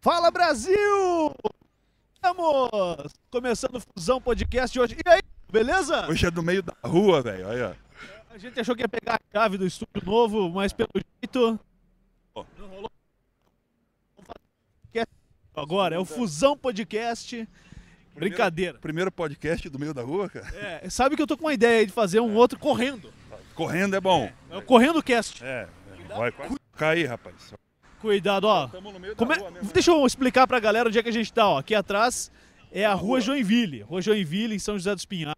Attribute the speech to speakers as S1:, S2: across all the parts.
S1: Fala Brasil! Estamos começando o Fusão Podcast hoje. E aí, beleza?
S2: Hoje é no meio da rua, velho. Aí, ó.
S1: A gente achou que ia pegar a chave do estúdio novo, mas pelo jeito.
S2: Ó.
S1: Não rolou. Vamos fazer o podcast Agora é o Fusão Podcast. Brincadeira.
S2: Primeiro podcast do meio da rua, cara.
S1: É, sabe que eu tô com uma ideia aí de fazer um outro correndo.
S2: Correndo é bom.
S1: É o Correndo Cast.
S2: É. é. Vai quase cair, rapaz.
S1: Cuidado, ó.
S2: Estamos no meio
S1: Como é- Deixa eu explicar pra galera onde é que a gente tá, ó. Aqui atrás é a Rua Joinville. Rua Joinville, em São José dos Pinhais.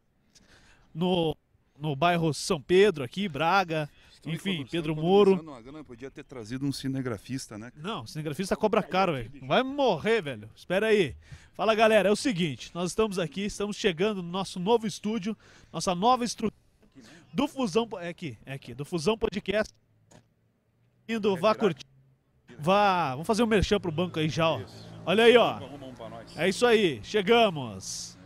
S1: No, no bairro São Pedro, aqui, Braga. Enfim, Pedro Moro.
S2: Uma grana, podia ter trazido um cinegrafista, né?
S1: Não, o cinegrafista cobra caro, velho. Vai morrer, velho. Espera aí. Fala, galera. É o seguinte, nós estamos aqui, estamos chegando no nosso novo estúdio, nossa nova estrutura do Fusão... Po- É aqui, é aqui. Do Fusão Podcast. Indo, vá curtir. Vá... Vamos fazer um merchan pro banco aí já, ó. Olha aí, ó.
S2: Arruma um pra nós.
S1: É isso aí, chegamos.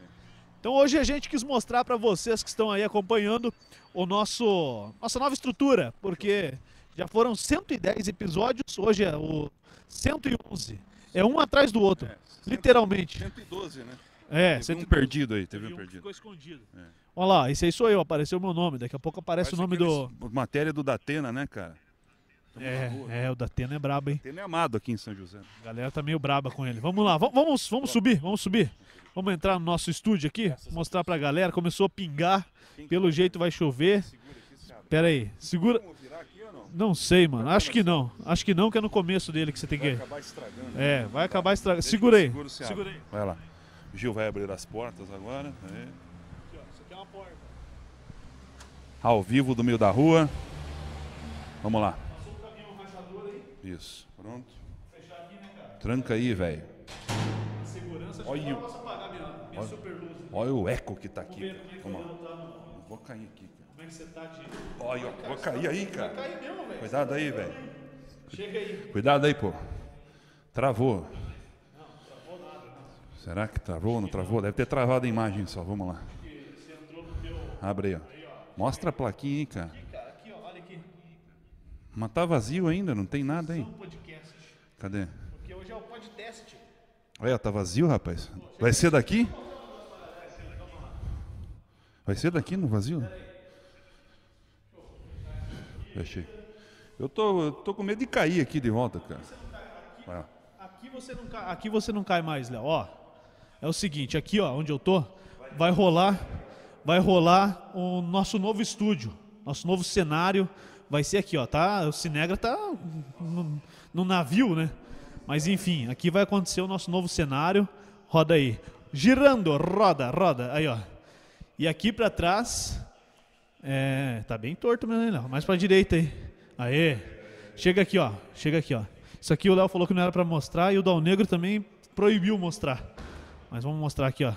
S1: Então hoje a gente quis mostrar para vocês que estão aí acompanhando o nosso nossa nova estrutura, porque já foram 110 episódios, hoje é o 111. É um atrás do outro, literalmente.
S2: 112, né?
S1: É,
S2: Teve um
S1: 111.
S2: perdido aí, teve um
S1: E um que
S2: perdido.
S1: ficou escondido.
S2: É.
S1: Olha lá, esse aí sou eu, apareceu o meu nome, daqui a pouco aparece é o nome do
S2: aqueles- Matéria do Datena, né, cara?
S1: É, é, o da Tena é brabo, hein?
S2: Datena é amado aqui em São José.
S1: A galera tá meio braba com ele. Vamos lá, va- vamos, vamos subir, vamos subir. Vamos entrar no nosso estúdio aqui, mostrar pra galera. Começou a pingar, pelo jeito vai chover. Pera aí, segura.
S2: Vamos virar aqui ou não?
S1: Não sei, mano. Acho que não. Acho que não, que é no começo dele que você tem que.
S2: Acabar estragando. né?
S1: É, vai acabar estragando. Segura aí.
S2: Segura o Ceará.
S1: Segura aí.
S2: Vai lá. O Gil vai abrir as portas agora. né?
S1: Isso aqui é uma porta.
S2: Ao vivo do meio da rua. Vamos lá. Isso. Pronto. Tranca aí, velho.
S1: Segurança.
S2: Olha, o-
S1: Posso apagar minha, minha super luz?
S2: olha o eco que tá aqui. cara. Vamos lá. Eu Vou cair aqui, cara.
S1: Como é que você tá de.
S2: Olha, eu vou cair aí, cara.
S1: Aí mesmo, velho.
S2: Cuidado aí, velho.
S1: Chega aí.
S2: Cuidado aí, pô. Travou. Será que travou ou não travou? Deve ter travado a imagem só. Vamos lá. Abre aí, ó. Mostra a plaquinha aí, cara.
S1: Cara, aqui, ó, olha aqui.
S2: Mas tá vazio ainda, não tem nada aí.
S1: Um podcast.
S2: Cadê?
S1: Porque hoje é o podcast.
S2: Olha, tá vazio, rapaz. Vai ser daqui? Vai ser daqui no vazio? Fechei. Eu tô, eu tô com medo de cair aqui de volta, cara. Vai lá.
S1: Aqui você não cai, aqui você não cai mais, Léo. Ó, é o seguinte, aqui ó, onde eu tô, vai rolar, vai rolar o nosso novo estúdio, nosso novo cenário, vai ser aqui ó, tá? O Cinegra tá no, no navio, né? Mas enfim, aqui vai acontecer o nosso novo cenário. Roda aí, girando, roda, roda, aí ó. E aqui pra trás, é, tá bem torto mesmo, hein, Léo? Mais pra direita aí. Aê! Chega aqui, ó. Chega aqui, ó. Isso aqui o Léo falou que não era pra mostrar e o Dal Negro também proibiu mostrar. Mas vamos mostrar aqui, ó.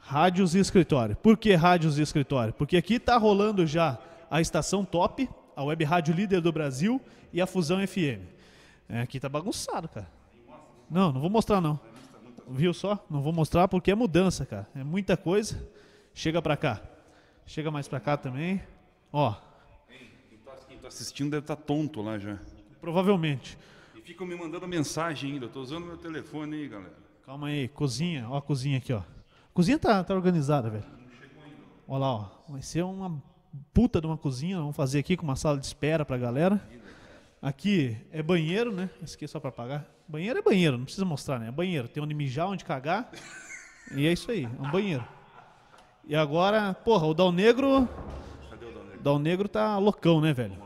S1: Rádios e escritório. Por que rádios e escritório? Porque aqui tá rolando já a estação top, a web rádio líder do Brasil e a Fusão FM. É, aqui tá bagunçado, cara. Não, não vou mostrar não. Viu só? Não vou mostrar porque é mudança, cara. É muita coisa. Chega pra cá. Chega mais pra cá também. Ó,
S2: Quem tá assistindo deve estar tonto lá já.
S1: provavelmente.
S2: E ficam me mandando mensagem ainda. Eu tô usando meu telefone aí, galera.
S1: Calma aí, cozinha. Ó a cozinha aqui, ó. Cozinha tá, tá organizada, velho. Ó lá, ó. Vai ser uma puta de uma cozinha. Vamos fazer aqui com uma sala de espera pra galera. Aqui é banheiro, né? Esse aqui é só pra pagar. Banheiro é banheiro, não precisa mostrar, né? É banheiro. Tem onde mijar, onde cagar. E é isso aí, é um banheiro. E agora, porra, o Dal Negro.
S2: Cadê o Dona?
S1: Dal Negro tá loucão, né, velho?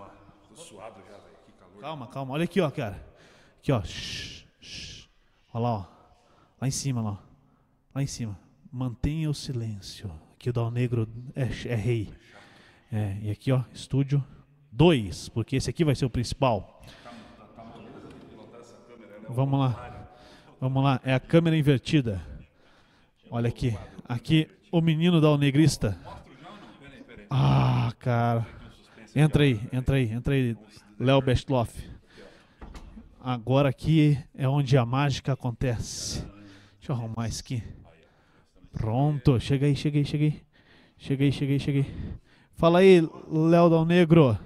S2: Tô suado já, velho. Que calor.
S1: Calma, calma. Olha aqui, ó, cara. Aqui, ó. Shhh, shhh. Olha lá, ó. Lá em cima, lá. ó. Lá em cima. Mantenha o silêncio. Aqui o Dal Negro é, ch- é rei. É, e aqui, ó, estúdio 2, porque esse aqui vai ser o principal. Vamos lá. Vamos lá. É a câmera invertida. Olha aqui. Aqui, o menino Dal Negrista. Ah, cara. Entra aí, entra aí, entra aí, Léo Bestloff. Agora aqui é onde a mágica acontece. Deixa eu arrumar isso aqui. Pronto, chega aí, chega aí, chega aí. Chega aí, chega aí, chega aí. Fala aí, Léo Dal Negro.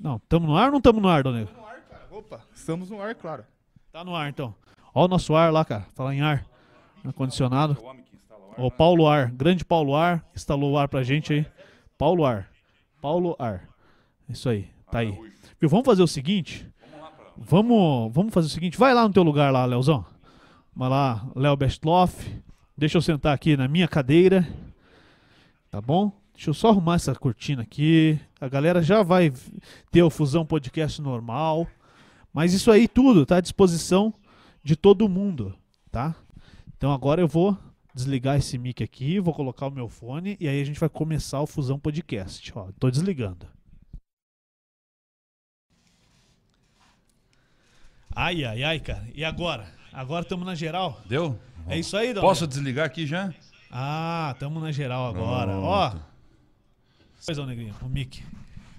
S1: Não, tamo no ar ou não tamo no ar, Dal Negro?
S3: Opa, estamos no ar, claro.
S1: Tá no ar, então. Ó o nosso ar lá, cara. Falar em ar. Ar-condicionado.
S2: É O homem que instala o ar.
S1: Ó, o Paulo Ar. Grande Paulo Ar. Instalou o ar pra gente aí. Paulo Ar. Paulo Ar. Isso aí. Tá aí. Viu? Vamos fazer o seguinte.
S2: Vamos lá pra...
S1: Vamos, vamos fazer o seguinte. Vai lá no teu lugar lá, Leozão. Vai lá, Léo Bestloff. Deixa eu sentar aqui na minha cadeira. Tá bom? Deixa eu só arrumar essa cortina aqui. A galera já vai v- ter o Fusão Podcast normal. Mas isso aí tudo tá à disposição de todo mundo, tá? Então agora eu vou desligar esse mic aqui, vou colocar o meu fone e aí a gente vai começar o Fusão Podcast. Ó, tô desligando. Ai, ai, ai, cara. E agora? Agora estamos na geral?
S2: Deu?
S1: É isso aí, Dom?
S2: Posso desligar aqui já?
S1: Ah, tamo na geral agora.
S2: Pronto.
S1: Ó. Pois é, Negrinho, o mic.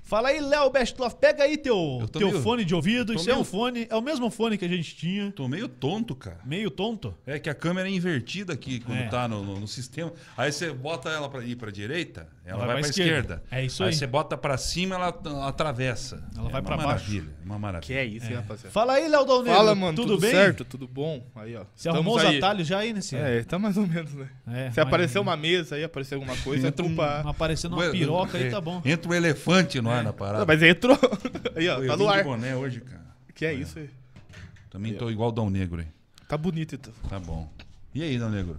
S1: Fala aí, Léo Bestloff, pega aí teu,
S2: Eu tô
S1: teu
S2: meio-
S1: fone de ouvido.
S2: tô
S1: Isso é
S2: meio-
S1: um fone, é o mesmo fone que a gente tinha,
S2: Tô meio tonto, cara.
S1: meio tonto.
S2: É que a câmera é invertida aqui quando
S1: É.
S2: tá no, no- no sistema. Aí você bota ela pra ir pra direita,
S1: Ela
S2: ela vai,
S1: vai
S2: pra
S1: esquerda.
S2: esquerda.
S1: É isso aí.
S2: Aí você bota pra cima, ela, ela atravessa.
S1: Ela
S2: é
S1: vai
S2: uma
S1: pra baixo.
S2: maravilha, uma
S3: Que
S2: maravilha.
S3: é isso, hein, rapaziada?
S1: Fala aí, Léo Dal Negro.
S3: Fala, mano, tudo,
S1: bem?
S3: certo? Tudo bom? Aí, ó.
S1: Você arrumou os
S3: aí.
S1: atalhos já aí nesse.
S3: É, tá mais ou menos, né?
S1: É,
S3: Se
S1: mas-
S3: aparecer uma mesa aí, aparecer alguma coisa, é
S2: Entra um-
S3: culpa...
S1: Aparecendo uma piroca aí, tá bom. É.
S2: Entra um elefante no ar na parada.
S3: Ah, mas entrou. aí, ó,
S2: Pô, eu
S3: tá
S2: vim
S3: no
S2: de
S3: ar.
S2: boné hoje, cara.
S3: Que é isso aí.
S2: Também tô igual o Dão Negro aí.
S3: Tá bonito, então.
S2: Tá bom. E aí, Dão Negro?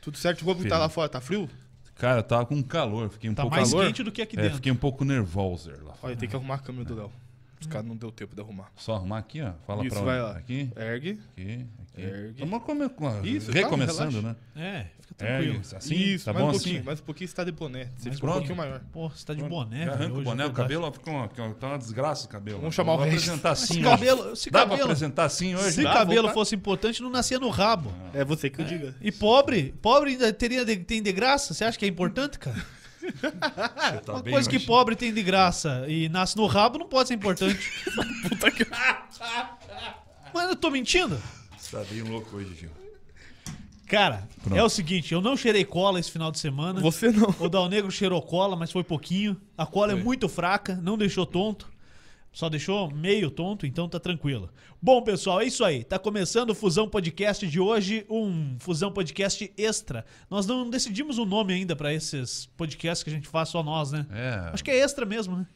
S3: Tudo certo? Como que tá lá fora? Tá frio?
S2: Cara, eu tava com calor, fiquei um
S1: Tá
S2: pouco
S1: mais
S3: calor?
S1: quente do que aqui
S2: É,
S1: dentro.
S2: fiquei um pouco nervoso lá fora.
S3: Olha, tem que arrumar a câmera do Léo. Os caras não deu tempo de arrumar.
S2: Só arrumar aqui, ó. Fala
S3: Isso,
S2: pra
S3: vai
S2: onde?
S3: lá.
S2: Aqui,
S3: Ergue.
S2: aqui, aqui.
S3: Ergue.
S2: Vamos come- com-
S3: Isso, calma,
S2: recomeçando,
S3: relaxa.
S2: né?
S1: É, fica
S2: Ergue,
S1: tranquilo.
S2: assim,
S3: isso,
S2: tá
S3: mais
S2: bom
S3: um pouquinho.
S2: assim?
S3: Mais um pouquinho você tá de boné. Você
S1: Mais
S3: fica
S1: um
S3: um pouquinho maior.
S1: Pô, você tá de boné,
S2: Já
S1: velho.
S2: Arranca o
S1: hoje,
S2: boné, o
S1: verdade.
S2: cabelo ó, fica uma, fica- tá uma desgraça o cabelo.
S3: Vamos chamar
S2: Vou
S3: o resto.
S2: apresentar assim
S1: Esse
S2: hoje.
S1: cabelo, esse
S2: Dá pra
S1: cabelo,
S2: apresentar assim hoje?
S1: se
S3: Dá,
S1: cabelo
S3: voltar.
S1: fosse importante, não nascia no rabo.
S3: É você que eu diga.
S1: E pobre, pobre ainda teria de- tem de graça? Você acha que é importante, cara?
S2: Você tá
S1: Uma
S2: bem
S1: coisa que
S2: hoje?
S1: pobre tem de graça e nasce no rabo não pode ser importante.
S3: Puta que...
S1: Mas eu tô mentindo?
S2: Você tá bem louco hoje, Gil.
S1: Cara,
S2: Pronto.
S1: é o seguinte, eu não cheirei cola esse final de semana.
S3: Você não.
S1: O Dal Negro cheirou cola, mas foi pouquinho. A cola é muito fraca, não deixou tonto. Só deixou meio tonto, então tá tranquilo. Bom, pessoal, é isso aí. Tá começando o Fusão Podcast de hoje, um Fusão Podcast extra. Nós não decidimos o nome ainda pra esses podcasts que a gente faz só nós, né?
S2: É.
S1: Acho que é extra mesmo, né?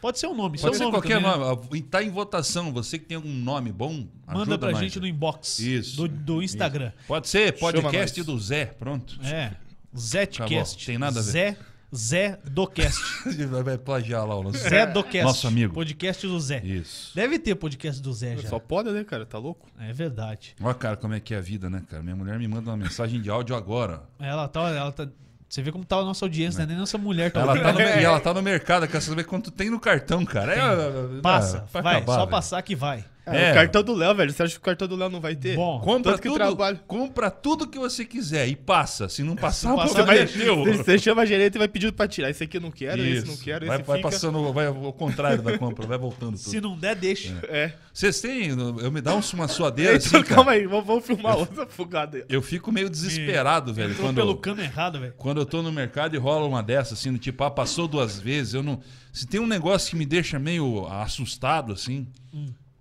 S1: Pode ser um nome, isso é
S2: Pode
S1: um
S2: ser
S1: nome
S2: qualquer
S1: também, né?
S2: nome. Tá em votação. Você que tem algum nome bom,
S1: Manda
S2: ajuda
S1: pra
S2: nós.
S1: gente no inbox
S2: Isso.
S1: do, do Instagram.
S2: Pode ser podcast
S3: nós.
S2: do Zé. Pronto.
S1: É. Zetcast.
S2: Acabou, tem nada a ver.
S1: Zé, Zé Docast.
S2: Vai- Vai plagiar lá o nosso
S1: Zé Docast.
S2: Nosso amigo.
S1: Podcast do Zé.
S2: Isso.
S1: Deve ter podcast do
S2: É
S1: Zé já.
S3: Só pode, né, cara? Tá louco?
S1: É verdade.
S2: Olha, cara, como é que é a vida, né, cara? Minha mulher me manda uma mensagem de áudio agora.
S1: Ela tá, ela tá. Você vê como tá a nossa audiência, né? Nem nossa mulher tá.
S2: É. Ela
S1: ouvindo.
S2: tá no, e ela tá no mercado, quer saber quanto tem no cartão, cara. É,
S1: Passa,
S2: é, pra
S1: vai,
S2: acabar,
S1: só
S2: velho.
S1: passar que vai.
S3: É,
S2: É.
S3: o cartão do Léo, velho. Você acha que o cartão do Léo não vai ter?
S1: Bom,
S2: Compra
S3: Tanto que
S2: tudo,
S3: trabalho.
S2: compra tudo que você quiser e passa. Se não passar,
S1: passar,
S2: você vai
S1: vai-
S2: teu.
S3: Você- Você chama a gerente e vai pedindo pra tirar. Esse aqui eu não quero, esse não quero,
S2: vai,
S3: esse
S2: vai
S3: fica.
S2: passando, vai ao contrário da compra, vai voltando
S1: Se
S2: tudo.
S1: não der, deixa.
S3: É.
S2: Vocês têm, eu me dá um- uma suadeira assim,
S3: Então,
S2: cara.
S3: calma aí, vamos, vamos filmar outra fugada aí.
S2: Eu fico meio desesperado, velho,
S1: Entrou
S2: quando
S1: pelo cano errado, velho.
S2: Quando eu tô no mercado e rola uma dessa, assim, do tipo, ah, passou duas vezes, eu não. Se tem um negócio que me deixa meio assustado, assim,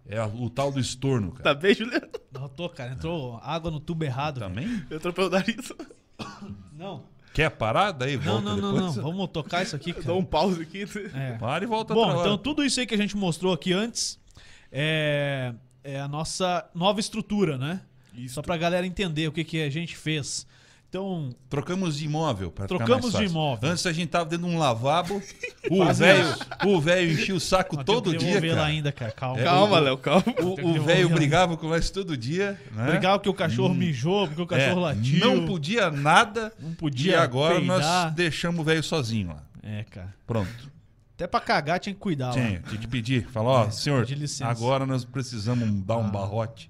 S2: é a- o tal do estorno, cara.
S3: Tá bem, Juliano?
S1: Não tô, cara. Entrou água no tubo errado. velho.
S2: Também?
S3: Eu atropelo o nariz.
S1: Não.
S2: Quer parar? Daí
S1: Não,
S2: volta
S1: não, não,
S2: depois.
S1: não. Vamos tocar isso aqui, cara.
S3: Dá um pause aqui.
S1: É.
S2: Para e volta
S1: Bom,
S2: pra lá.
S1: então tudo isso aí que a gente mostrou aqui antes é, é a nossa nova estrutura, né?
S3: Isso.
S1: Só pra galera entender o que, que a gente fez. Então,
S2: Trocamos de imóvel pra ficar
S1: Trocamos
S2: mais fácil.
S1: de imóvel.
S2: Antes a gente tava dentro de um lavabo, o velho, o velho enchia o saco
S1: nós
S2: todo
S1: temos que
S2: dia,
S1: devolver
S2: cara. É,
S1: lá ainda, cara. Calma.
S3: Calma,
S2: o-
S3: Léo, calma.
S1: Tem que
S2: O o
S1: devolver
S2: velho
S1: lá.
S2: brigava com nós todo dia, né?
S1: Brigava que o cachorro mijou, porque o cachorro
S2: É,
S1: latiu.
S2: Não podia nada.
S1: Não podia
S2: E agora
S1: peidar.
S2: nós deixamos o velho sozinho lá.
S1: É, cara.
S2: Pronto.
S1: Até pra cagar tinha que cuidar
S2: Tinha,
S1: lá.
S2: tinha que pedir. Falar, ó, senhor,
S1: É, pedir licença. Ah.
S2: agora nós precisamos dar um barrote.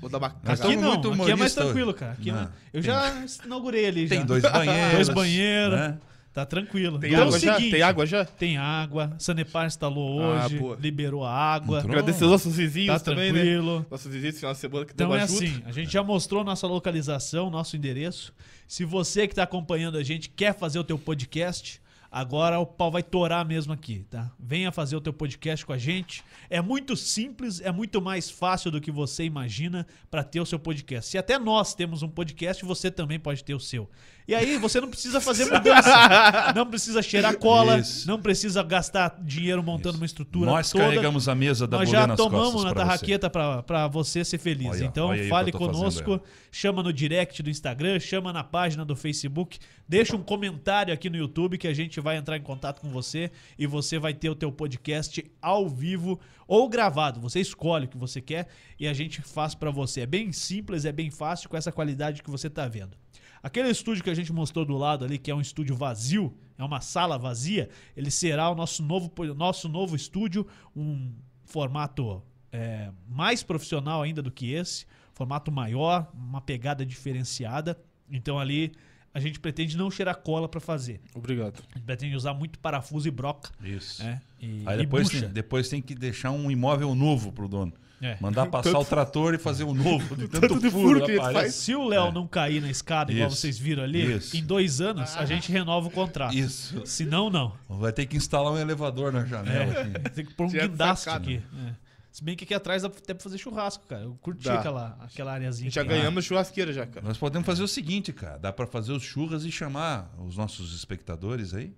S3: Vou dar uma
S2: Mas
S1: Aqui
S2: Tamo
S3: cagada.
S1: não, aqui
S2: muito
S1: é mais
S2: humorista
S1: tranquilo,
S2: hoje.
S1: cara. Aqui
S2: Não,
S1: não- Eu já inaugurei ali
S2: Tem
S1: já.
S2: dois banheiros.
S1: Dois banheiros.
S2: né?
S1: Tá tranquilo.
S3: Tem
S1: Então é o
S3: água já?
S1: seguinte,
S3: Tem água já?
S1: Tem água. Sanepar instalou
S3: Ah,
S1: hoje,
S3: boa.
S1: liberou a água.
S2: Entrou.
S3: Agradecer aos nossos vizinhos
S1: Tá
S3: também,
S1: tranquilo.
S3: né? Nossos vizinhos esse final de semana que
S1: Então
S3: deu
S1: é
S3: ajuda.
S1: assim, a gente já mostrou nossa tá localização, nosso endereço. Se você que está acompanhando a gente quer fazer o teu podcast, Agora o pau vai torar mesmo aqui, tá? Venha fazer o teu podcast com a gente. É muito simples, é muito mais fácil do que você imagina para ter o seu podcast. Se até nós temos um podcast, você também pode ter o seu. E aí você não precisa fazer mudança. não precisa cheirar cola,
S2: Isso.
S1: não precisa gastar dinheiro montando uma estrutura
S2: Nós
S1: toda.
S2: carregamos a mesa da
S1: Nós
S2: Bolê
S1: já
S2: nas
S1: tomamos
S2: costas
S1: na
S2: pra você.
S1: tarraqueta para você ser feliz.
S2: Olha,
S1: então,
S2: olha aí o que
S1: fale
S2: eu tô fazendo,
S1: conosco,
S2: Léo.
S1: chama no direct do Instagram, chama na página do Facebook, deixa um comentário aqui no YouTube que a gente vai entrar em contato com você e você vai ter o teu podcast ao vivo ou gravado. Você escolhe o que você quer e a gente faz para você. É bem simples, é bem fácil com essa qualidade que você tá vendo. Aquele estúdio que a gente mostrou do lado ali, que é um estúdio vazio, é uma sala vazia, ele será o nosso novo, po- nosso novo estúdio, um formato é, mais profissional ainda do que esse, formato maior, uma pegada diferenciada. Então ali a gente pretende não cheirar cola para fazer.
S3: Obrigado.
S1: A gente pretende usar muito parafuso e broca.
S2: Isso.
S1: né? E,
S2: Aí
S1: e
S2: depois
S1: bucha.
S2: tem, depois tem que deixar um imóvel novo pro dono.
S1: É.
S2: Mandar passar o trator e fazer um novo. De tanto,
S3: tanto de
S2: furo,
S3: furo que ele
S2: rapaz.
S3: faz.
S1: Se o Léo não cair na escada, igual
S2: É. Isso.
S1: vocês viram ali,
S2: Isso.
S1: em dois anos a gente renova o contrato.
S2: Isso.
S1: Se não, não.
S2: Vai ter que instalar um elevador na janela. assim. aqui.
S1: Tem que pôr um
S3: Direto
S1: guindaste
S3: facada.
S1: aqui. É. Se bem que aqui atrás dá até pra fazer churrasco, cara. Eu curti
S3: Dá.
S1: aquela, aquela areazinha.
S3: Já
S1: que tem lá.
S3: ganhamos churrasqueira já, cara.
S2: Nós podemos fazer o seguinte, cara. Dá pra fazer os churras e chamar os nossos espectadores aí.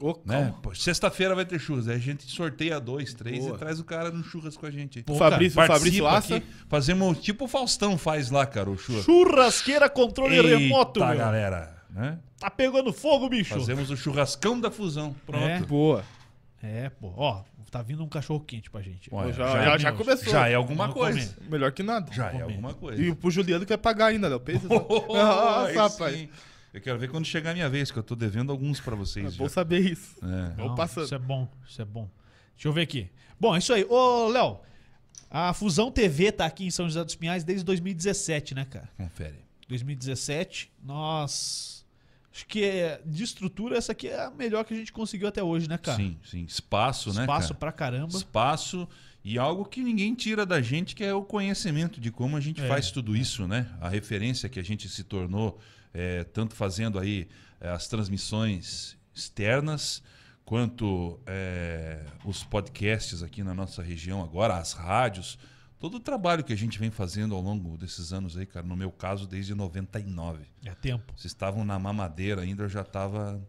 S3: Ô,
S2: Né?
S3: calma.
S2: Pô, Sexta-feira vai ter churras. Aí a gente sorteia dois, três
S3: Boa.
S2: e traz o cara no churras com a gente.
S1: Pô,
S3: Fabrício,
S2: Participa
S3: Fabrício Assa.
S2: aqui. Fazemos tipo o Faustão faz lá, cara, o churras.
S1: Churrasqueira controle remoto,
S2: Eita,
S1: meu.
S2: galera. Né?
S1: Tá pegando fogo, bicho.
S2: Fazemos o churrascão da fusão. Pronto.
S1: É.
S3: Boa.
S1: É, pô. Ó, tá vindo um cachorro quente pra gente.
S2: Olha,
S3: já, já, já
S1: vimos.
S3: começou.
S2: Já é alguma
S1: Vamos
S2: coisa.
S3: Melhor que nada.
S2: Já é
S1: Vamos
S2: alguma coisa.
S3: E pro Juliano que vai pagar ainda, Léo. Pensa. só.
S2: Oh,
S3: Nossa,
S2: aí
S3: rapaz.
S2: sim. Eu quero ver quando chegar a minha vez, que eu tô devendo alguns pra
S3: É
S2: vocês. já.
S3: bom saber isso.
S2: É.
S1: Não,
S3: Vamos passando.
S1: Isso é bom, isso é bom. Deixa eu ver aqui. Bom, é isso aí. Ô, Léo, a Fusão TV tá aqui em São José dos Pinhais desde 2017, né, cara?
S2: Confere.
S1: 2017. Nós. Acho que é- de estrutura, essa aqui é a melhor que a gente conseguiu até hoje, né, cara?
S2: Sim, sim. Espaço, né?
S1: Espaço
S2: cara?
S1: pra caramba.
S2: Espaço. E algo que ninguém tira da gente, que é o conhecimento de como a gente
S1: É.
S2: faz tudo isso, né? A referência que a gente se tornou, é, tanto fazendo aí é, as transmissões externas, quanto é, os podcasts aqui na nossa região agora, as rádios. Todo o trabalho que a gente vem fazendo ao longo desses anos aí, cara, no meu caso, desde 99.
S1: É tempo.
S2: Vocês estavam na mamadeira ainda, eu já estava.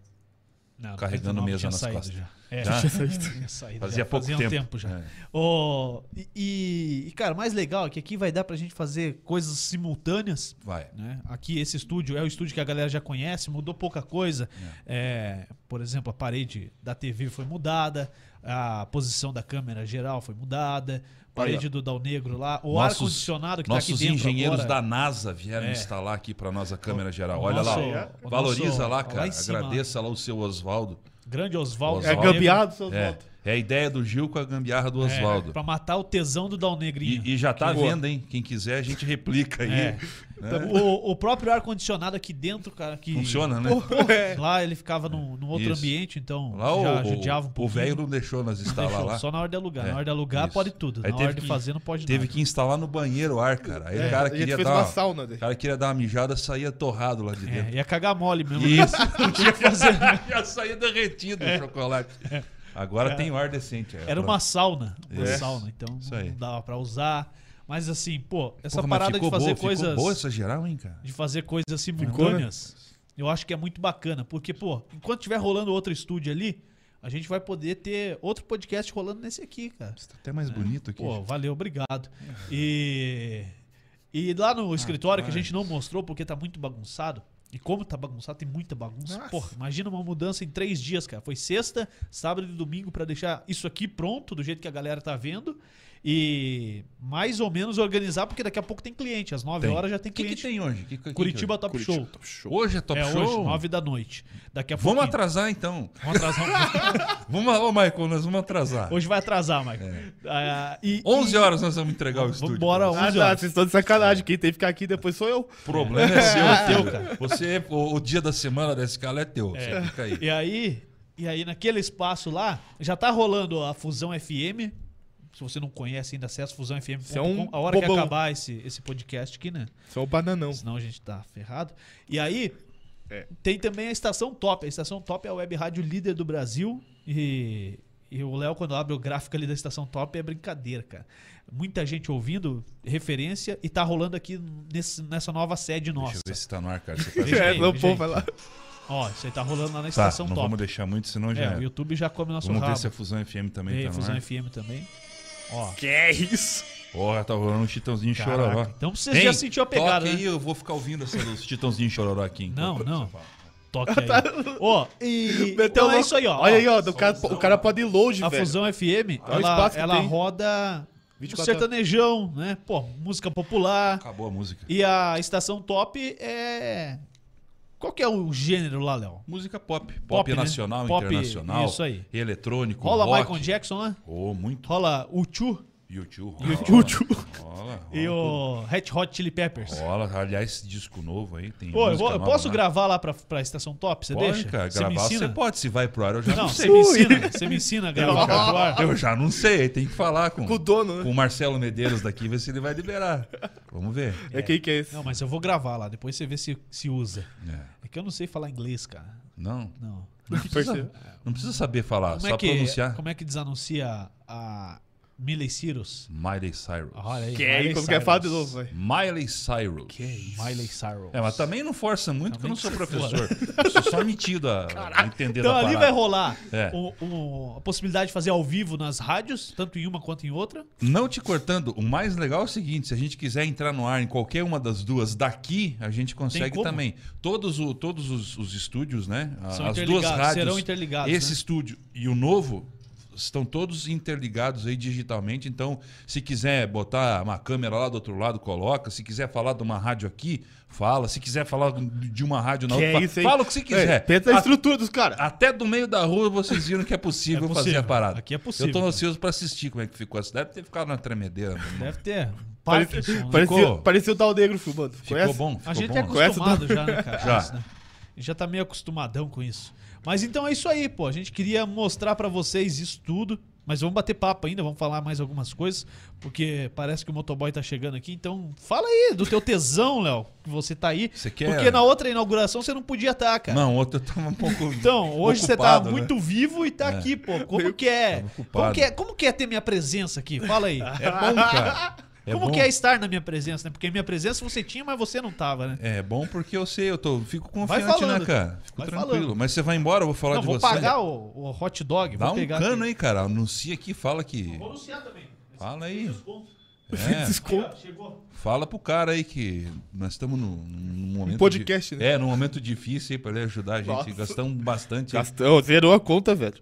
S1: Não,
S2: Carregando
S1: 99
S2: mesa
S1: tinha
S2: nas
S1: saído
S2: costas.
S1: Já. É,
S2: Já?
S1: tinha saído. Tinha saído
S2: Fazia
S1: já.
S2: pouco
S1: Fazia um
S2: tempo.
S1: tempo já.
S2: É.
S1: Ô, e- e, e, cara, o mais legal é que aqui vai dar pra gente fazer coisas simultâneas.
S2: Vai.
S1: né? Aqui esse estúdio é o estúdio que a galera já conhece, mudou pouca coisa. É, por exemplo, a parede da TV foi mudada, a posição da câmera geral foi mudada, a parede do Dal Negro lá, o
S2: Nossos-
S1: ar-condicionado que tá aqui
S2: Nossos
S1: dentro
S2: engenheiros
S1: agora.
S2: da NASA vieram
S1: É.
S2: instalar aqui para nós a câmera geral.
S1: o
S2: Olha lá,
S1: nosso-
S2: ó.
S1: o
S2: valoriza
S1: nosso-
S2: lá,
S1: lá
S2: cara.
S1: em cima.
S2: Agradeça lá o seu Oswaldo.
S1: Grande Oswaldo.
S2: É
S3: É
S1: Dal
S3: gambiado, seu
S2: É,
S3: Oswaldo.
S2: é a ideia do Gil com a gambiarra do
S1: Negro, é,
S2: Oswaldo.
S1: Pra matar o tesão do Dal Negrinho.
S2: E, e já tá à
S3: Boa.
S2: venda, hein? Quem quiser, a gente replica aí.
S1: É. O, o próprio ar-condicionado aqui dentro, cara, que.
S2: né? Funciona, né?
S3: É.
S1: Lá ele ficava num, num outro
S2: Isso.
S1: ambiente, então
S2: Lá o-
S1: já
S2: o-
S1: judiava um
S2: o
S1: pouquinho.
S2: velho não deixou nós instalar
S1: Deixou,
S2: lá.
S1: Só na hora de alugar.
S2: É,
S1: Na hora de alugar
S2: isso.
S1: pode tudo.
S2: Aí
S1: na
S2: teve
S1: hora de
S2: que-
S1: fazer não pode
S2: Teve
S1: nada.
S2: que instalar no banheiro ar, cara. Aí
S3: É,
S2: o cara
S3: a gente
S2: queria
S3: fez
S2: dar
S3: uma
S2: uma-
S3: sauna né?
S2: o
S3: dele.
S2: cara queria dar uma mijada, saía torrado lá de dentro.
S1: É, ia cagar mole mesmo.
S2: Isso.
S1: Não tinha o que fazer.
S2: Já saía derretido o chocolate. Agora tem o ar decente. é.
S1: É. Era uma sauna. Uma
S2: Isso.
S1: sauna, então
S2: É. Isso aí.
S1: não dava pra usar. Mas assim, pô, essa
S2: Porra, mas
S1: parada de
S2: ficou
S1: fazer
S2: boa,
S1: coisas.
S2: Ficou boa essa geral, hein, cara?
S1: de fazer coisas simultâneas, eu acho que é muito bacana. Porque, pô, enquanto tiver rolando outro estúdio ali, a gente vai poder ter outro podcast rolando nesse aqui, cara.
S2: Tá até mais bonito aqui.
S1: É. Pô, valeu, obrigado. E, e lá no escritório que a gente não mostrou porque tá muito bagunçado. E como tá bagunçado, tem muita bagunça.
S3: Nossa.
S1: Porra, imagina uma mudança em três dias, cara. Foi sexta, sábado e domingo pra deixar isso aqui pronto, do jeito que a galera tá vendo. E mais ou menos organizar, porque daqui a pouco tem cliente. Às nove
S2: Tem.
S1: horas já tem
S2: O que, que
S1: cliente.
S2: tem hoje? Que- que- que-
S1: Curitiba
S2: que
S1: Top
S3: Curitiba,
S1: Show.
S3: top
S2: hoje? Hoje é top
S1: é
S2: show?
S1: hoje, nove da noite. Daqui a pouco.
S2: Vamos atrasar então.
S1: Vamos atrasar. um-
S2: Vamos, ô Michael, nós vamos atrasar.
S1: hoje vai atrasar, Mike.
S2: É.
S1: Ah, e,
S2: 11 horas nós vamos entregar o
S1: Vamos
S2: estúdio.
S1: embora,
S2: pra você.
S3: Ah,
S1: 11
S3: tá,
S1: horas.
S3: vocês estão de sacanagem. Quem tem que ficar aqui depois sou eu.
S2: O problema é seu,
S1: É teu,
S2: teu,
S1: cara.
S2: cara. Você, o, o dia da semana da escala é teu. Você fica aí.
S1: E aí, e aí naquele espaço lá, já tá rolando a Fusão FM. Se você não conhece ainda, acessa
S3: Você é um
S1: fusãofm.com. A hora que
S3: bobão.
S1: acabar esse, esse podcast aqui, né?
S3: Sou o bananão.
S1: Senão a gente tá ferrado. E aí,
S2: É.
S1: Tem também a Estação Top. A Estação Top é a web rádio líder do Brasil. E, e o Léo, quando abre o gráfico ali da Estação Top, é brincadeira, cara. Muita gente ouvindo, referência, e tá rolando aqui nesse- nessa nova sede
S2: Deixa
S1: nossa.
S2: eu ver se tá no ar, cara. Você tá-
S1: Veja
S3: É,
S1: aí,
S3: não,
S1: veja
S3: pô,
S1: aí.
S3: vai lá.
S1: Ó, isso aí tá rolando lá na
S2: Tá,
S1: Estação
S2: não
S1: Top.
S2: vamos deixar muito, senão já.
S1: É, o YouTube já come nosso
S2: vamos ver
S1: rabo.
S2: se a Fusão FM também
S1: Ei,
S2: tá no
S1: Fusão
S2: ar.
S1: FM também. Ó,
S3: Que é isso?
S2: Porra, tá rolando um Chitãozinho Chororó.
S1: caraca. Então você já sentiu a pegada,
S2: toca
S1: né?
S2: aí, eu vou ficar ouvindo essa dos Chitãozinho Chororó aqui. enquanto
S1: Não, não.
S2: você fala.
S1: Toque aí.
S2: Tá
S1: Ó, e...
S3: Meteu
S1: Então é
S3: louco.
S1: isso aí, ó.
S3: Olha
S1: Ó,
S3: aí, ó. do cara- o cara pode ir longe,
S1: A
S3: velho.
S1: Fusão FM,
S3: o
S1: ela,
S3: espaço que
S1: ela
S3: tem.
S1: roda um
S3: 24
S1: sertanejão, né? Pô, música popular.
S2: Acabou a música.
S1: E a estação top é... Qual que é o gênero lá, Léo?
S2: Música pop. Pop,
S1: Pop, né?
S2: nacional,
S1: Pop,
S2: internacional.
S1: isso aí.
S2: Eletrônico,
S1: Rola
S2: rock.
S1: Michael Jackson lá?
S2: Oh, muito.
S1: Rola o Chu
S2: YouTube.
S3: YouTube.
S2: Rola, rola,
S1: e
S2: tudo.
S1: o Red Hot Chili Peppers.
S2: Rola, aliás, esse disco novo aí tem
S1: Pô, eu,
S2: música
S1: vou- eu
S2: nova
S1: posso
S2: lá.
S1: gravar lá pra, pra estação top? Você
S2: Pode,
S1: deixa?
S2: cara,
S1: Você me
S2: gravar
S1: ensina?
S2: você pode, se vai pro ar, eu já
S1: Não,
S2: não,
S1: você
S2: sei.
S1: me ensina. Você me ensina a gravar pro ar.
S2: Eu já não sei, aí tem que falar com,
S3: Com o dono, né?
S2: com o Marcelo Medeiros daqui, ver se ele vai liberar. Vamos ver.
S3: É quem que é esse?
S1: Não, mas eu vou gravar lá, depois você vê se, se usa.
S2: É.
S1: É que eu não sei falar inglês, cara.
S2: Não,
S1: Não.
S2: não precisa,
S3: Percebo.
S2: não precisa saber falar,
S1: Como
S2: só
S1: é que,
S2: pronunciar.
S1: Como é que desanuncia a Miley Cyrus?
S2: Miley Cyrus.
S1: Ah, Olha aí.
S3: Que é
S1: Miley
S3: isso? Como que é?
S1: Cyrus.
S3: Fala de novo, velho.
S2: Miley Cyrus.
S1: Miley Cyrus.
S2: É, mas também não força muito, porque eu não sou
S1: Também que
S2: professor. Eu sou só metido a a entender
S1: Então
S2: da
S1: ali
S2: parada.
S1: vai rolar
S2: É.
S1: o- o- a possibilidade de fazer ao vivo nas rádios, tanto em uma quanto em outra.
S2: Não te cortando, o mais legal é o seguinte: se a gente quiser entrar no ar em qualquer uma das duas daqui, a gente consegue
S1: como?
S2: também. Todos, o- todos os, os estúdios, né? a-
S1: São
S2: As duas
S1: interligados,
S2: rádios.
S1: serão interligados,
S2: Esse
S1: né?
S2: estúdio e o novo estão todos interligados aí digitalmente. Então, se quiser botar uma câmera lá do outro lado, coloca. Se quiser falar de uma rádio aqui, fala. Se quiser falar de uma rádio na
S3: Que
S2: outra,
S3: é
S2: fala.
S3: isso aí?
S2: fala o que você quiser.
S3: É, pensa na
S2: A-
S3: estrutura dos caras.
S2: até do meio da rua vocês viram que é possível,
S1: É possível.
S2: fazer a parada.
S1: Aqui é possível,
S2: Eu tô
S1: cara.
S2: ansioso pra assistir como é que ficou. Você deve ter ficado na tremedeira. né?
S1: Deve ter.
S3: Parecia,
S1: Parkinson, né?
S2: Ficou.
S3: parecia, parecia o Dal Negro filmando.
S2: Ficou
S3: Conhece?
S2: bom?
S1: A
S2: Ficou
S1: gente
S2: bom?
S1: é
S3: Com essa
S1: acostumado já, né, cara? com
S2: Já.
S1: isso, né? A gente já tá meio acostumadão com isso. Mas então é isso aí, pô. A gente queria mostrar pra vocês isso tudo. Mas vamos bater papo ainda, vamos falar mais algumas coisas, porque parece que o motoboy tá chegando aqui. Então, fala aí do teu tesão, Léo, que você tá aí.
S2: Você quer-
S1: Porque na outra inauguração você não podia estar, cara.
S2: Não, ontem eu tava um pouco.
S1: Então, hoje você tá
S2: ocupado, né?
S1: muito vivo e tá aqui, pô. Como que é?
S2: tava ocupado.
S1: Como que é, como que é ter minha presença aqui? Fala aí.
S2: É bom, cara. É
S1: como
S2: bom.
S1: que é estar na minha presença, né? Porque minha presença você tinha, mas você não tava, né?
S2: É bom porque eu sei, eu tô, fico
S1: Vai
S2: confiante,
S1: falando.
S2: né, cara? Fico
S1: Vai
S2: tranquilo.
S1: falando.
S2: Mas você vai embora, eu vou falar
S1: não,
S2: de
S1: vou
S2: você.
S1: pagar o, o hot dog.
S2: Dá
S1: vou
S2: um
S1: pegar
S2: cano
S1: aqui.
S2: aí, cara. Anuncia aqui, fala que.
S1: Vou anunciar também.
S2: Fala aí.
S1: Desconto.
S2: É,
S3: Desculpa.
S1: Chegou.
S2: fala pro cara aí que nós estamos num, num
S1: Um
S2: momento.
S3: podcast,
S2: de,
S3: né?
S2: É, num momento difícil aí pra ele ajudar a gente.
S3: Nossa.
S2: Gastamos bastante. Gasta,
S3: Gastão, zerou a conta, velho.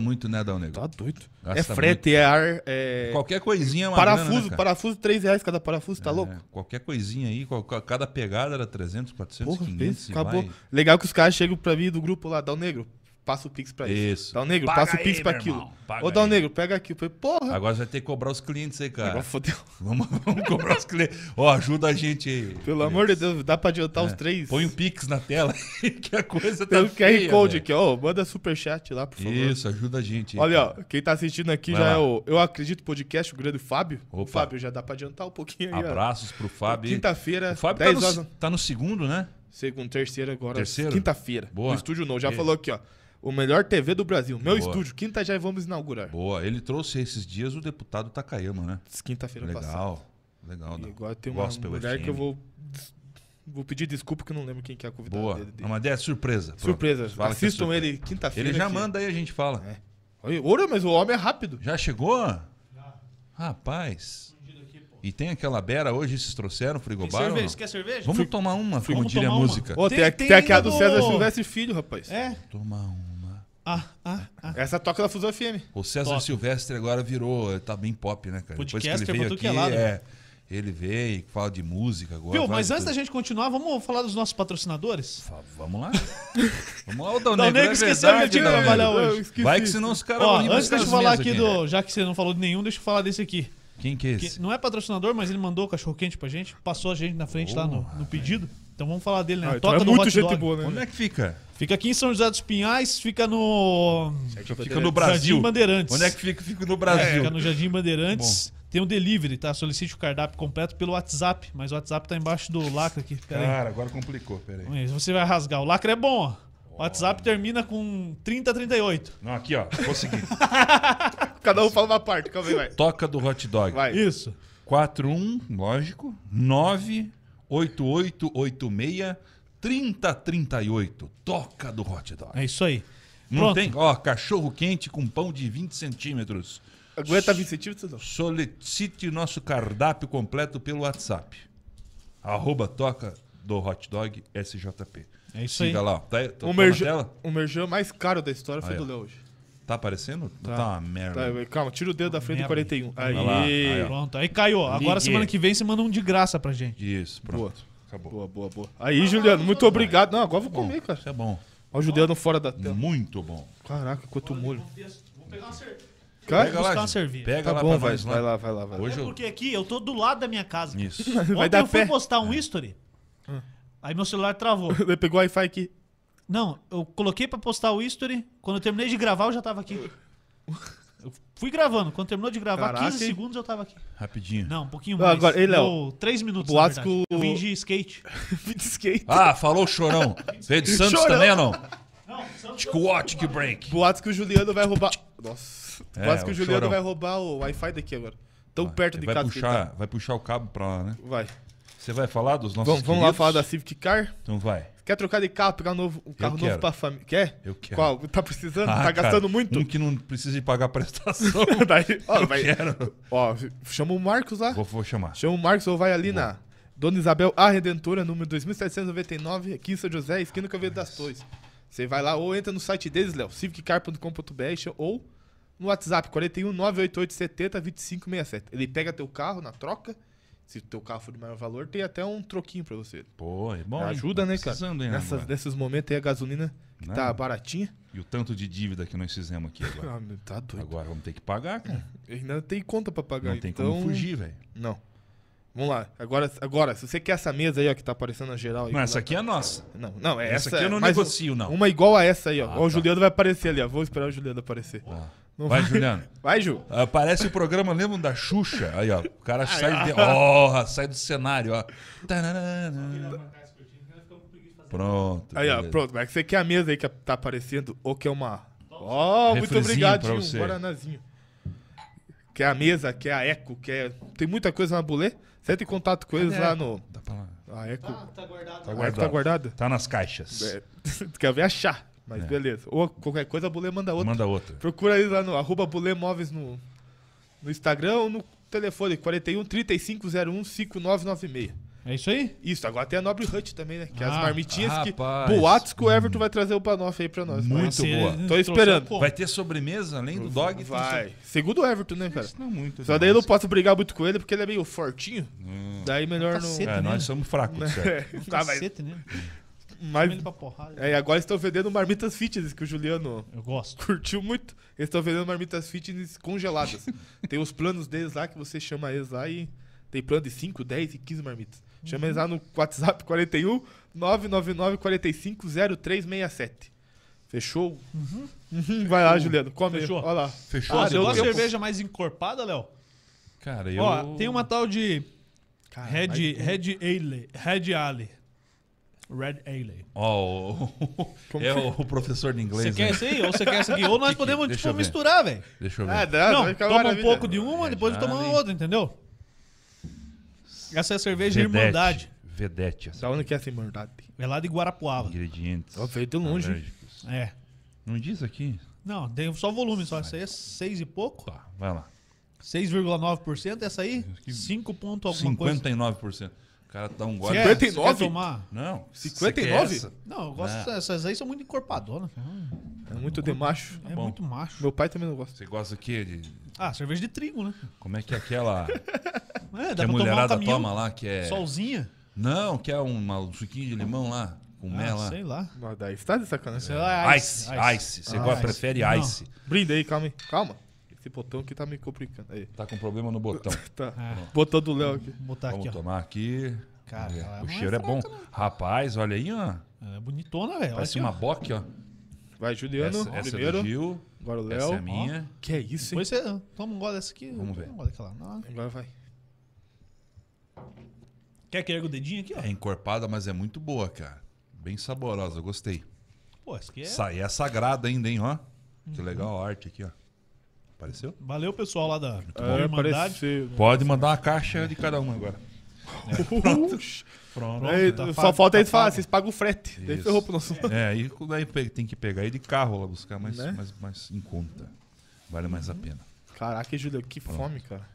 S2: muito, né, Dal Negro?
S3: Tá doido.
S2: Gasta
S3: é frete, é ar, é...
S2: Qualquer coisinha é uma grana,
S3: Parafuso,
S2: né, cara?
S3: parafuso, 3 reais cada parafuso, tá louco?
S2: É, qualquer coisinha aí, qual- qual- cada pegada era 300, 400,
S3: Porra,
S2: 500
S3: pensa,
S2: e
S3: acabou.
S2: vai.
S3: Legal que os caras chegam pra mim do grupo lá, dá o negro, passa o pix pra isso.
S2: Isso.
S3: Dá o negro,
S2: Paga
S3: passa o pix
S2: aí,
S3: pra
S2: meu
S3: aquilo.
S2: irmão, paga
S3: Ô, dá o
S2: aí.
S3: negro, pega aqui. Eu falei, porra,
S2: Agora você vai ter que cobrar os clientes aí, cara.
S3: agora fodeu.
S2: Vamos, vamos cobrar os clientes. Ó, ajuda a gente aí.
S3: Pelo amor de Deus, dá pra adiantar os três.
S2: Põe um Pix na tela aí, que a coisa
S3: Tem
S2: tá
S3: um QR Code
S2: velho.
S3: aqui, ó. Manda superchat lá, por favor.
S2: Isso, ajuda a gente aí.
S3: Olha,
S2: cara.
S3: ó, quem tá assistindo aqui
S2: Vai
S3: já
S2: lá.
S3: é o Eu Acredito Podcast, o grande Fábio. O
S2: Opa.
S3: Fábio já dá pra adiantar um pouquinho aí, ó.
S2: Abraços pro Fábio.
S3: Quinta-feira,
S2: O Fábio
S3: 10
S2: tá
S3: horas.
S2: no, tá no segundo, né?
S3: Segundo, terceiro agora.
S2: Terceiro?
S3: Quinta-feira.
S2: Boa.
S3: No estúdio novo. Já
S2: Ei.
S3: falou aqui, ó. O melhor TV do Brasil. Meu
S2: Boa.
S3: estúdio. Quinta já vamos inaugurar.
S2: Boa, ele trouxe esses dias o deputado Takayama, né?
S3: Quinta-feira passada.
S2: Legal, legal.
S3: E
S2: né?
S3: agora tem uma
S2: Gospel
S3: mulher
S2: FM.
S3: que eu vou... des- Vou pedir desculpa que eu não lembro quem que é a convidada
S2: Boa,
S3: dele.
S2: Não, mas é surpresa. Pronto.
S3: Surpresa.
S2: Fala que é
S3: Assistam
S2: surpresa.
S3: ele quinta-feira.
S2: Ele já
S3: aqui. É.
S2: manda aí, a gente fala.
S3: Olha, olha, mas o homem é rápido.
S2: Já chegou? Rapaz. E tem aquela beira hoje, vocês trouxeram
S1: Tem
S2: frigobar? ou
S1: cerveja?
S2: não?
S1: Você quer cerveja?
S2: Vamos tomar uma, como
S1: Vamos
S2: diria a
S1: tomar uma.
S2: música.
S3: Ô,
S1: Tem-
S3: tem, a-
S1: tem
S3: tem aqui a
S1: ainda
S3: do
S1: o-
S3: César Silvestre Filho, rapaz.
S1: É?
S2: Tomar uma.
S1: Ah, ah, ah.
S3: Essa toca da Fusão FM.
S2: O César
S1: Top.
S2: Silvestre agora virou, tá bem pop, né, cara?
S1: Podcaster pra tudo que é lado.
S2: é, ele veio e fala de música agora.
S1: Viu,
S2: vai
S1: mas
S2: de
S1: antes da
S2: tudo.
S1: gente continuar, vamos falar dos nossos patrocinadores?
S2: Fa- Vamos lá. vamos lá, o Dal
S1: Dal
S2: Negro.
S1: Negro
S2: é
S1: esqueceu que eu
S2: verdade,
S1: tinha que
S2: Dal
S1: trabalhar
S2: Negro.
S1: hoje.
S3: Eu esqueci.
S2: Vai que senão os caras
S1: Ó,
S2: vão vir
S1: antes
S2: buscar
S1: deixa eu
S2: as
S1: falar
S2: mesas
S1: aqui
S2: aqui. né?
S1: do. Já que você não falou de nenhum, deixa eu falar desse aqui.
S2: Quem que é
S1: Que
S2: esse?
S1: não é patrocinador, mas ele mandou o cachorro quente pra gente, passou a gente na frente lá no, no pedido. Então vamos falar dele, né?
S3: Ah, então
S1: Toca
S3: é
S1: do
S3: muito
S1: hot
S3: gente
S1: dog.
S3: boa, né?
S2: Onde é que fica?
S1: Fica aqui em São José dos Pinhais, fica no.
S2: Fica no
S1: Jardim
S3: É
S2: Brasil.
S1: Bandeirantes.
S2: Onde é que fica? Fica no
S1: Fica
S2: Brasil.
S1: no Jardim Bandeirantes. Tem um delivery, tá? Solicite o cardápio completo pelo WhatsApp, mas o WhatsApp tá embaixo do lacre aqui. Pera
S2: Cara, agora complicou, peraí.
S1: aí. Você vai rasgar. O lacre é bom, ó. O WhatsApp termina com 3038.
S2: Não, aqui, ó. Consegui.
S3: Cada um fala uma parte, calma aí, vai.
S2: Toca do hot dog.
S3: Vai.
S1: Isso.
S2: 41, lógico. 98886 3038. Toca do hot dog.
S1: É isso aí.
S2: Não
S1: Pronto.
S2: tem? Ó, cachorro quente com pão de 20 centímetros.
S3: Aguenta 20 centímetros, não.
S2: Solicite nosso cardápio completo pelo WhatsApp. Arroba toca do hot dog SJP.
S1: É isso
S2: Siga
S1: aí.
S2: lá, ó. Tá, aí, tá,
S3: O
S2: tá na
S3: merchan,
S2: tela?
S3: o merchan mais caro da história foi
S2: Aí,
S3: do
S2: ó.
S3: Léo hoje.
S2: Tá aparecendo? Tá, uma merda.
S3: Tá, calma, tira o dedo da frente do
S1: Merda.
S3: 41.
S2: Vai lá,
S3: Aí.
S2: aí, ó.
S1: Pronto. Aí caiu. ó. Agora
S2: Ligue.
S1: semana que vem você manda um de graça pra gente.
S2: Isso, pronto.
S3: Boa.
S2: Acabou.
S3: Boa, boa, boa. Aí, Juliano, muito obrigado. Não, agora eu vou
S2: Bom,
S3: comer, cara. Tá.
S2: Isso é bom.
S3: Olha o Juliano fora da tela.
S2: Muito bom.
S3: Caraca, quanto molho.
S1: Vou pegar uma cerveja.
S3: Cara,
S2: Pega lá,
S1: buscar uma
S2: gente.
S1: cerveja.
S2: Pega
S3: tá
S2: lá
S3: bom,
S2: pra
S3: vai,
S2: nós né? lá.
S3: vai lá, vai lá, vai lá.
S2: Hoje
S1: É
S2: eu...
S1: porque aqui eu tô do lado da minha casa. cara.
S2: Isso.
S3: Vai
S1: Ontem
S3: dar
S1: eu fui
S3: pé.
S1: postar um history, aí meu celular travou.
S3: Ele pegou o Wi-Fi aqui.
S1: Não, eu coloquei pra postar o history, quando eu terminei de gravar eu já tava aqui. Eu fui gravando, quando terminou de gravar,
S3: Caraca,
S1: 15
S3: hein?
S1: segundos eu tava aqui.
S2: Rapidinho.
S1: Não, um pouquinho
S3: Ah,
S1: mais.
S3: agora, ei, Léo,
S1: Deu 3 minutos,
S3: boatos
S1: na verdade.
S3: que o-
S1: Eu vim de skate.
S3: Fita skate.
S2: Ah, falou o chorão. Veio de Santos
S3: Chorão.
S2: também ou não?
S1: Não,
S2: Tico watch que break.
S3: Boatos que o Juliano vai roubar. Nossa.
S2: É,
S3: Boatos que
S2: o
S3: o Juliano
S2: chorão.
S3: vai roubar o Wi-Fi daqui agora. Tão perto de
S2: vai
S3: casa. que ele tá.
S2: puxar, vai puxar o cabo pra lá, né?
S3: Vai.
S2: Você vai falar dos nossos
S3: Vamos, vamos lá
S2: queridos?
S3: falar da Civic Car.
S2: Então vai.
S3: Quer trocar de carro, pegar um, novo, um carro novo
S2: quero.
S3: pra família? Quer?
S2: Eu quero.
S3: Qual? Tá precisando?
S2: Ah,
S3: tá
S2: cara,
S3: gastando muito?
S2: Um que não precisa de pagar prestação.
S3: Daí, ó,
S2: Eu
S3: vai-
S2: quero.
S3: ó, chama o Marcos lá.
S2: Vou, vou chamar.
S3: Chama o Marcos ou vai ali na Dona Isabel A Redentora, número 2799, aqui em São José, esquina Caveiro das Torres. Você vai lá ou entra no site deles, Léo, civiccar.com.br ou no WhatsApp 41 988 70 2567. Ele pega teu carro na troca. Se o teu carro for de maior valor, tem até um troquinho pra você.
S2: Pô, é bom. hein?
S3: Ajuda,
S2: Tá
S3: né, cara?
S2: precisando, hein,
S3: Nessas-
S2: agora.
S3: nesses momentos aí a gasolina que
S2: Né?
S3: tá baratinha.
S2: E o tanto de dívida que nós fizemos aqui agora.
S3: Ah, meu, tá doido.
S2: Agora vamos ter que pagar, cara.
S3: Ainda tem conta pra pagar.
S2: Não tem
S3: então...
S2: como fugir, velho.
S3: Não. Vamos lá. Agora, agora, se você quer essa mesa aí, ó, que tá aparecendo na geral aí.
S2: Não, essa aqui é nossa.
S3: Não, não, é
S2: Essa
S3: essa.
S2: aqui eu não
S3: é mais
S2: negocio, não.
S3: Uma igual a essa aí, ó.
S2: Ah,
S3: Ó,
S2: tá.
S3: O Juliano vai aparecer ali, ó. Vou esperar o Juliano aparecer. Não
S2: Vai, Juliano.
S3: Vai, Ju.
S2: Aparece o programa, lembra da Xuxa? Aí, ó. O cara sai de. Oh, sai do cenário, ó. Tararana. Pronto.
S3: Aí, ó,
S2: Tá, beleza.
S3: pronto. Mas que você quer a mesa aí que tá aparecendo ou quer uma. Ó, muito
S2: Refrizinho
S3: obrigado,
S2: pra
S3: Ju.
S2: você.
S3: Um guaranazinho. Quer a mesa, quer a Eco, quer. Tem muita coisa na Bulê. Você entra em contato com eles
S2: Cadê a
S3: lá
S2: Eco?
S3: no.
S2: Dá pra lá.
S3: A Eco.
S1: tá guardado.
S2: Tá
S3: a Eco tá
S2: guardado.
S3: guardada?
S2: Tá nas caixas.
S3: É, tu quer ver achar.
S2: É.
S3: Mas beleza. Ou qualquer coisa, a Bulê manda outra.
S2: Manda outra.
S3: Procura aí lá no arroba Bulê Móveis no, no Instagram ou no telefone 41 3501 5996.
S1: É isso aí?
S3: Isso, agora tem a Nobre Hut também, né? Que é as
S1: Ah,
S3: marmitinhas que.
S2: rapaz.
S3: Boatos que o Everton vai trazer o Panoff aí pra nós.
S2: Muito
S3: Mas-
S1: Assim,
S2: boa.
S1: ele
S3: Tô
S1: trouxe
S3: esperando.
S1: um pouco.
S2: Vai ter sobremesa além do dog?
S3: Vai. Segundo o Everton, né, cara?
S2: Isso não é muito.
S3: Só daí eu não posso brigar muito com ele porque ele é meio fortinho.
S2: Hum.
S3: Daí melhor não.
S1: Cacete.
S2: É, nós somos fracos, certo?
S3: É, tá, mas,
S1: Cacete, né? Chama
S3: mas
S1: ele pra porrada.
S3: é, agora estão vendendo marmitas fitness que o Juliano
S1: Eu gosto.
S3: curtiu muito. Eles estão vendendo marmitas fitness congeladas. tem os planos deles lá que você chama eles lá e tem plano de 5, 10 e 15 marmitas. Chama eles lá no WhatsApp 41 999 45 0367. Fechou? Uhum, Vai lá, Juliano. Come.
S1: Fechou.
S3: Olha lá.
S2: Fechou
S1: Ah,
S2: as
S1: você gosta de
S2: ideias?
S1: cerveja mais encorpada, Léo?
S2: Cara, eu.
S1: Ó, tem uma tal de
S3: Cara,
S1: Red,
S3: Ah, mas-
S1: Red Ale. Red Ale. Red Ale.
S2: Ó, o- é o, o professor de inglês.
S1: Você quer
S2: né?
S1: essa aí ou você quer essa aqui? Ou nós
S2: Que que-
S1: podemos,
S2: deixa eu
S1: tipo,
S2: ver.
S1: misturar, velho.
S2: Deixa eu ver.
S3: Ah, dá, vai
S1: Não,
S3: ficar
S1: toma um
S3: maravilha.
S1: pouco de uma, depois
S2: Red
S1: toma
S2: Ale.
S1: outra, entendeu? Essa é a cerveja
S2: Vedete.
S1: Irmandade.
S2: Vedete, essa.
S3: Da onde que é essa irmandade?
S1: É lá de Guarapuava.
S2: Ingredientes.
S3: Tá. Ó, veio um de longe, hein?
S2: alérgicos.
S1: É.
S2: Não diz aqui?
S1: Não, tem só volume só. Essa aí é 6 e pouco.
S2: Tá, vai lá.
S1: 6,9%. Essa aí, 5 ponto alguma coisa.
S2: 59%. O cara dá
S1: Você
S2: um gole.
S1: quer- você quer
S3: 59?
S1: tomar?
S2: Não. você
S3: 59?
S2: quer essa?
S1: Não, eu gosto.
S2: Ah.
S1: Essas aí são muito encorpadonas. cara.
S3: É muito de macho.
S1: É
S2: Tá bom.
S1: muito macho.
S3: Meu pai também não gosta.
S2: Você gosta do quê? De...
S1: Ah, cerveja de trigo, né?
S2: Como é que é aquela
S1: É, dá pra
S2: que a
S1: tomar um
S2: mulherada
S1: caminhão.
S2: toma lá? Que é...
S1: Solzinha.
S2: Não, que é uma- um suquinho de limão lá. Com mel
S1: Ah,
S2: Né, lá. É.
S1: sei lá.
S3: Mas daí você tá de sacanagem.
S1: Sei lá, é
S2: Ice, ice. Você
S1: Ah,
S2: gosta-
S1: ice.
S2: prefere
S1: Não.
S2: ice.
S3: Brinda aí, calma aí. Calma. Esse botão aqui tá me complicando. Aí,
S2: Tá com problema no botão.
S3: tá.
S1: Ah.
S3: Botão do Léo aqui.
S1: Vou botar
S2: Vamos
S1: aqui, ó.
S2: tomar aqui.
S1: Cara,
S2: É,
S1: ela
S2: o
S1: não é
S2: cheiro é bom. Rapaz, olha aí, ó.
S1: É bonitona, velho. Olha
S2: Parece
S1: aqui,
S2: uma
S1: ó.
S2: boque, ó.
S3: Vai, Juliano.
S2: essa essa é
S3: primeiro.
S2: do Gil,
S3: Agora o Léo.
S2: essa é minha.
S3: Que é isso, hein?
S1: Depois você toma um gole dessa aqui.
S2: Vamos
S1: toma
S2: ver.
S1: Um gole daquela. Não.
S2: Tá
S3: Agora vai.
S1: Quer que ergue o dedinho aqui, ó?
S2: É encorpada, mas é muito boa, cara. Bem saborosa, eu gostei.
S1: Pô, essa aqui é... Uhum.
S2: Sa- e é sagrada ainda, hein, ó. Que legal a arte aqui, ó. Apareceu?
S1: Valeu, pessoal lá da da
S3: É,
S1: Irmandade.
S3: pareceu.
S2: Pode mandar uma caixa de cada uma agora.
S3: Pronto.
S1: Pronto,
S2: É,
S3: Aí,
S1: tá
S3: só
S1: pago,
S3: falta
S1: tá
S3: eles falar,
S1: pago.
S3: vocês pagam o frete. Daí
S2: Isso.
S3: ferrou pro nosso.
S2: É, aí daí pe- tem que pegar aí de carro lá buscar, mas,
S3: Né?
S2: mas, mas em conta. Vale mais
S1: Uhum.
S2: a pena.
S1: Tá
S3: Caraca, Juliano, que fome, cara.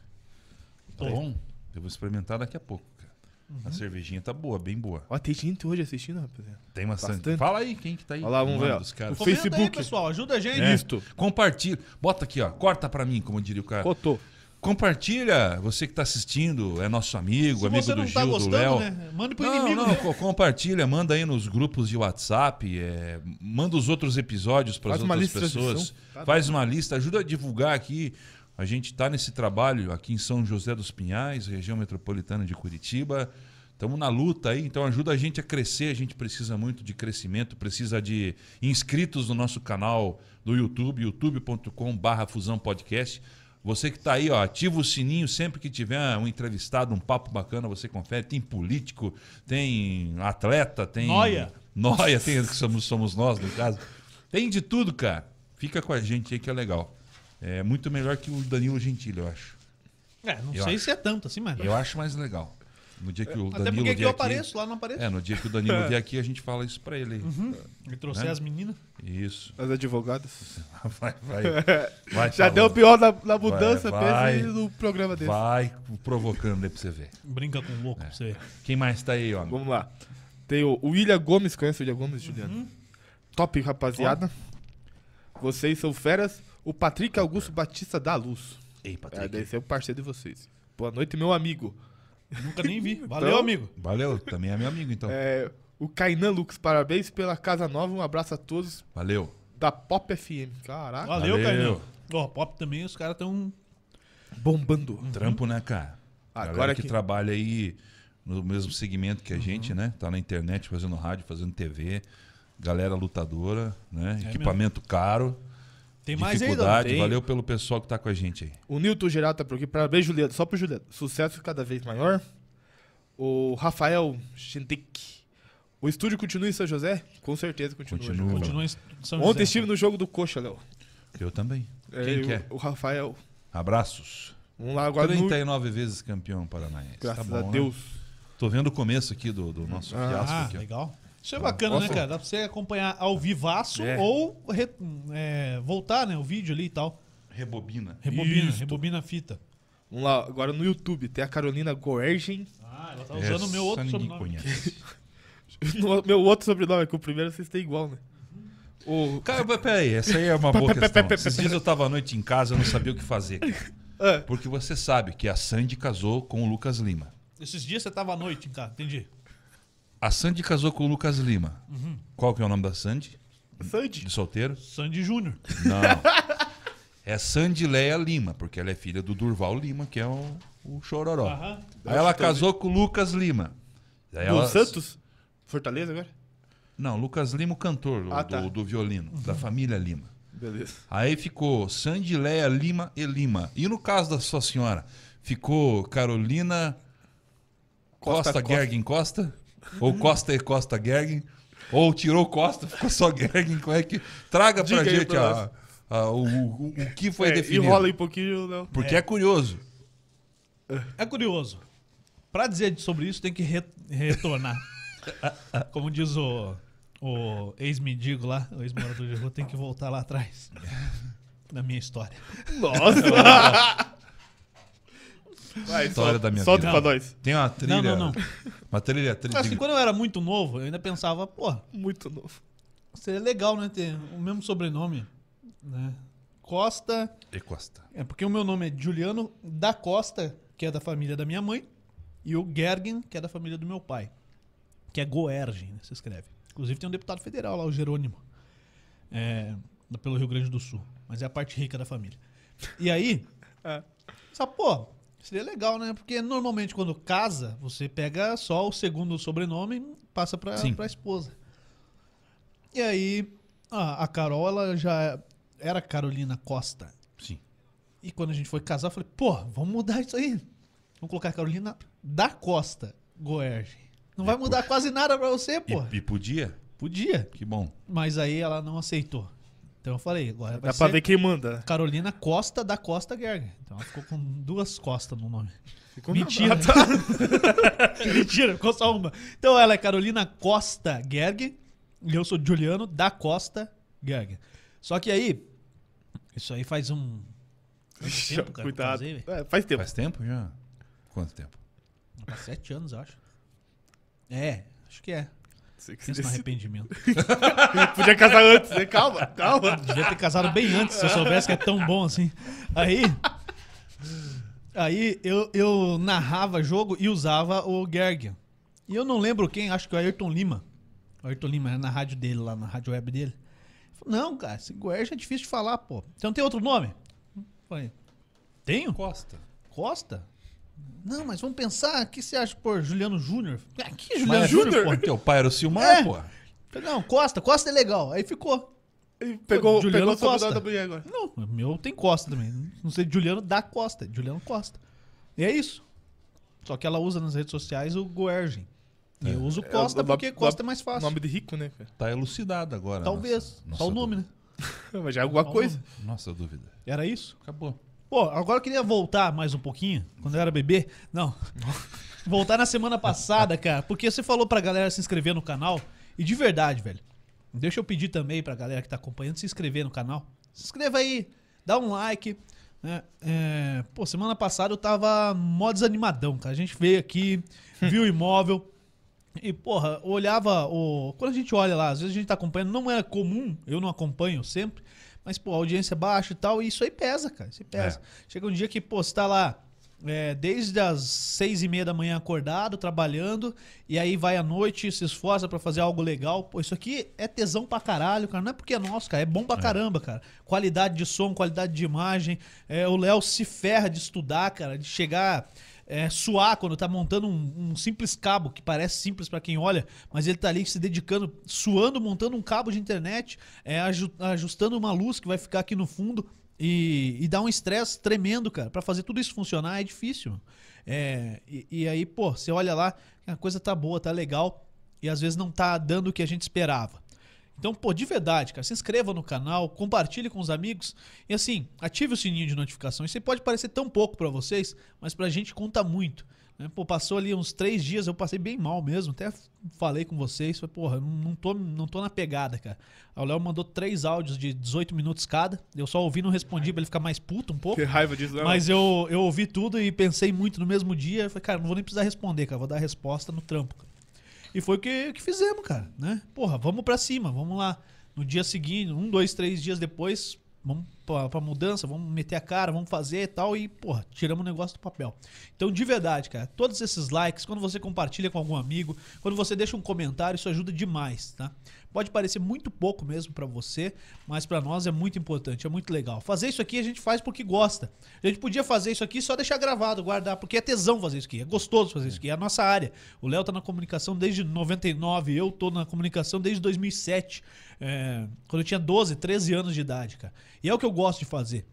S1: Tô bom. Uhum.
S2: Eu vou experimentar daqui a pouco, cara. A cervejinha tá boa, bem boa.
S3: Ó, tem gente hoje assistindo, rapaziada.
S2: Tem bastante.
S3: Bastante.
S2: Fala aí, quem que tá aí?
S3: Olha lá, vamos
S2: O nome
S3: ver, ó.
S2: dos caras.
S3: O
S1: Comenta aí,
S3: Facebook.
S1: pessoal. Ajuda a gente.
S2: É.
S3: Isto.
S2: Compartilha. Bota aqui, ó. Corta pra mim, como diria o cara.
S3: Cotou.
S2: Compartilha, você que tá assistindo, é nosso amigo,
S1: Se
S2: amigo
S1: você
S2: do
S1: não
S2: Gil,
S1: tá
S2: do
S1: gostando,
S2: Léo.
S1: né? Manda pro
S2: Não,
S1: inimigo.
S2: não,
S1: né?
S2: co- compartilha, manda aí nos grupos de WhatsApp, é, manda os outros episódios para as
S3: Faz uma
S2: outras
S3: lista de
S2: pessoas.
S3: transmissão. Tá
S2: Faz uma lista, ajuda a divulgar aqui. A gente está nesse trabalho aqui em São José dos Pinhais, região metropolitana de Curitiba. Estamos na luta aí, então ajuda a gente a crescer. A gente precisa muito de crescimento, precisa de inscritos no nosso canal do YouTube, youtube.com/barra Fusão Podcast. Você que está aí, ó, ativa o sininho sempre que tiver um entrevistado, um papo bacana, você confere. Tem político, tem atleta, tem.
S1: Nóia.
S2: Noia, tem assim, que somos, somos nós, no caso. Tem de tudo, cara. Fica com a gente aí que é legal. É muito melhor que o Danilo Gentili, eu acho.
S1: É, não
S2: Eu
S1: sei
S2: acho.
S1: se é tanto assim, mas...
S2: Eu acho mais legal. No dia que o
S1: Até
S2: Danilo
S1: porque aqui
S2: vier
S1: eu
S2: aqui-
S1: apareço, lá não apareço.
S2: É, no dia que o Danilo vier aqui, a gente fala isso pra ele.
S1: Eu trouxe
S2: Né?
S1: as meninas.
S2: Isso.
S3: As advogadas.
S2: Vai, vai. vai
S3: Já
S2: falando.
S3: deu o pior na, na mudança,
S2: Tá Vai,
S3: pensa
S2: vai.
S3: aí no programa desse.
S2: Vai provocando aí pra você ver.
S1: Brinca com o louco,
S2: É.
S1: pra você ver.
S2: Quem mais tá aí, homem?
S3: Vamos lá. Tem o William Gomes, conhece o William Gomes, Juliano? Top, rapaziada. Vocês são feras. O Patrick Augusto Batista da Luz.
S2: Ei,
S3: É,
S2: Patrick.
S3: deve ser o parceiro de vocês. Boa noite, meu amigo.
S1: Nunca nem vi. Valeu,
S3: Então-
S1: amigo.
S2: Valeu, também é meu amigo, então.
S3: É, o Kainan Lux, parabéns pela Casa Nova. Um abraço a todos
S2: Valeu.
S3: da Pop FM. Caraca,
S1: Valeu,
S2: Valeu.
S1: Carlinhos. Ó, pop também, os caras estão
S3: bombando.
S2: Trampo, né, cara?
S3: Agora
S2: Galera que
S3: que- Uhum.
S2: trabalha aí no mesmo segmento que a gente, né? Tá na internet, fazendo rádio, fazendo TV. Galera lutadora,
S3: É
S2: né? Equipamento caro.
S1: Tem mais aí,
S2: Dificuldade.
S1: Dado?
S3: Tem.
S2: Valeu pelo pessoal que tá com a gente aí.
S3: O Nilton Geral tá por aqui. Parabéns, Juliano. Só pro Juliano. Sucesso cada vez maior. O Rafael Schendick. O estúdio continua em São José? Com certeza continua.
S2: Continua.
S3: Ju.
S1: Continua em São
S3: Ontem
S1: José.
S3: estive no jogo do Coxa, Léo.
S2: Eu também.
S3: É,
S2: Quem que
S3: o-
S2: é?
S3: O Rafael.
S2: Abraços.
S3: Vamos lá agora no...
S2: 39 vezes campeão paranaense.
S3: Graças
S2: tá bom,
S3: a
S2: né?
S3: Deus.
S2: Tô vendo o começo aqui do, do nosso
S3: Ah,
S2: fiasco.
S1: Ah,
S2: aqui, ó.
S1: legal. Isso é bacana, né,
S2: Nossa.
S1: cara? Dá pra você acompanhar ao vivaço
S2: É.
S1: ou re- é, voltar, né? O vídeo ali e tal.
S2: Rebobina.
S1: Rebobina,
S3: Isto.
S1: rebobina a fita.
S3: Vamos Um lá agora no YouTube. Tem a Carolina Goergen.
S1: Ah, ela tá usando o meu
S2: Essa
S1: outro
S2: ninguém
S1: sobrenome.
S2: conhece.
S3: No- Meu outro sobrenome, que o primeiro vocês têm igual, né? O...
S2: Cara, mas peraí, essa aí é uma boa questão. Esses dias eu tava à noite em casa, eu não sabia o que fazer. cara.
S3: Ah,
S2: Porque você sabe que a Sandy casou com o Lucas Lima.
S1: Esses dias você tava à noite, cara. Entendi.
S2: A Sandy casou com o Lucas Lima. Qual que é o nome da Sandy?
S3: Sandy.
S2: De solteiro?
S1: Sandy Júnior.
S2: Não. É Sandy Leia Lima, porque ela é filha do Durval Lima, que é o, o Chororó.
S1: Aham.
S2: Aí ela casou com o Lucas Lima. Aí
S3: Do
S2: ela-
S3: Santos? Fortaleza agora?
S2: Não, Lucas Lima, o cantor do,
S3: Ah, tá.
S2: do- do violino, da família Lima.
S3: Beleza.
S2: Aí ficou Sandileia Lima e Lima. E no caso da sua senhora, ficou Carolina Costa, Gergen Costa? Ou Costa e Costa Gergen? Ou tirou Costa, ficou só Gergen? Como é que. Traga
S3: Diga
S2: pra
S3: aí
S2: gente
S3: pra
S2: a-
S3: nós.
S2: a- o, o- o que foi
S3: É,
S2: definido.
S3: enrola aí um pouquinho, Léo.
S2: Porque é. curioso.
S1: É curioso. Pra dizer sobre isso, tem que re- retornar. Como diz o, o ex-mendigo lá, o ex-morador de rua, tem que voltar lá atrás. Na minha história.
S3: Nossa! Vai,
S2: História
S3: solta,
S2: É da minha
S3: solta
S2: vida.
S3: pra nós.
S2: Tem uma trilha.
S1: não.
S2: Uma trilha, trilha.
S1: Assim, quando eu era muito novo, eu ainda pensava, pô,
S3: Muito novo.
S1: seria legal, né, ter o mesmo sobrenome, né? Costa,
S2: E Costa.
S1: é porque o meu nome é Juliano da Costa, que é da família da minha mãe, e o Gergen, que é da família do meu pai, que é Goergen, né, se escreve. Inclusive tem um deputado federal lá, o Jerônimo, é, da- pelo Rio Grande do Sul, mas é a parte rica da família. E aí,
S3: É.
S1: só, pô, seria legal, né? Porque normalmente quando casa, você pega só o segundo sobrenome e passa pra,
S2: Sim.
S1: pra esposa. E aí, ah, A, a Carol, ela já era Carolina Costa.
S2: Sim.
S1: E quando a gente foi casar, eu falei, pô, vamos mudar isso aí. Vamos colocar Carolina da Costa Goerge. Não vai mudar quase nada pra você,
S2: E,
S1: pô.
S2: e podia?
S1: Podia.
S2: Que bom.
S1: Mas aí ela não aceitou. Então eu falei, agora vai
S3: Dá
S1: ser
S3: pra ver quem manda. né?
S1: Carolina Costa da Costa Gerga. Então ela ficou com duas costas no nome.
S3: Ficou
S1: Mentira.
S3: na-
S1: Mentira, ficou só uma. Então ela é Carolina Costa Gerg e eu sou Juliano da Costa Gerg. Só que aí, isso aí faz um. Quanto tempo, cara,
S3: Cuidado.
S1: que eu casei, velho?
S3: É, faz tempo.
S2: Faz tempo já? Quanto tempo?
S1: Faz tá sete anos, eu acho. É, acho que é.
S3: Você que se
S1: Pensa no
S3: decide.
S1: arrependimento.
S3: Podia casar antes, né? Calma, calma.
S1: Devia ter casado bem antes, se eu soubesse que é tão bom assim. Aí. Aí eu, eu narrava jogo e usava o Gerg. E eu não lembro quem, acho que é o Ayrton Lima. O Ayrton Lima era na rádio dele, lá na rádio web dele. Ele falou, não, cara, esse Guerge é difícil de falar, pô. Então tem outro nome? Eu Falei, tenho?
S2: Costa.
S1: Costa? Não, mas vamos pensar, o que você acha, pô, Juliano Júnior? Ah, que
S2: Mas
S1: Juliano
S2: é
S1: Júnior,
S2: Júnior?
S1: pô?
S2: Teu pai era o Silmar,
S1: É.
S2: pô.
S1: Falei, Não, Costa, Costa é legal. Aí ficou.
S3: Ele Pegou,
S1: Juliano
S3: pegou o
S1: Costa.
S3: sobrenome da mulher agora.
S1: Não, o meu tem Costa também. Não sei, Juliano da Costa, é Juliano Costa. E é isso. Só que ela usa nas redes sociais o Goergen. E eu uso Costa
S3: É, o- o-
S1: porque
S3: o-
S1: Costa é mais fácil.
S3: Nome de rico, né, cara?
S2: Tá elucidado agora.
S1: Talvez.
S2: nossa-
S1: Só o
S2: nossa
S1: nome, né?
S3: Mas já é alguma
S1: Só o
S3: coisa.
S1: nome.
S2: dúvida. Nossa dúvida.
S1: Era isso?
S2: Acabou.
S1: Pô, agora eu queria voltar mais um pouquinho, quando eu era bebê. Não. voltar na semana passada, cara. Porque você falou pra galera se inscrever no canal. E de verdade, velho. Deixa eu pedir também pra galera que tá acompanhando se inscrever no canal. Se inscreva aí, dá um like. né? É, pô, semana passada eu tava mó desanimadão, cara. A gente veio aqui, viu o imóvel. E, porra, olhava o. Quando a gente olha lá, às vezes a gente tá acompanhando, não era comum, eu não acompanho sempre, mas, pô, a audiência é baixa e tal, e isso aí pesa, cara. Isso aí pesa.
S2: É.
S1: Chega um dia que, pô, você tá lá é, desde as seis e meia da manhã acordado, trabalhando, e aí vai à noite, se esforça pra fazer algo legal. Pô, isso aqui é tesão pra caralho, cara. Não é porque é nosso, cara. É bom pra caramba, cara. Qualidade de som, qualidade de imagem. É, o Léo se ferra de estudar, cara, de chegar é, suar quando tá montando um, um simples cabo, que parece simples pra quem olha, mas ele tá ali se dedicando, suando, montando um cabo de internet, é, aju- ajustando uma luz que vai ficar aqui no fundo e, e dá um estresse tremendo, cara. Pra fazer tudo isso funcionar é difícil. É, e, e aí, pô, você olha lá, a coisa tá boa, tá legal, e às vezes não tá dando o que a gente esperava. Então, pô, de verdade, cara, se inscreva no canal, compartilhe com os amigos e assim, ative o sininho de notificação. Isso aí pode parecer tão pouco pra vocês, mas pra gente conta muito. né? Pô, passou ali uns três dias, eu passei bem mal mesmo, até falei com vocês, falei, porra, não- não tô, não tô na pegada, cara. Aí O Léo mandou três áudios de 18 minutos cada, eu só ouvi, não respondi pra ele ficar mais puto um pouco.
S3: Que raiva disso, né?
S1: Mas eu, eu ouvi tudo e pensei muito no mesmo dia. Eu Falei, cara, não vou nem precisar responder, cara. Vou dar a resposta no trampo. cara. E foi o que, que fizemos, cara, né? Porra, vamos pra cima, vamos lá. No dia seguinte, um, dois, três dias depois, vamos pra, pra mudança, vamos meter a cara, vamos fazer e tal. E, porra, tiramos o negócio do papel. Então, de verdade, cara, todos esses likes, quando você compartilha com algum amigo, quando você deixa um comentário, isso ajuda demais, tá? Pode parecer muito pouco mesmo pra você, mas pra nós é muito importante, é muito legal. Fazer isso aqui a gente faz porque gosta. A gente podia fazer isso aqui e só deixar gravado, guardar, porque é tesão fazer isso aqui, é gostoso fazer isso aqui, é a nossa área. O Léo tá na comunicação desde 99, eu tô na comunicação desde 2007, é, quando eu tinha 12, 13 anos de idade, cara. E é o que eu gosto de fazer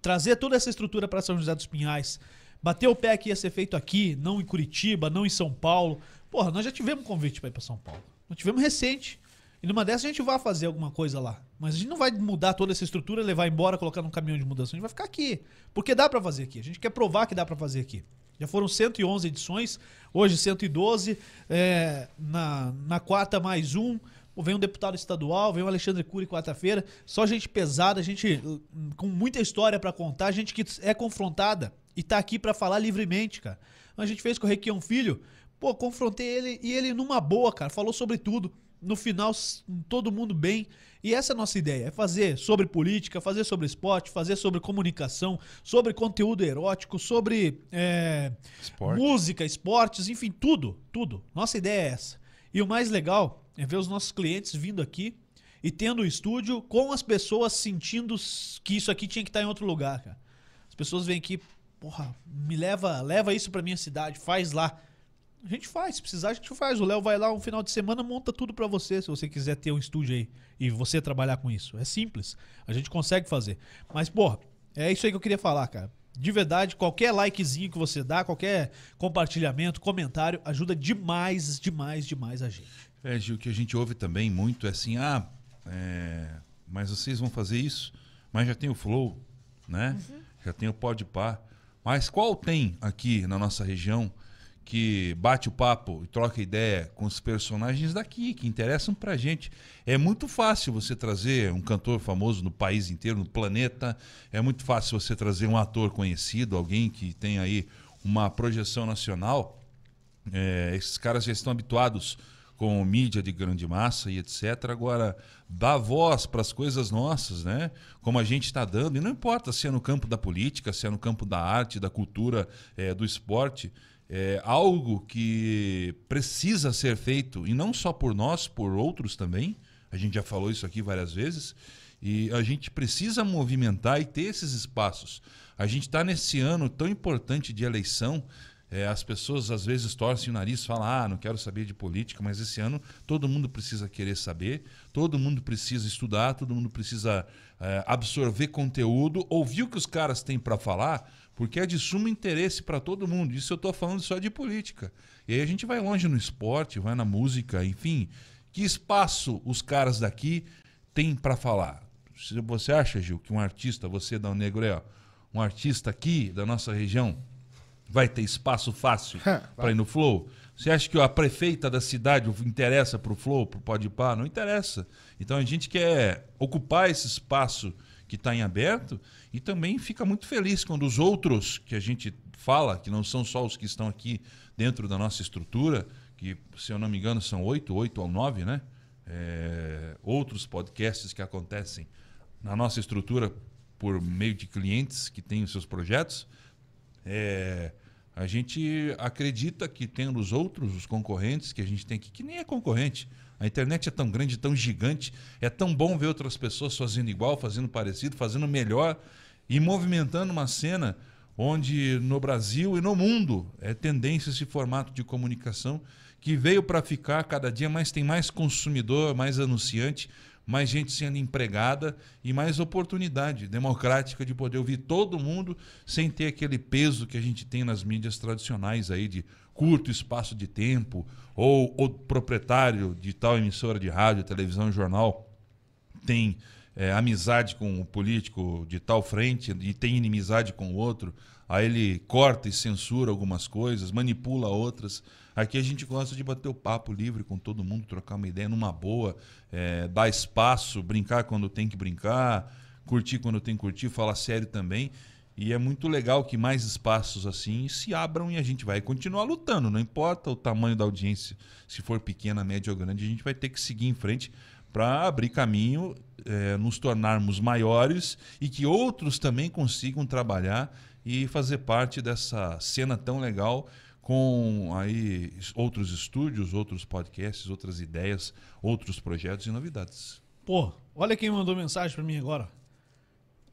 S1: trazer toda essa estrutura para São José dos Pinhais, bater o pé que ia ser feito aqui, não em Curitiba, não em São Paulo. Porra, nós já tivemos convite para ir para São Paulo. Nós tivemos recente. E numa dessas a gente vai fazer alguma coisa lá. Mas a gente não vai mudar toda essa estrutura, levar embora, colocar num caminhão de mudança. A gente vai ficar aqui. Porque dá para fazer aqui. A gente quer provar que dá para fazer aqui. Já foram 111 edições, hoje 112, é, na, na quarta mais um. Pô, Vem um deputado estadual, vem o Alexandre Cury quarta-feira. Só gente pesada, gente hum, com muita história pra contar, gente que é confrontada e tá aqui pra falar livremente, cara. A gente fez com o Requião Filho, pô, confrontei ele e ele numa boa, cara, falou sobre tudo. No final, s- todo mundo bem. E essa é a nossa ideia: é fazer sobre política, fazer sobre esporte, fazer sobre comunicação, sobre conteúdo erótico, sobre. é,
S2: Esporte.
S1: música, esportes, enfim, tudo, tudo. Nossa ideia é essa. E o mais legal é ver os nossos clientes vindo aqui e tendo o estúdio com as pessoas sentindo s- que isso aqui tinha que estar em outro lugar, cara. As pessoas vêm aqui, porra, me leva, leva isso pra minha cidade, faz lá. A gente faz, se precisar, a gente faz. O Léo vai lá um final de semana, monta tudo pra você, se você quiser ter um estúdio aí e você trabalhar com isso. É simples. A gente consegue fazer. Mas, porra, é isso aí que eu queria falar, cara. De verdade, qualquer likezinho que você dá, qualquer compartilhamento, comentário, ajuda demais, demais, demais a gente.
S2: É, Gil, o que a gente ouve também muito é assim, ah, é, mas vocês vão fazer isso, mas já tem o Flow, né? Já tem o Pode Pá. Mas qual tem aqui na nossa região que bate o papo e troca ideia com os personagens daqui, que interessam pra gente? É muito fácil você trazer um cantor famoso no país inteiro, no planeta. É muito fácil você trazer um ator conhecido, alguém que tem aí uma projeção nacional. É, esses caras já estão habituados com mídia de grande massa e etc. Agora, dá voz para as coisas nossas, né? Como a gente está dando, e não importa se é no campo da política, se é no campo da arte, da cultura, eh, do esporte, é algo que precisa ser feito, e não só por nós, por outros também. A gente já falou isso aqui várias vezes. E a gente precisa movimentar e ter esses espaços. A gente está nesse ano tão importante de eleição é, as pessoas às vezes torcem o nariz, falam, ah, não quero saber de política, mas esse ano todo mundo precisa querer saber, todo mundo precisa estudar, todo mundo precisa eh, absorver conteúdo, ouvir o que os caras têm para falar, porque é de sumo interesse para todo mundo. Isso eu estou falando só de política. E aí a gente vai longe no esporte, vai na música, enfim. Que espaço os caras daqui têm para falar? Se Você acha, Gil, que um artista, você da Negro, é, ó, um artista aqui da nossa região, vai ter espaço fácil para ir no Flow? Você acha que a prefeita da cidade interessa para o Flow, para o Podpah? Não interessa. Então a gente quer ocupar esse espaço que está em aberto e também fica muito feliz quando os outros que a gente fala, que não são só os que estão aqui dentro da nossa estrutura, que se eu não me engano são oito, oito ou nove, né? É, outros podcasts que acontecem na nossa estrutura por meio de clientes que têm os seus projetos, é, a gente acredita que tendo os outros, os concorrentes que a gente tem aqui, que nem é concorrente. A internet é tão grande, tão gigante, é tão bom ver outras pessoas fazendo igual, fazendo parecido, fazendo melhor e movimentando uma cena onde no Brasil e no mundo é tendência esse formato de comunicação que veio para ficar cada dia mais tem mais consumidor, mais anunciante, mais gente sendo empregada e mais oportunidade democrática de poder ouvir todo mundo sem ter aquele peso que a gente tem nas mídias tradicionais aí de curto espaço de tempo ou o proprietário de tal emissora de rádio, televisão, jornal tem é, amizade com o político de tal frente e tem inimizade com o outro, aí ele corta e censura algumas coisas, manipula outras. Aqui a gente gosta de bater o papo livre com todo mundo, trocar uma ideia numa boa, é, dar espaço, brincar quando tem que brincar, curtir quando tem que curtir, falar sério também. E é muito legal que mais espaços assim se abram e a gente vai continuar lutando. Não importa o tamanho da audiência, se for pequena, média ou grande, a gente vai ter que seguir em frente para abrir caminho, eh, nos tornarmos maiores e que outros também consigam trabalhar e fazer parte dessa cena tão legal com aí es- outros estúdios, outros podcasts, outras ideias, outros projetos e novidades.
S1: Pô, olha quem mandou mensagem pra mim agora.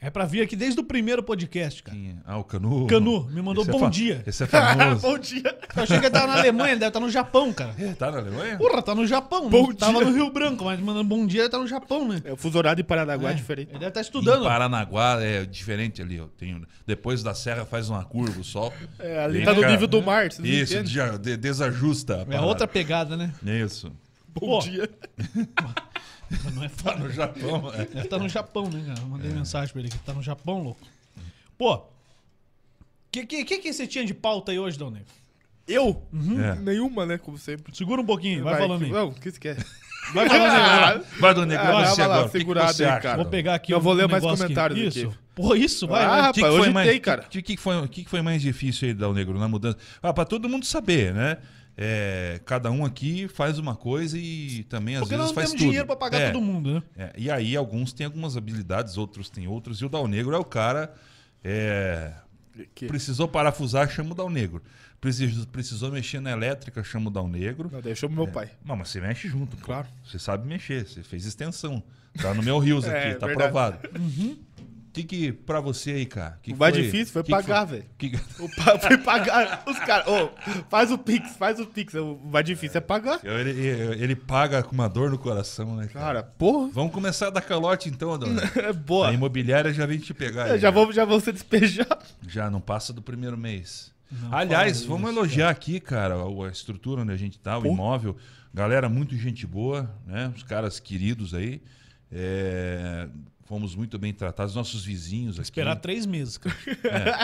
S1: É pra vir aqui desde o primeiro podcast, cara.
S2: Quem é? Ah, o Canu.
S1: Canu, me mandou
S2: Esse é
S1: bom
S2: fa-
S1: dia.
S2: Esse é famoso.
S3: Bom dia.
S1: Eu achei que ele tava na Alemanha, ele deve estar no Japão, cara.
S2: É, tá na Alemanha?
S1: Porra, tá no Japão.
S3: Bom
S1: né? Tava
S3: dia.
S1: no Rio Branco, mas mandando bom dia, ele tá no Japão, né?
S3: É o fuso horário de Paranaguá é,
S1: É,
S3: diferente.
S1: Ele deve estar
S2: Em
S1: estudando.
S2: Paranaguá é diferente ali. Ó. Tem, um, depois da serra faz uma curva, o sol.
S3: É, ali
S2: E,
S3: tá no
S2: cara,
S3: nível do mar, vocês não
S2: Isso,
S3: entendem?
S2: já- de- desajusta. a
S1: É
S2: parada.
S1: outra pegada, né?
S2: Isso.
S1: Pô.
S3: Bom dia.
S1: Não é
S2: Tá
S1: fácil.
S2: no Japão. é.
S1: Deve estar no Japão, né, cara? Eu Mandei mensagem pra ele que tá no Japão, louco. Pô, o que, que, que, que você tinha de pauta aí hoje, Dão Negro?
S3: Eu?
S2: É.
S3: Nenhuma, né? Como sempre.
S1: Segura um pouquinho, vai, falando aí.
S3: que- Não, o que você quer?
S1: Vai falando aí. vai lá.
S2: Vai, Dona Negro,
S3: Ah,
S2: é você
S3: vai lá,
S2: agora. O que que
S3: segurado
S2: você
S3: aí,
S2: acha?
S3: cara.
S1: Vou pegar aqui um
S3: Eu vou ler mais
S1: negócio
S3: comentários
S1: aqui.
S3: aqui.
S1: Isso. Pô, isso, vai. né?
S3: Ah,
S1: vai.
S2: O que que
S3: rapaz,
S2: foi
S3: hoje
S2: mais-
S3: tem, cara.
S2: O que, que foi, o que que foi mais difícil aí, Dal Negro, na mudança? Ah, pra todo mundo saber, né? É, cada um aqui faz uma coisa e também às
S1: Porque nós não
S2: vezes faz
S1: temos
S2: tudo.
S1: dinheiro pra pagar
S2: É.
S1: todo mundo, né?
S2: É, e aí alguns têm algumas habilidades, outros têm outras. E o Dal Negro é o cara. é,
S3: Que-
S2: precisou parafusar, chama o Dal Negro. Precisou, precisou mexer na elétrica, chama o Dal Negro.
S3: Não, deixou pro meu pai.
S2: Não, mas você mexe junto, pô.
S3: Claro.
S2: Você sabe mexer, você fez extensão. Tá no meu Rios aqui,
S3: É,
S2: tá
S3: verdade.
S2: aprovado. que que pra você aí, cara? Que
S3: O
S2: que
S3: mais difícil foi
S2: que que
S3: pagar, velho.
S2: Que...
S3: O pa- Foi pagar. Os caras, ô, faz o Pix, faz o Pix. O mais difícil é pagar.
S2: Ele, ele- ele paga com uma dor no coração, né, cara?
S3: Cara, porra.
S2: Vamos começar a dar calote então, Adão.
S3: É
S2: A
S3: boa.
S2: imobiliária já vem te pegar.
S3: É,
S2: aí,
S3: Já
S2: né?
S3: vão, já vão ser despejados.
S2: Já não passa do primeiro mês. Aliás,
S1: fala
S2: vamos
S1: isso,
S2: elogiar aqui, cara, o- a estrutura onde a gente tá, o imóvel. Galera, muito gente boa, né? Os caras queridos aí. É, Fomos muito bem tratados. Nossos vizinhos aqui.
S1: Esperar três meses, cara.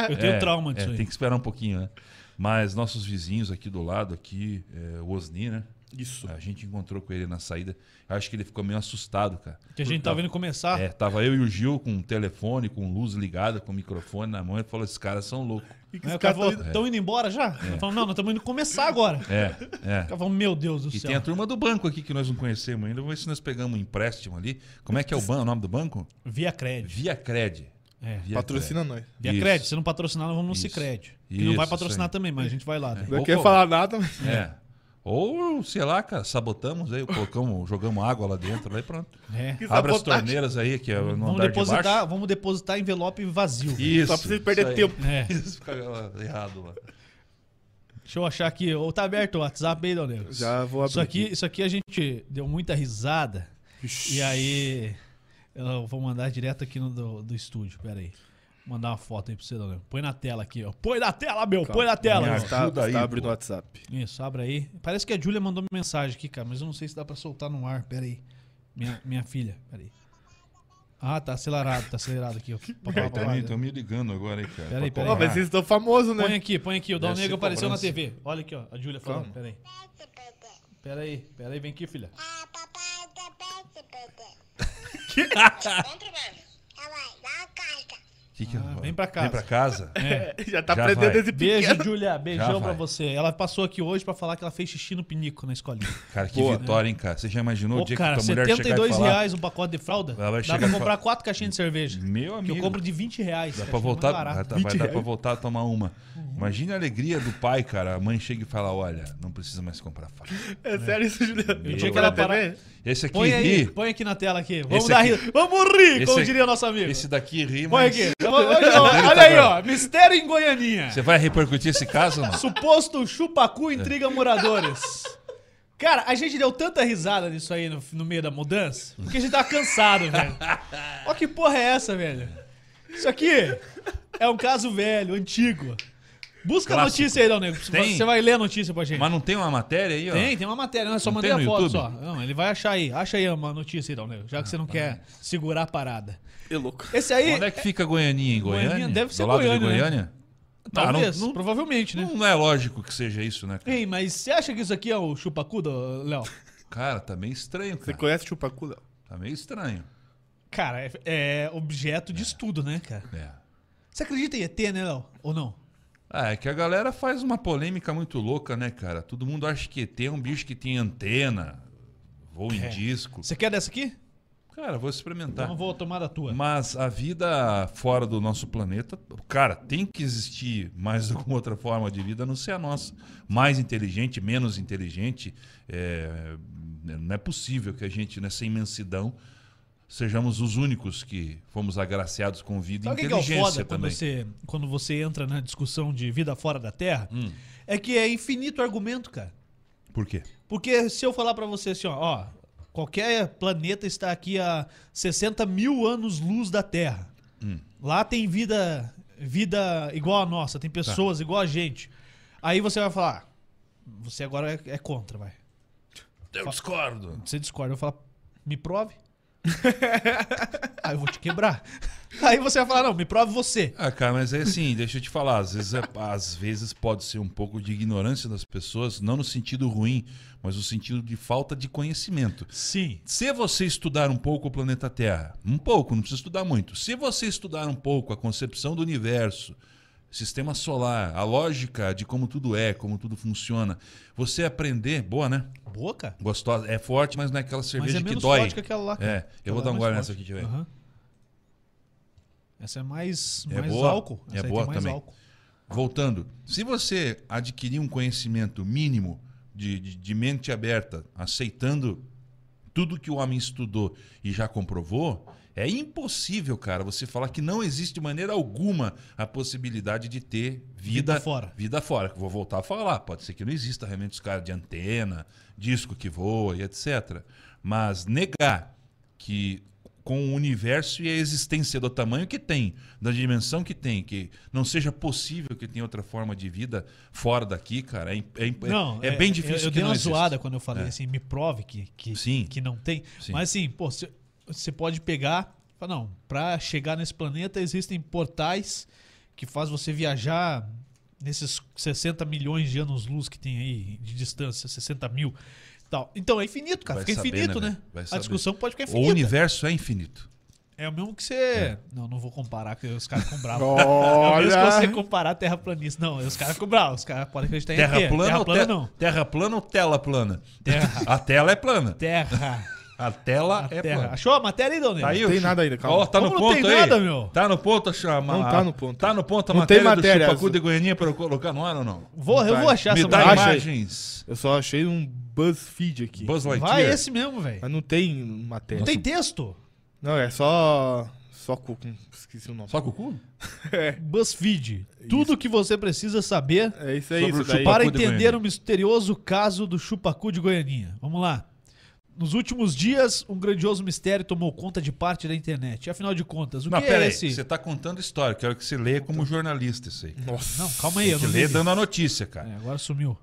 S1: Eu tenho
S2: É,
S1: trauma
S2: é,
S1: disso aí.
S2: Tem que esperar um pouquinho, né? Mas nossos vizinhos aqui do lado, aqui, é, o Osni, né?
S3: Isso.
S2: A gente encontrou com ele na saída. Acho que ele ficou meio assustado, cara.
S1: Que a gente tá vendo começar.
S2: É, tava eu e o Gil com o telefone, com luz ligada, com o microfone na mão. Ele falou: esses caras são loucos.
S3: E que
S1: Né?
S3: os
S1: O cara
S3: caras tão
S1: falou,
S3: indo-
S1: estão indo embora já? Eu falo, não, nós estamos indo começar agora. O
S2: É, é.
S1: cara falou, meu Deus do
S2: E
S1: céu.
S2: tem a turma do banco aqui que nós não conhecemos ainda. Vamos ver se nós pegamos um empréstimo ali. Como é que é o, ban- o nome do banco?
S1: Via Cred.
S2: Via Cred.
S1: É.
S2: Via
S3: Patrocina nós.
S1: Via
S2: Isso.
S1: Cred, se não patrocinar, nós vamos no
S2: Isso.
S1: Cicred. Que não
S2: Isso,
S1: vai
S2: isso
S1: patrocinar
S2: aí. É.
S1: também, mas a gente vai lá. né?
S2: Ou
S3: Não quer
S2: pô-
S3: falar nada, mas.
S2: Cred. É. Ou, sei lá, cara, sabotamos aí, colocamos, jogamos água lá dentro, lá e pronto.
S1: É.
S3: Que
S2: Abre as
S3: sabotagem.
S2: torneiras aí, que é no
S1: Vamos
S2: andar de
S1: depositar,
S2: baixo.
S1: vamos depositar envelope vazio.
S2: Isso.
S3: Só pra você
S2: isso
S3: perder
S2: aí.
S3: tempo.
S1: É.
S2: Isso, fica lá, errado lá.
S1: Deixa eu achar aqui. Ou tá aberto o WhatsApp aí, Dona
S3: Já vou abrir.
S1: Isso aqui, isso aqui a gente deu muita risada. E aí. Eu vou mandar direto aqui no do, do estúdio. Pera aí. Vou mandar uma foto aí pra você, Dona Põe na tela aqui, ó. Põe na tela, meu! Põe na tela!
S2: Minha
S1: meu.
S3: Está,
S2: ajuda aí,
S3: está Tá, abrindo
S2: pô.
S3: o WhatsApp.
S1: Isso, abre aí. Parece que a Júlia mandou mensagem aqui, cara, mas eu não sei se dá pra soltar no ar. Pera aí. Minha, minha filha, pera aí. Ah, tá acelerado, tá acelerado aqui. ó. Pá, pá, pá,
S2: Estão me,
S1: pá.
S2: tão me ligando agora aí, cara.
S1: Peraí,
S2: pra
S1: peraí. Ah.
S3: Ó,
S2: comprar.
S3: mas vocês estão famosos,
S1: Põe
S3: né?
S1: aqui, põe aqui. O Dal
S2: Deve
S1: Negro
S2: ser
S1: apareceu na
S2: cobrança.
S1: TV. Olha aqui, ó. A Júlia falando. Pera
S3: Calma.
S1: aí. Pera aí, pera aí. Vem aqui, filha.
S4: Ah, papai tá perto, papai. Compre, mano. Tá bom, dá uma carta.
S2: Que que é?
S1: Ah, vem pra casa.
S2: Vem pra casa.
S3: Já tá
S2: Já
S3: aprendendo
S2: vai.
S3: esse pequeno.
S1: É. Beijo, Júlia. Beijão pra
S2: vai.
S1: você. Ela passou aqui hoje pra falar que ela fez xixi no pinico na escolinha.
S2: Cara, que
S3: Boa.
S2: vitória, hein, cara. Você já imaginou
S1: Ô,
S2: o dia
S1: cara,
S2: que tua mulher chegar e
S1: 72
S2: falar...
S1: reais um pacote de fralda?
S2: Ela vai
S1: Dá
S2: chegar
S1: pra
S2: e
S1: comprar
S2: fala-
S1: quatro caixinhas de cerveja.
S2: Meu
S1: que
S2: amigo.
S1: eu compro de 20 reais. cara,
S2: Dá pra
S1: que é mais
S2: voltar,
S1: barato. Uhum.
S2: vai tá-
S3: 20
S2: vai dar pra
S3: reais.
S2: voltar a tomar uma. Imagina a alegria do pai, cara. A mãe chega e fala: olha, não precisa mais comprar faca.
S3: É sério isso, Juliano?
S1: Eu
S2: Eu
S1: tinha que
S2: vou
S1: ela
S2: lá
S1: parar.
S2: Esse aqui
S1: Põe
S2: ri.
S1: aí, põe aqui na tela aqui. Vamos
S2: Esse
S1: dar
S2: aqui-
S1: rir. Vamos rir, como
S2: esse-
S1: diria o nosso amigo.
S2: Esse é. daqui ri,
S1: Põe
S2: mas.
S1: aqui. Vamos- vamos- vamos- Olha aí, ó. Mistério em Goianinha.
S2: Você vai repercutir tá esse é. caso, mano?
S1: Suposto chupacu intriga moradores. Cara, a gente deu tanta risada nisso aí no, no meio da mudança, porque a gente tava cansado, velho. Olha que porra é essa, velho? Isso aqui é um caso velho, antigo. Busca a
S2: Clássico.
S1: notícia aí, Dal Negro.
S2: Tem?
S1: Você vai ler a notícia pra gente.
S2: Mas não tem uma matéria aí, ó?
S1: Tem, tem uma matéria, não, eu só
S2: Tá. Não
S1: mandei
S2: tem
S1: a
S2: no
S1: foto
S2: YouTube?
S1: só. Não, ele vai achar aí. Acha aí uma notícia aí, Dal Negro, já que você não quer segurar a parada.
S3: É louco.
S1: Esse aí.
S2: Onde é que fica Goianinha? Em Goiânia?
S1: Goianinha deve ser
S2: Do lado
S1: Goiânia,
S2: de
S1: né?
S2: Goiânia? Tá, não,
S1: Talvez,
S2: não-
S1: provavelmente, né?
S2: não é lógico que seja isso, né? Cara,
S1: Ei, mas você acha que isso aqui é o chupacu, do- Léo?
S2: Cara, tá meio estranho,
S3: Você
S2: cara.
S3: conhece o Chupacu, Léo?
S2: Tá meio estranho.
S1: Cara, é, é objeto de estudo, né, cara?
S2: É.
S1: Você acredita em ET, né, Léo? Ou não?
S2: Ah, é que a galera faz uma polêmica muito louca, né, cara? Todo mundo acha que ET é um bicho que tem antena, voa em
S1: É.
S2: disco.
S1: Você quer dessa aqui?
S2: Tá. Cara, vou experimentar.
S1: Não vou tomar da tua.
S2: Mas a vida fora do nosso planeta, cara, tem que existir mais alguma outra forma de vida a não ser a nossa. Mais inteligente, menos inteligente. é, não é possível que a gente, nessa imensidão, sejamos os únicos que fomos agraciados com vida e
S1: Sabe o que que é o
S2: inteligência
S1: foda quando
S2: também.
S1: você, quando você entra na discussão de vida fora da Terra?
S2: Hum.
S1: É que é infinito argumento, cara.
S2: Por quê?
S1: Porque se eu falar pra você assim, ó, ó, qualquer planeta está aqui a 60 mil anos-luz da Terra.
S2: Hum.
S1: Lá tem vida, vida igual a nossa, tem pessoas igual a gente. Aí você vai falar, "Ah, você agora é, é contra, vai.
S2: Eu discordo.
S1: Você discorda, eu vou falar, me prove. Aí eu vou te quebrar. Aí você vai falar, não, me prove você.
S2: Ah, cara, mas é assim, deixa eu te falar, às vezes, é- às vezes pode ser um pouco de ignorância das pessoas, não no sentido ruim, mas no sentido de falta de conhecimento.
S1: Sim.
S2: Se você estudar um pouco o planeta Terra, um pouco, não precisa estudar muito. Se você estudar um pouco a concepção do universo, sistema solar, a lógica de como tudo é, como tudo funciona, você aprender, boa, né?
S1: Boca?
S2: Gostosa, é forte, mas não é aquela cerveja
S1: Mas é
S2: que
S1: menos
S2: dói.
S1: forte que aquela lá. cara.
S2: É, eu vou
S1: Aquela é
S2: dar um
S1: mais
S2: gole
S1: forte.
S2: nessa aqui, tiver.
S1: Aham. Essa é mais,
S2: É
S1: mais
S2: boa?
S1: álcool. Essa
S2: É
S1: aí tem
S2: boa
S1: mais
S2: também.
S1: álcool.
S2: Voltando, se você adquirir um conhecimento mínimo de, de- de mente aberta, aceitando tudo que o homem estudou e já comprovou, É impossível, cara, você falar que não existe de maneira alguma a possibilidade de ter vida,
S1: Vida fora.
S2: Vida fora, que eu vou voltar a falar. Pode ser que não exista realmente os caras de antena, disco que voa e etc. Mas negar que com o universo e a existência do tamanho que tem, da dimensão que tem, que não seja possível que tenha outra forma de vida fora daqui, cara, é, im- é im- é-
S1: Não,
S2: é bem difícil
S1: Eu, eu
S2: que
S1: dei
S2: não
S1: uma
S2: exista.
S1: zoada quando eu falei
S2: É.
S1: assim, me prove que, que,
S2: Sim.
S1: que não tem.
S2: Sim.
S1: Mas assim, pô, você- você pode pegar. e falar, Não, pra chegar nesse planeta existem portais que faz você viajar nesses 60 milhões de anos-luz que tem aí de distância, 60 mil. e Tal. Então é infinito, cara.
S2: Vai
S1: fica
S2: saber,
S1: infinito,
S2: né,
S1: né?
S2: velho? Vai
S1: A
S2: saber.
S1: discussão pode ficar
S2: O
S1: infinita.
S2: universo é infinito.
S1: É o mesmo que você. Não, não vou comparar, porque os caras ficam bravos. É o mesmo que você
S3: Olha!
S1: comparar terraplanista. Não, os caras ficam bravos. Os caras podem acreditar em
S2: Terra
S1: ET.
S2: plana,
S1: terra
S2: ou
S1: plana
S2: te-
S1: não.
S2: Terra plana ou tela plana?
S1: Terra.
S2: A tela é plana.
S1: Terra.
S2: A tela
S1: A
S2: é
S1: terra.
S2: plana.
S1: Achou a matéria aí, Dona
S2: Tá aí,
S3: Não tem
S2: o-
S3: nada ainda, calma.
S2: Ó, tá
S1: Como
S2: no
S1: não
S2: ponto
S1: tem
S2: aí.
S1: nada, meu?
S2: Tá no ponto, chama.
S3: Não tá no ponto.
S2: Tá no ponto a
S3: Não tem
S2: matéria,
S3: matéria,
S2: do Chupacu
S3: essa.
S2: de Goianinha pra eu colocar no ar ou não?
S1: Vou, eu
S3: Vai.
S1: vou achar
S2: Tá Me
S1: essa
S2: dá
S3: matéria.
S2: imagens.
S3: Eu só achei um BuzzFeed aqui.
S2: Buzz Lightyear.
S1: Vai esse mesmo, velho.
S3: Mas não tem matéria.
S1: Não tem texto?
S3: Não, é só. Só cu. com- Esqueci o nome.
S2: Só cucu?
S1: BuzzFeed. Tudo que você precisa saber
S3: É isso aí,
S2: Sobre o
S3: isso daí.
S2: chupar-
S1: para
S2: Chupacu de
S1: entender
S2: Goiânia.
S1: o misterioso caso do Chupacu de Goianinha. Vamos lá. Nos últimos dias, um grandioso mistério tomou conta de parte da internet. Afinal de contas, o
S2: Não,
S1: que é
S2: peraí.
S1: esse?
S2: Você tá contando história. Quero que você leia como jornalista isso aí.
S3: Nossa.
S1: Não, calma aí, eu
S2: Que
S1: não
S2: lê
S1: vi.
S2: dando a notícia, cara.
S1: É, agora sumiu.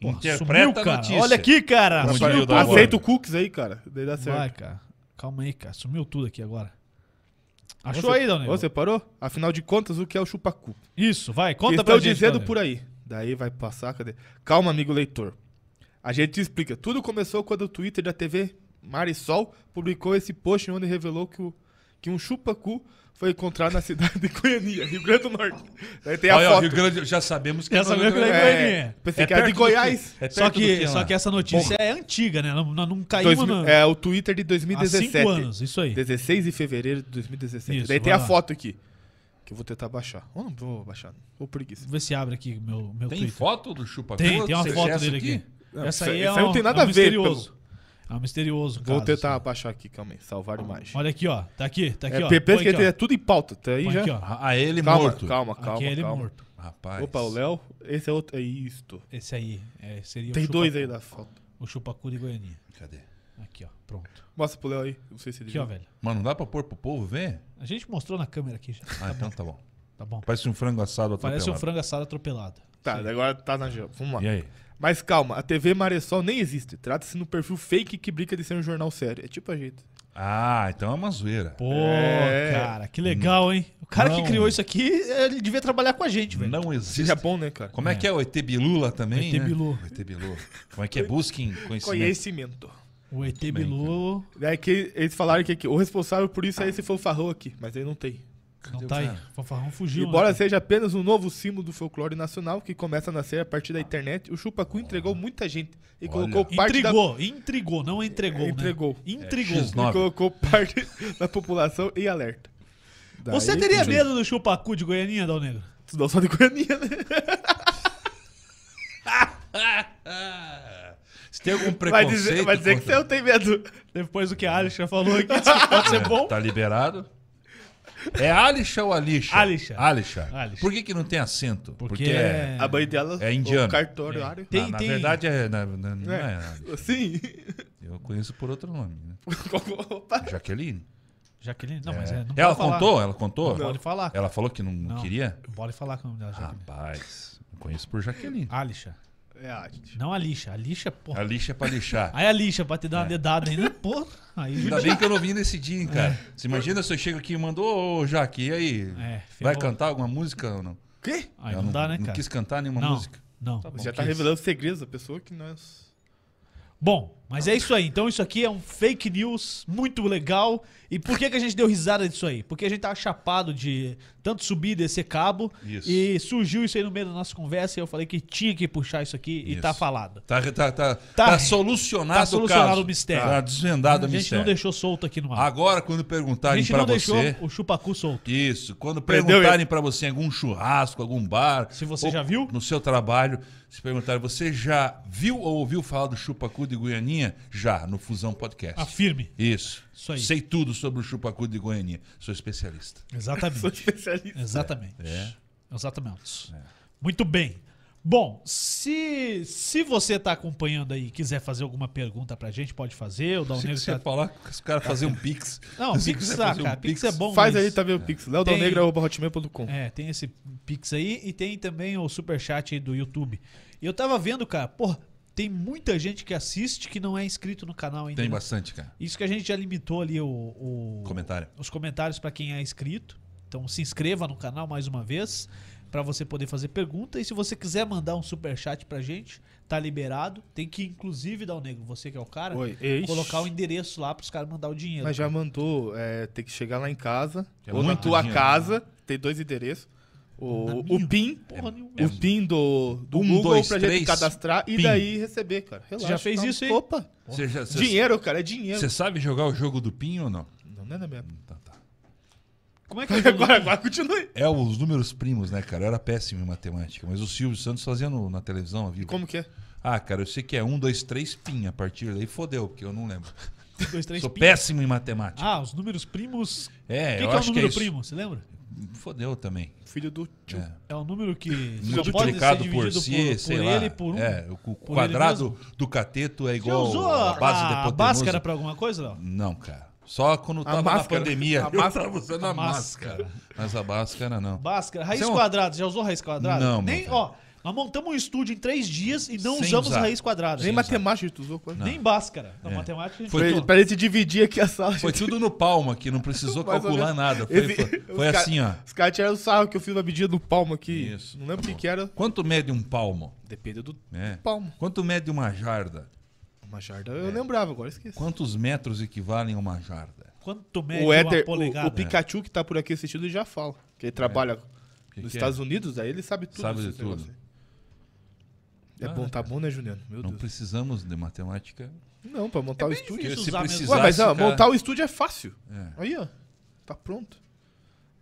S1: Porra,
S2: Interpreta
S1: sumiu,
S2: a
S1: cara.
S2: notícia.
S1: Olha aqui, cara.
S2: Como
S1: Sumiu
S2: diria o
S1: tudo.
S2: Dória. agora.
S3: Aceita o cookies aí, cara. Daí dá certo.
S1: Vai, cara. Calma aí, cara. Sumiu tudo aqui agora. Achou
S3: Você-
S1: aí, Dona Ivone?
S3: Você parou? Afinal de contas, o que é o chupacu?
S1: Isso, vai. Conta
S3: Estão
S1: pra gente.
S3: dizendo
S1: Dona
S3: por aí. Daí vai passar, cadê? Calma, amigo leitor. A gente te explica. Tudo começou quando o Twitter da TV Marisol publicou esse post onde revelou que, o- que um chupacu foi encontrado na cidade de Goiânia, Rio Grande do Norte. Daí tem a
S2: Olha, ó,
S3: foto.
S2: Rio Grande, já sabemos que
S1: Já
S2: é no Rio
S1: sabemos que
S2: Grande-
S1: é Goiânia.
S3: pensei
S2: É
S3: que era de
S2: perto do que-
S3: Guiás.
S2: é
S1: Só
S2: perto do
S1: que,
S2: é
S1: só
S2: lá.
S1: que essa notícia é antiga, né? Não, não, não caímos
S3: Dois
S1: no-
S3: mil- é o Twitter de
S1: há
S3: 2017.
S1: cinco anos, isso aí.
S3: 16 de fevereiro de 2017.
S1: Isso,
S3: Daí tem
S1: vai
S3: a
S1: lá.
S3: foto aqui. Que eu vou tentar baixar. Ou não vou baixar. Ou preguiça.
S1: Vamos ver se abre aqui meu, meu
S2: Tem
S1: Twitter.
S2: foto do Chupacu?
S1: Tem, tem uma
S2: Você
S1: foto
S2: acessa
S1: dele aqui.
S3: Não,
S1: Essa aí
S3: isso aí-
S1: é
S3: isso aí não
S1: um-
S3: tem nada
S1: é um
S3: a ver pelo-
S1: misterioso. É um misterioso,
S3: Vou
S1: caso,
S3: tentar
S1: assim.
S3: baixar aqui, calma aí. Salvar imagem.
S1: Olha aqui, ó. Tá aqui, tá aqui,
S3: é,
S1: ó.
S3: PP,
S1: Põe aqui, ó.
S3: é tudo em pauta. Tá aí
S1: Põe
S3: já?
S1: aqui, ó.
S2: A, a Ah, ele
S3: Calma,
S2: morto.
S3: calma, calma.
S1: Aqui é ele
S3: calma.
S1: morto.
S2: Rapaz.
S3: Opa, o Léo, esse é outro. É isto.
S1: Esse aí é, seria
S3: Tem
S1: o
S3: dois
S1: chupacu-
S3: aí né? da foto.
S1: O chupacu de Goianinha.
S2: Cadê?
S1: Aqui, ó. Pronto.
S3: Mostra pro Léo aí. Não sei se ele.
S1: Aqui, ó,
S3: viu.
S1: velho.
S2: Mano, não dá pra pôr pro povo ver?
S1: A gente mostrou na câmera aqui já.
S2: Ah, então tá bom.
S1: Tá bom.
S2: Parece um frango assado atropelado.
S1: Parece um frango assado atropelado.
S3: tá, agora tá na gel. Vamos
S2: E
S3: lá.
S2: aí?
S3: Mas calma, a TV Maressol nem existe. Trata-se de um perfil fake que brinca de ser um jornal sério. É tipo a gente.
S2: Ah, então é uma zoeira.
S1: Pô,
S3: É.
S1: cara, que legal, hein? O cara que
S2: Não.
S1: criou isso aqui, ele devia trabalhar com a gente, velho.
S2: não existe.
S3: Seja bom, né, cara?
S2: Como é, que é o ET Bilu lá também?
S1: ET Bilu.
S2: Né? O ET Bilu. Como é que é? Busquem
S1: né?
S2: conhecimento.
S3: Conhecimento.
S1: O ET Bilu
S3: É que eles falaram que, que o responsável por isso é esse fanfarrão aqui, mas ele não tem.
S1: não
S2: o
S1: tá aí.
S2: cara?
S1: O Fanfarrão fugiu. né,
S3: Embora
S1: cara?
S3: seja apenas um novo símbolo do folclore nacional que começa a nascer a partir da internet, o Chupacu entregou muita gente e
S2: Olha.
S3: colocou parte da
S1: Intrigou, intrigou, não entregou, né?
S3: Entregou.
S1: Intrigou.
S2: É, X9.
S3: e colocou parte da população em alerta.
S1: Você
S3: Daí-
S1: teria medo do chupacu de Goianinha, Dal Negro?
S3: Não só de Goiânia, né?
S2: Se tem algum preconceito...
S3: Vai dizer, vai dizer que
S2: contra-
S1: é
S3: você não tem medo.
S1: Depois do que a Alisson falou aqui, disse que pode
S3: É.
S1: ser bom.
S2: Tá liberado? É Alisha ou Alisha?
S1: Alisha.
S2: Alisha.
S1: Alisha.
S2: Por que, que não tem acento?
S1: Porque é-
S3: A mãe dela,
S2: É indiano.
S3: o cartório.
S1: Tem-
S2: na, na
S1: tem-
S2: verdade, é, na- na- não é.
S3: É.
S2: Alisha.
S3: Sim.
S2: Eu conheço por outro nome, né?
S3: Opa.
S2: Jaqueline.
S1: Jaqueline, não, mas é, não
S2: ela
S1: pode falar.
S2: contou? Ela contou?
S1: Não pode falar.
S2: Ela falou que não,
S1: Não.
S2: queria?
S1: Não Ah, pode falar com o nome dela, Jaqueline.
S2: Rapaz, eu conheço por Jaqueline.
S1: Alisha.
S3: É arte.
S1: Não a lixa. A lixa, porra.
S2: A lixa é pra lixar.
S1: Aí a lixa pra te dar uma dedada Ah. É. ainda, porra. Aí
S2: Ainda bem que eu não vim nesse dia, hein, cara. Você imagina se eu chego aqui e mando, ô, ô Jaque, e aí?
S1: É,
S2: vai
S1: ferrou.
S2: cantar alguma música ou não?
S3: Quê?
S1: Aí
S2: Ela
S1: não, dá, né,
S2: Não
S1: cara?
S2: quis cantar nenhuma
S1: não,
S2: música.
S1: não.
S3: Você já tá revelando segredos da pessoa que nós.
S1: Bom, mas é isso aí. Então isso aqui é um fake news muito legal. E por que, que a gente deu risada disso aí? Porque a gente tava tá chapado de tanto subir e descer cabo.
S2: Isso.
S1: E surgiu isso aí no meio da nossa conversa e eu falei que tinha que puxar isso aqui e
S2: Isso.
S1: tá falado.
S2: Tá, tá, tá, tá solucionado,
S1: tá solucionado
S2: caso.
S1: o mistério.
S2: Tá desvendado
S1: a
S2: o
S1: gente
S2: mistério.
S1: não deixou solto aqui no ar.
S2: Agora, quando
S1: a
S2: perguntarem
S1: gente
S2: pra
S1: não deixou
S2: você.
S1: o chupacu solto.
S2: Isso, quando
S3: Perdeu
S2: perguntarem pra você em algum churrasco, algum bar.
S1: Se você
S2: ou
S1: já viu?
S2: No seu trabalho, se perguntarem, você já viu ou ouviu falar do Chupacu de Goianinha? Já, no Fusão Podcast.
S1: Afirme.
S2: Isso.
S1: Ah, Isso aí.
S2: Sei tudo sobre o Chupacu de Goianinha. Sou especialista.
S1: Exatamente.
S3: Sou especialista.
S1: Exatamente.
S2: É,
S1: Exatamente. Muito bem. Bom, se, se você está acompanhando aí e quiser fazer alguma pergunta pra gente, pode fazer. O Dal
S2: Se
S1: Negro
S2: você
S1: tá...
S2: falar que os caras fazerem um pix.
S1: Não,
S2: Se
S1: Pix,
S2: quiser
S1: tá,
S2: fazer um
S1: cara. Pix é bom.
S3: Faz
S1: mas-
S3: aí também o Pix.
S1: Tem-
S3: leodelnegra.hotmail.com.
S1: É, tem esse Pix aí e tem também o superchat aí do YouTube. E eu tava vendo, cara, porra, tem muita gente que assiste que não é inscrito no canal ainda.
S2: Tem
S1: né?
S2: bastante, cara.
S1: Isso que a gente já limitou ali o, o-
S2: Comentário.
S1: os comentários para quem é inscrito. Então se inscreva no canal mais uma vez para você poder fazer pergunta e se você quiser mandar um superchat pra gente, tá liberado. Tem que inclusive dar o negro, você que é o cara,
S3: Oi, eis.
S1: colocar o endereço lá pros caras mandar o dinheiro.
S3: Mas já mandou é, ter que chegar lá em casa.
S2: É
S3: ou na
S2: muito
S3: tua
S2: dinheiro.
S3: casa. Tem dois endereços.
S1: Na
S3: O,
S1: minha?
S3: o PIN.
S1: Porra nenhuma.
S2: É-
S3: O PIN do, do
S2: Um,
S3: Google
S2: dois,
S3: pra gente
S2: três,
S3: cadastrar e
S2: PIN.
S3: daí receber, cara. Relaxa,
S1: já fez
S3: não.
S1: isso, hein?
S3: Opa!
S2: Você já- você-
S3: dinheiro, cara, é dinheiro.
S2: Você sabe jogar o jogo do PIN ou não?
S3: Não, não é na minha.
S2: Tá, tá.
S1: Como é que é o jogo?
S3: Agora, agora continue.
S2: É os números primos, né, cara? Eu era péssimo em matemática, mas o Silvio Santos fazendo na televisão a vivo.
S3: Como que é?
S2: Ah, cara, eu sei que é um, dois, três, PIN a partir daí. Fodeu, porque eu não lembro.
S1: Um, dois, três,
S2: Sou
S1: pi.
S2: péssimo em matemática.
S1: Ah, os números primos.
S2: é,
S1: o que,
S2: eu
S1: que é o
S2: acho que é
S1: número
S2: isso.
S1: primo? Você lembra?
S2: Fodeu também.
S3: Filho do tio.
S2: É.
S1: É um número que só pode ser
S2: Multiplicado por
S1: dividido
S2: si,
S1: por,
S2: sei
S1: por
S2: lá.
S1: ele e por um.
S2: É, o cu-
S1: ele
S2: quadrado do cateto é
S1: Já
S2: igual
S1: usou
S2: a base da
S1: a, a
S2: hipotenusa.
S1: máscara pra alguma coisa, Léo?
S2: Não, cara. Só quando tava
S3: máscara.
S2: na pandemia.
S3: A
S2: eu
S3: máscara.
S2: tava usando
S1: A
S2: a máscara. Mas a máscara não.
S1: Máscara, raiz
S2: Isso é um-
S1: quadrada. Já usou raiz quadrada?
S2: Não, meu
S1: Nem,
S2: velho.
S1: ó, nós montamos um estúdio em três dias e não
S2: Sem
S1: usamos
S2: usar. É.
S1: raiz quadrada. Sem
S3: Nem
S1: usar.
S3: matemática tu usou, quase.
S1: Nem máscara. Na matemática a gente
S2: Foi
S3: Pra
S1: usou.
S3: ele- Pra ele te dividir aqui a sala.
S2: Foi tudo no palmo aqui, não precisou
S3: Mais ou
S2: calcular
S3: menos.
S2: nada. Foi,
S3: Esse-
S2: foi-
S3: os
S2: foi
S3: cara-
S2: assim, ó.
S3: Os caras tiraram o sarro que eu fiz uma medida do palmo aqui.
S2: Isso.
S3: Não lembro o que, que era.
S2: Quanto mede um palmo?
S3: Depende do
S2: É.
S3: palmo.
S2: Quanto mede uma jarda?
S3: Uma jarda eu lembrava, agora esqueci.
S2: Quantos metros equivalem a uma jarda?
S1: Quanto mede
S3: O Éder,
S1: uma
S3: o,
S1: polegada?
S3: o Pikachu que tá por aqui assistindo ele já fala. Que ele trabalha
S2: É. Que
S3: nos
S2: que é?
S3: Estados Unidos, aí ele sabe tudo.
S2: Sabe
S3: desses
S2: de tudo.
S3: negócios aí. É
S2: Ah,
S3: bom, tá bom, né, Juliano? Meu
S2: Não É
S3: Deus.
S2: precisamos de matemática.
S3: Não, pra montar o estúdio.
S1: difícil
S2: se
S1: usar mesmo.
S2: precisasse,
S3: Ué, mas ó,
S2: cara,
S3: montar o estúdio é fácil.
S2: É.
S3: Aí, ó. Tá pronto.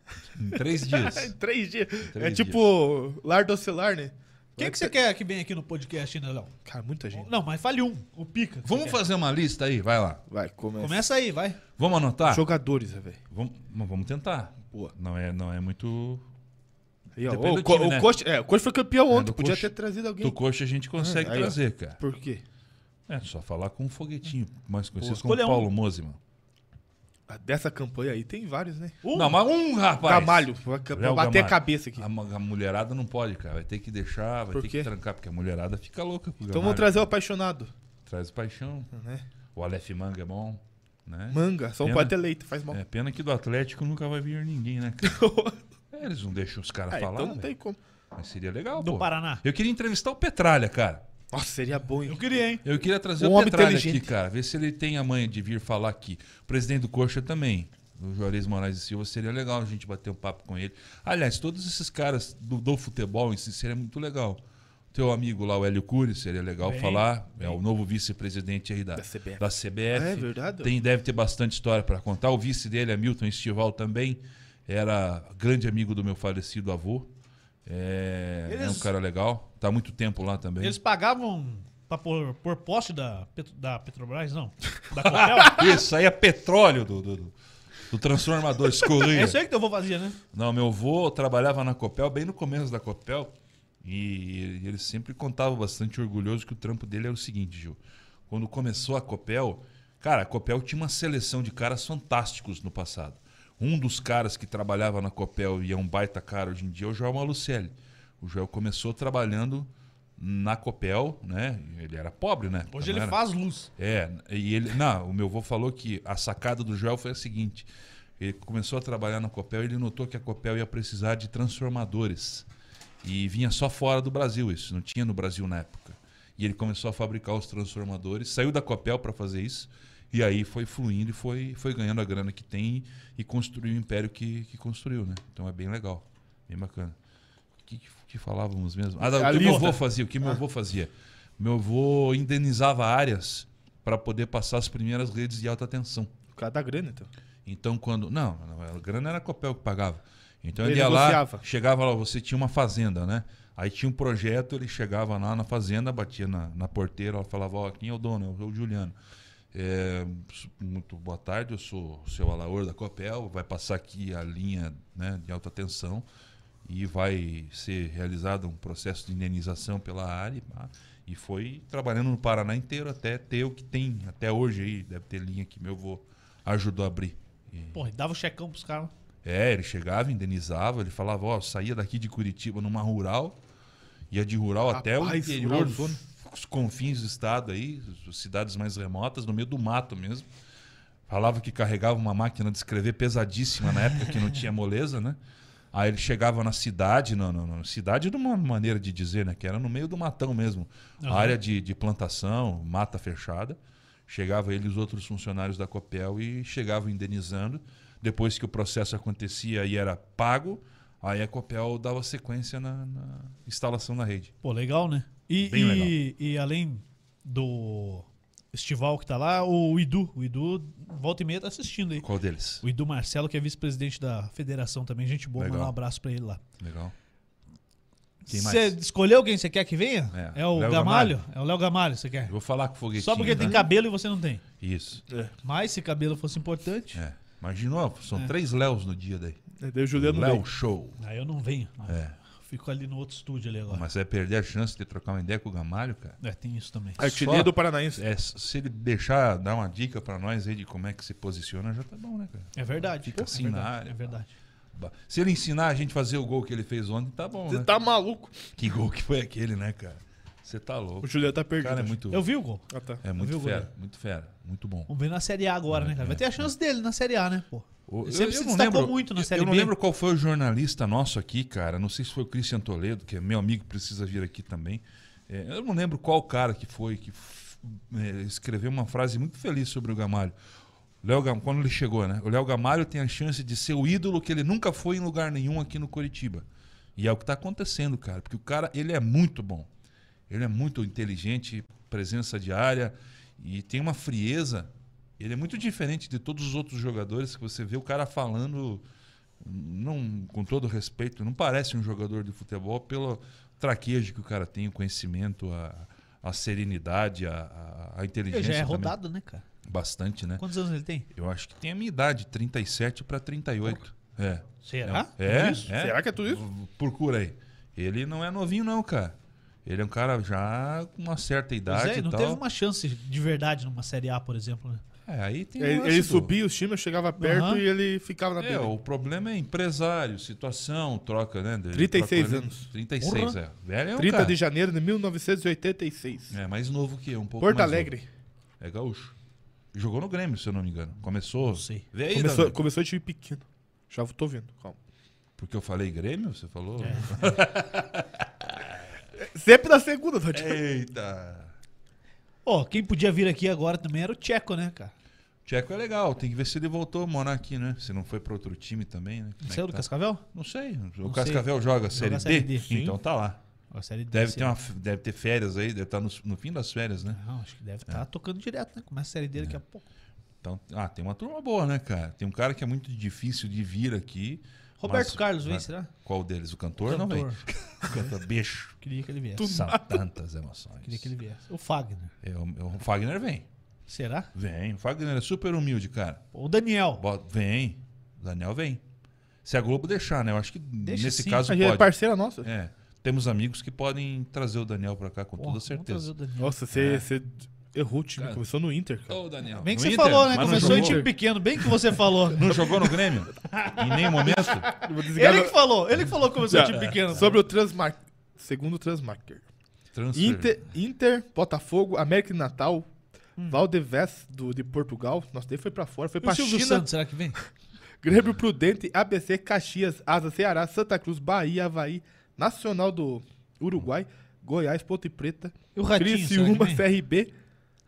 S2: em três dias.
S3: Em três dias. é
S2: três
S3: tipo lar do celular, né?
S1: Quem que você quer que vem aqui no podcast ainda, Léo?
S3: Cara, muita gente.
S1: Não, mas fale um. O Pica. que
S2: É. Vamos
S1: você quer.
S2: fazer uma lista aí, vai lá.
S3: Vai, começa.
S1: Começa aí, vai.
S2: Vamos anotar?
S3: Jogadores, né, velho.
S2: Vamos, mas vamos tentar.
S3: Boa.
S2: Não é, não é muito.
S3: Aí, ó,
S2: Depende
S3: o,
S2: do
S3: co-
S2: time,
S3: o
S2: né?
S3: coach, é, o coach foi campeão ontem.
S2: do
S3: Podia
S2: coach.
S3: ter trazido alguém.
S2: Do coxa a gente consegue
S3: Ah, aí, ó.
S2: trazer, cara.
S3: Por quê?
S2: É só falar com um foguetinho mais conhecido como
S1: Escolha um.
S2: Paulo Mosman.
S3: Ah, Dessa campanha aí tem vários, né?
S1: Um.
S2: Não, mas um, rapaz.
S3: Gamalho. Vai ca-
S2: Léo
S3: bater
S2: Gamalho.
S3: a cabeça aqui.
S2: A, mu- a mulherada não pode, cara. Vai ter que deixar, vai
S3: Por
S2: ter
S3: quê?
S2: que trancar, porque a mulherada fica louca. com o
S3: Então
S2: Gamalho.
S3: vamos trazer o apaixonado.
S2: Traz o paixão.
S3: Né?
S2: O Aleph Manga é bom, né?
S3: Manga, só um
S2: Pena.
S3: pode ter leite, faz mal.
S2: É pena que do Atlético nunca vai vir ninguém, né, cara? É, Eles não deixam os caras
S3: Ah,
S2: falar. né?
S3: então não tem
S2: velho.
S3: como.
S2: Mas seria legal,
S1: Do
S2: pô.
S1: Paraná.
S2: Eu queria entrevistar o Petralha, cara.
S3: Nossa, seria bom, hein?
S1: Eu queria, hein?
S2: Eu queria trazer
S3: Um
S2: o
S3: homem
S2: Petralha aqui,
S3: inteligente.
S2: cara. Ver se ele tem a manha de vir falar aqui. O presidente do Coxa também. O Juarez Moraes e Silva seria legal a gente bater um papo com ele. Aliás, todos esses caras do, do futebol em si seria muito legal. Teu amigo lá, o Hélio Cury, seria legal
S1: Bem,
S2: falar. É o novo vice-presidente aí da,
S3: Da CBF.
S2: da CBF.
S3: É verdade?
S2: Tem, deve ter bastante história para contar. O vice dele, Hamilton Estival, também era grande amigo do meu falecido avô. É, é um
S1: Eles-
S2: cara legal. Tá há muito tempo lá também.
S1: Eles pagavam pra pôr, pôr poste da, Pet- da Petrobras, não. Da Copel.
S2: Isso aí é petróleo do, do, do- do transformador, escorria.
S1: é isso aí que eu vou fazer, né?
S2: Não, meu avô trabalhava na Copel, bem no começo da Copel, e ele sempre contava bastante orgulhoso que o trampo dele era o seguinte, Gil. Quando começou a Copel, cara, a Copel tinha uma seleção de caras fantásticos no passado. Um dos caras que trabalhava na Copel e é um baita cara hoje em dia é o Joel Malucelli. O Joel começou trabalhando na Copel, né? Ele era pobre, né?
S1: Hoje
S2: Não
S1: ele
S2: era-
S1: faz luz.
S2: é, e ele. Não, o meu avô falou que a sacada do Joel foi a seguinte: ele começou a trabalhar na Copel e ele notou que a Copel ia precisar de transformadores. E vinha só fora do Brasil isso, não tinha no Brasil na época. E ele começou a fabricar os transformadores, saiu da Copel para fazer isso E aí foi fluindo e foi, foi ganhando a grana que tem e construiu o império que, que construiu, né? Então é bem legal, bem bacana. O que, que- que falávamos mesmo? Ah, da-
S3: A
S2: o que meu
S3: lista.
S2: avô fazia? O que meu avô fazia? Meu avô indenizava áreas para poder passar as primeiras redes de alta tensão.
S3: Por causa da grana, então.
S2: Então, quando. Não, não, a grana era a Copel que pagava. Então
S3: Ele
S2: ele ia lá,
S3: negociava.
S2: chegava lá, você tinha uma fazenda, né? Aí tinha um projeto, ele chegava lá na fazenda, batia na, na porteira, ela falava, ó, quem é o dono? É o Juliano. É, su- muito boa tarde, eu sou o seu Alaor da Copel, vai passar aqui a linha né, de alta tensão e vai ser realizado um processo de indenização pela área. e pá. E foi trabalhando no Paraná inteiro até ter o que tem até hoje aí. Deve ter linha que meu avô ajudou a abrir. E-
S1: Porra, dava o checão pros caras.
S2: é, ele chegava, indenizava, ele falava, ó, eu saía daqui de Curitiba numa rural, ia de rural até o
S3: Rapaz,
S2: interior,
S3: rural
S2: dos-
S3: zona.
S2: os confins do estado aí, as cidades mais remotas, no meio do mato mesmo. Falava que carregava uma máquina de escrever pesadíssima na época que não tinha moleza, né? Aí ele chegava na cidade, não, não, não. Cidade de uma maneira de dizer, né? Que era no meio do matão mesmo.
S1: Aham.
S2: Área de, de plantação, mata fechada. Chegava ele e os outros funcionários da Copel e chegavam indenizando. Depois que o processo acontecia e era pago, aí a Copel dava sequência na, na instalação na rede.
S1: Pô, legal, né? E,
S2: Bem
S1: e,
S2: legal.
S1: e além do Estival que tá lá, o Idu. O Idu, volta e meia, tá assistindo aí.
S2: Qual deles?
S1: O Idu Marcelo, que é vice-presidente da federação também. Gente boa,
S2: Legal.
S1: mandar um abraço pra ele lá.
S2: Legal. Quem mais?
S1: Você escolheu quem você quer que venha?
S2: É,
S1: É, o
S2: Léo
S1: Gamalho? É o Léo Gamalho, você quer?
S2: Eu vou falar com o foguetinho.
S1: Só porque tem
S2: tá?
S1: cabelo e você não tem.
S2: Isso.
S1: Mas se cabelo fosse importante,
S2: É. Imaginou? São três Léos no dia daí.
S3: É, daí o Juliano
S2: Léo
S3: veio.
S2: um Show.
S1: aí eu não venho.
S2: É.
S1: Fico ali no outro estúdio ali agora.
S2: Mas vai perder a chance de trocar uma ideia com o Gamalho, cara.
S1: É, tem isso também.
S3: Artilheiro
S2: Só-
S3: do Paranaense.
S2: É, se ele deixar, dar uma dica pra nós aí de como é que se posiciona, já tá bom, né, cara?
S1: É verdade.
S2: Fica
S1: Pô,
S2: assim
S1: é
S2: na
S1: verdade,
S2: área.
S1: É verdade.
S2: Ba- Se ele ensinar a gente a fazer o gol que ele fez ontem, tá bom,
S3: Você
S2: né?
S3: tá maluco.
S2: Que gol que foi aquele, né, cara? Você tá
S3: O
S2: louco.
S3: Juliano tá
S2: O
S3: perdido.
S2: cara é muito,
S1: Eu vi o gol.
S3: Ah, tá.
S2: é muito
S1: vi o
S2: fera,
S1: goleiro.
S2: muito fera, muito bom.
S1: Vamos ver na Série A agora, né, cara?
S2: É,
S1: Vai ter a chance dele na Série A, né, pô?
S2: O-
S1: Ele sempre se destacou muito na
S2: eu-
S1: Série
S2: Eu não
S1: B.
S2: lembro qual foi o jornalista nosso aqui, cara. Não sei se foi o Cristian Toledo, que é meu amigo, precisa vir aqui também. É, eu não lembro qual cara que foi que f- é, escreveu uma frase muito feliz sobre o Gamalho. Léo Gam- quando ele chegou, né? O Léo Gamalho tem a chance de ser o ídolo que ele nunca foi em lugar nenhum aqui no Curitiba. E é o que tá acontecendo, cara. Porque o cara, ele é muito bom. Ele é muito inteligente, presença diária e tem uma frieza. Ele é muito diferente de todos os outros jogadores que você vê o cara falando, não com todo respeito, não parece um jogador de futebol pelo traquejo que o cara tem, o conhecimento, a, a serenidade, a, a, a
S1: Ele
S2: inteligência.
S1: já é
S2: também.
S1: rodado, né, cara?
S2: Bastante, né?
S1: Quantos anos ele tem?
S2: Eu acho que tem a minha idade, 37 para 38. É.
S1: Será?
S2: É,
S1: Isso?
S2: é.
S3: Será que é Ah, tudo isso?
S2: Procura aí. Ele não é novinho, não, cara. Ele é um cara já com uma certa
S1: Pois
S2: idade
S1: é,
S2: e
S1: não
S2: tal.
S1: teve uma chance de verdade numa Série A, por exemplo, né?
S2: É, aí tem o
S3: Ele,
S2: lance
S3: ele
S2: do-
S3: subia os times, chegava perto
S1: Aham.
S3: e ele ficava na
S2: É,
S3: beira.
S2: o problema é empresário, situação, troca, né? de-
S3: 36
S2: troca-
S3: anos.
S2: 36,
S1: Porra.
S2: é. Velho é um
S3: 30
S2: cara.
S3: de janeiro de 1986.
S2: É, mais novo que eu, um pouco
S3: Porto
S2: mais
S3: Alegre.
S2: novo. É gaúcho. Jogou no Grêmio, se eu não me engano. Começou... Não
S1: sei.
S2: Vê aí,
S3: Começou,
S2: Danilo.
S3: começou de time pequeno. Já tô ouvindo, calma.
S2: Porque eu falei Grêmio, você falou...
S1: É.
S3: É, Sempre na segunda,
S2: É,
S3: Dodge.
S2: Eita...
S1: Ó, quem podia vir aqui agora também era o Tcheco, né, cara?
S2: Tcheco é legal, tem que ver se ele voltou a morar aqui, né? Se não foi pra outro time também, né? Como é
S1: Saiu do
S2: que tá?
S1: Cascavel?
S2: Não sei. O
S1: Não
S2: Cascavel joga Série D?
S1: Série D, sim.
S2: Então tá lá.
S1: A série D,
S2: Deve
S1: sei
S2: ter,
S1: lá.
S2: uma, f- deve ter férias aí, deve estar no, no fim das férias, né?
S1: Não, acho que deve estar tocando direto, né? Começa a série
S2: É.
S1: dele daqui a pouco.
S2: Então, ah, tem uma turma boa, né, cara? Tem um cara que é muito difícil de vir aqui.
S1: Roberto
S2: mas-
S1: Carlos vem,
S2: mas-
S1: será?
S2: Qual deles? O cantor? Não vem. O cantor, bicho.
S1: Queria que ele viesse.
S2: São tantas emoções.
S1: Queria que ele viesse. O Fagner.
S2: É, o, o Fagner vem.
S1: Será?
S2: Vem. O Fagner é super humilde, cara.
S1: O Daniel.
S2: Bo- Vem. O Daniel vem. Se a Globo deixar, né? Eu acho que nesse
S1: sim.
S2: caso
S3: A gente é
S2: pode.
S3: parceira nossa.
S2: É. Temos amigos que podem trazer o Daniel pra cá com
S1: Porra,
S2: toda
S1: vamos trazer
S2: certeza.
S1: o Daniel.
S3: Nossa, você você errou o
S2: É.
S3: time.
S2: Cara.
S3: Começou no Inter, cara.
S2: Ô, Daniel.
S1: Bem que
S2: no
S1: você
S2: Inter,
S1: falou, né?
S2: mas não
S1: Começou em
S2: jogou.
S1: time pequeno. Bem que você falou.
S2: Não jogou no Grêmio? Em nenhum momento?
S3: Eu vou desligar
S1: Ele
S3: no-
S1: que falou. Ele que falou que começou em
S3: Já.
S1: time pequeno.
S3: é. Sobre o Transmark. Segundo o Transmarker.
S2: Transfer.
S3: Inter, Inter, Botafogo, América de Natal, Valdevez do, de Portugal. Nossa, daí foi pra fora, foi
S1: Hum. E o
S3: pra
S1: Silvio
S3: China.
S1: Santos, será que vem?
S3: Grêmio Prudente, ABC, Caxias, Asa, Ceará, Santa Cruz, Bahia, Havaí, Nacional do Uruguai, Goiás, Ponte Preta,
S1: E o Ratinho, será que
S3: Criciúma,
S1: vem?
S3: CRB,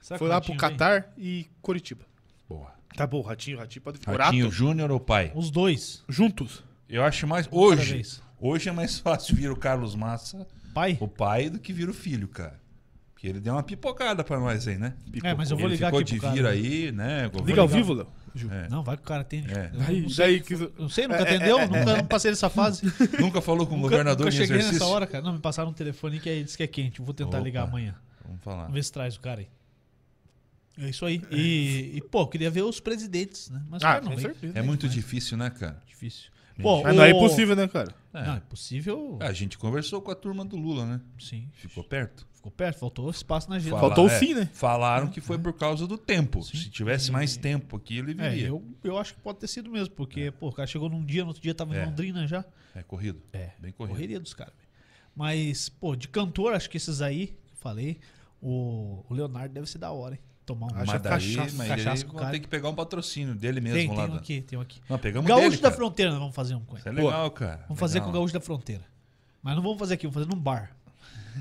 S1: Será que
S3: foi
S1: o
S3: lá pro
S1: Ratinho vem?
S3: Catar e Curitiba.
S2: Boa.
S3: Tá bom, Ratinho, Ratinho pode ficar.
S2: Ratinho Júnior ou pai?
S1: Os dois.
S3: Juntos.
S2: Eu acho mais.
S1: Cada
S2: Hoje.
S1: vez.
S2: Hoje é mais fácil vir o Carlos Massa,
S1: Pai?
S2: o pai, do que vir o filho, cara. Porque ele deu uma pipocada pra nós aí, né?
S1: É, mas eu vou
S2: ele
S1: ligar
S2: ficou
S1: aqui
S2: de
S1: pro
S2: vir
S1: cara.
S2: aí, né? governo-
S3: Liga ao vivo, Léo.
S2: É.
S1: Não, vai que o cara atende.
S2: É.
S1: Eu não
S3: Aí,
S1: sei-
S3: daí que-
S1: Não sei, nunca atendeu, nunca não passei nessa fase.
S2: Nunca falou com o
S1: nunca,
S2: governador
S1: nunca
S2: em
S1: cheguei
S2: exercício.
S1: nessa hora, cara. Não, me passaram um telefone que aí disse que é quente. Eu vou tentar
S2: Opa.
S1: ligar amanhã.
S2: Vamos falar.
S1: Vamos ver se traz o cara aí. É isso aí. E, e, pô, eu queria ver os presidentes, né? Mas o
S3: Ah,
S1: cara não
S3: com
S1: vem.
S3: certeza.
S2: É muito difícil, né, cara?
S1: Difícil. Pô,
S3: Mas não é
S1: o-
S3: impossível, né, cara?
S2: É.
S1: Não, é possível.
S2: A gente conversou com a turma do Lula, né?
S1: Sim.
S2: Ficou perto.
S1: Ficou perto, faltou espaço na agenda.
S2: Fala- é,
S3: Faltou o sim, né?
S2: Falaram que foi por causa do tempo. Se tivesse
S1: E-
S2: mais tempo aqui, ele
S1: Uhum. É,
S2: viria. É,
S1: eu, eu acho que pode ter sido mesmo, porque, pô, o cara chegou num dia, no outro dia tava
S2: É.
S1: em Londrina já.
S2: corrido.
S1: É,
S2: Bem corrido.
S1: Correria dos caras. velho. Mas, pô, de cantor, acho que esses aí, que eu falei, o, o Leonardo deve ser da hora, hein? Tomar um
S3: Acha
S2: Mas daí,
S1: cachaça,
S2: mas
S1: cachaça
S2: daí
S1: com o
S2: vamos
S1: cara.
S2: ter que pegar um patrocínio dele mesmo
S1: tem,
S2: lá.
S1: tem um
S2: da-
S1: aqui, tem um aqui.
S2: Não, pegamos
S1: Gaúcho
S2: dele,
S1: da
S2: cara.
S1: Fronteira, nós vamos fazer um com ele.
S2: Isso é legal, cara.
S1: Vamos fazer
S2: Legal.
S1: com o Gaúcho da Fronteira. Mas não vamos fazer aqui, vamos fazer num bar.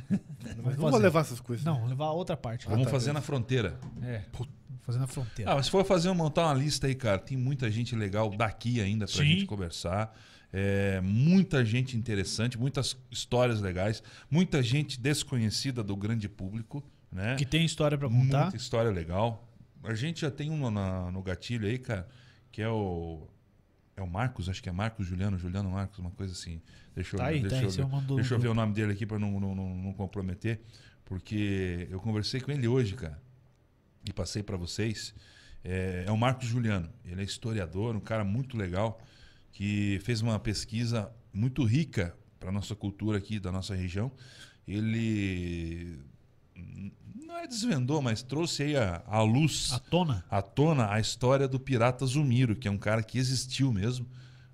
S3: Mas não
S1: fazer.
S3: vou levar essas coisas.
S1: Não, vamos levar a outra parte.
S2: Vamos
S3: tá,
S2: fazer
S3: beleza.
S2: na fronteira.
S1: É, vamos fazer na fronteira.
S2: Ah, mas se for fazer, montar uma lista aí, cara, tem muita gente legal daqui ainda pra
S1: Sim.
S2: gente conversar. É, muita gente interessante, muitas histórias legais, muita gente desconhecida do grande público, né?
S1: que tem história pra contar.
S2: Muita história legal. A gente já tem uma na- no gatilho aí, cara, que é o. É o Marcos, acho que é Marcos Juliano, Juliano Marcos, uma coisa assim. Deixa eu,
S1: Tá aí, tá
S2: deixa
S1: aí,
S2: eu,
S1: você
S2: ver-
S1: mandou
S2: deixa eu
S1: no
S2: ver o nome dele aqui pra não, não, não, não comprometer, porque eu conversei com ele hoje, cara, e passei pra vocês. É, é o Marcos Juliano, ele é historiador, um cara muito legal, que fez uma pesquisa muito rica pra nossa cultura aqui, da nossa região. Ele não é desvendou, mas trouxe aí a, a luz,
S1: A tona.
S2: à tona, a história do pirata Zumiro, que é um cara que existiu mesmo.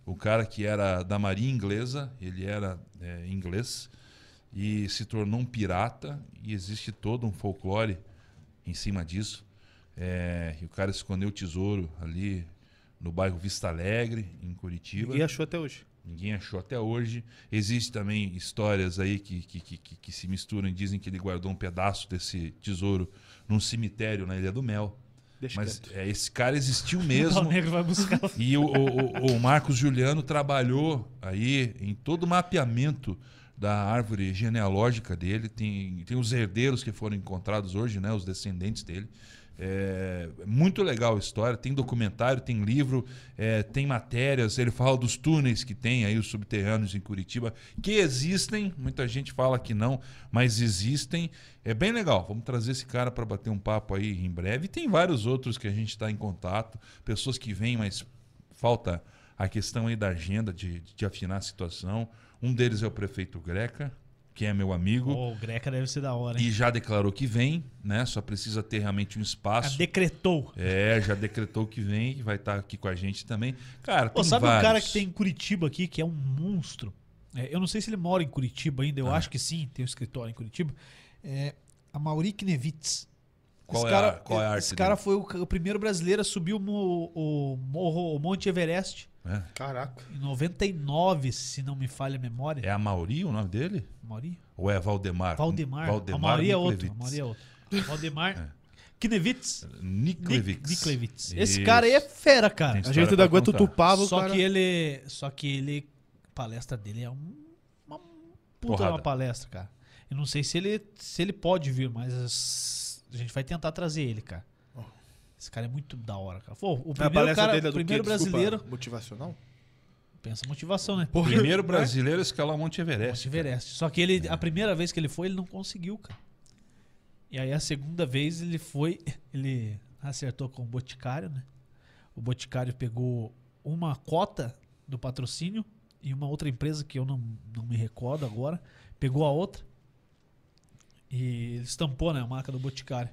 S2: O cara que era da marinha inglesa, ele era é, inglês e se tornou um pirata e existe todo um folclore em cima disso. É, e o cara escondeu o tesouro ali no bairro Vista Alegre, em Curitiba.
S3: Ninguém achou até hoje.
S2: Ninguém achou até hoje. Existem também histórias aí que, que, que, que- que se misturam e dizem que ele guardou um pedaço desse tesouro num cemitério na Ilha do Mel.
S3: Deixa
S2: Mas
S3: quieto.
S2: é, esse cara existiu
S1: O
S2: mesmo.
S1: negro vai buscar.
S2: E o, o- o- o Marcos Juliano trabalhou aí em todo o mapeamento da árvore genealógica dele. Tem, tem os herdeiros que foram encontrados hoje, né? Os descendentes dele. É muito legal a história. Tem documentário, tem livro, é, tem matérias. Ele fala dos túneis que tem aí, os subterrâneos em Curitiba, que existem. Muita gente fala que não, mas existem. É bem legal. Vamos trazer esse cara para bater um papo aí em breve. E tem vários outros que a gente está em contato. Pessoas que vêm, mas falta a questão aí da agenda, de, de afinar a situação. Um deles é o prefeito Greca, que é meu amigo,
S1: Pô, o Greca deve ser da hora, hein?
S2: e já declarou que vem, né? Só precisa ter realmente um
S1: Ah,
S2: espaço.
S1: decretou.
S2: É, já decretou que vem e vai estar aqui com a gente também. Cara,
S1: Pô,
S2: tem
S1: sabe um
S2: vários.
S1: cara que tem em Curitiba aqui, que é um monstro? É, eu não sei se ele mora em Curitiba ainda,
S2: Tá.
S1: eu acho que sim, tem um escritório em Curitiba. É a Mauri Knevitz.
S2: Qual
S1: esse
S2: é
S1: cara,
S2: a- qual é a
S1: esse
S2: arte
S1: cara foi o, ca- o primeiro brasileiro a subir o, mo- o morro- o Monte Everest
S2: É,
S3: Caraca.
S1: em 99, se não me falha a memória.
S2: é a Mauri o nome dele?
S1: Mauri?
S2: Ou é Valdemar?
S1: Valdemar.
S2: Valdemar É.
S1: a Mauri é outro.
S2: Niklevitz.
S1: A Mauri é outro. Valdemar Knevitz.
S2: Niklevitz.
S1: Niklevitz. Esse
S2: Isso.
S1: cara aí é fera, cara.
S2: Tem
S3: A
S2: história
S3: gente
S2: pra
S3: ainda aguenta o
S2: contar.
S3: tupava, o
S1: só
S3: cara.
S1: que ele só que ele a palestra dele é um- uma puta de
S2: Porrada.
S1: uma palestra cara eu não sei se ele se ele pode vir mas as- a gente vai tentar trazer ele cara esse cara é muito da hora cara Pô, o
S3: Oh. A
S1: primeiro
S3: palestra
S1: cara
S3: dele é do
S1: primeiro
S3: quê? Desculpa,
S1: brasileiro
S3: Motivacional?
S1: pensa motivação né
S2: Primeiro brasileiro a escalar Monte Everest.
S1: Monte Everest. Só que ele, a primeira vez que ele foi, ele não conseguiu, cara. E aí a segunda vez ele foi, ele acertou com o Boticário, né? O Boticário pegou uma cota do patrocínio e uma outra empresa que eu não, não me recordo agora, pegou a outra e ele estampou, né, a marca do Boticário.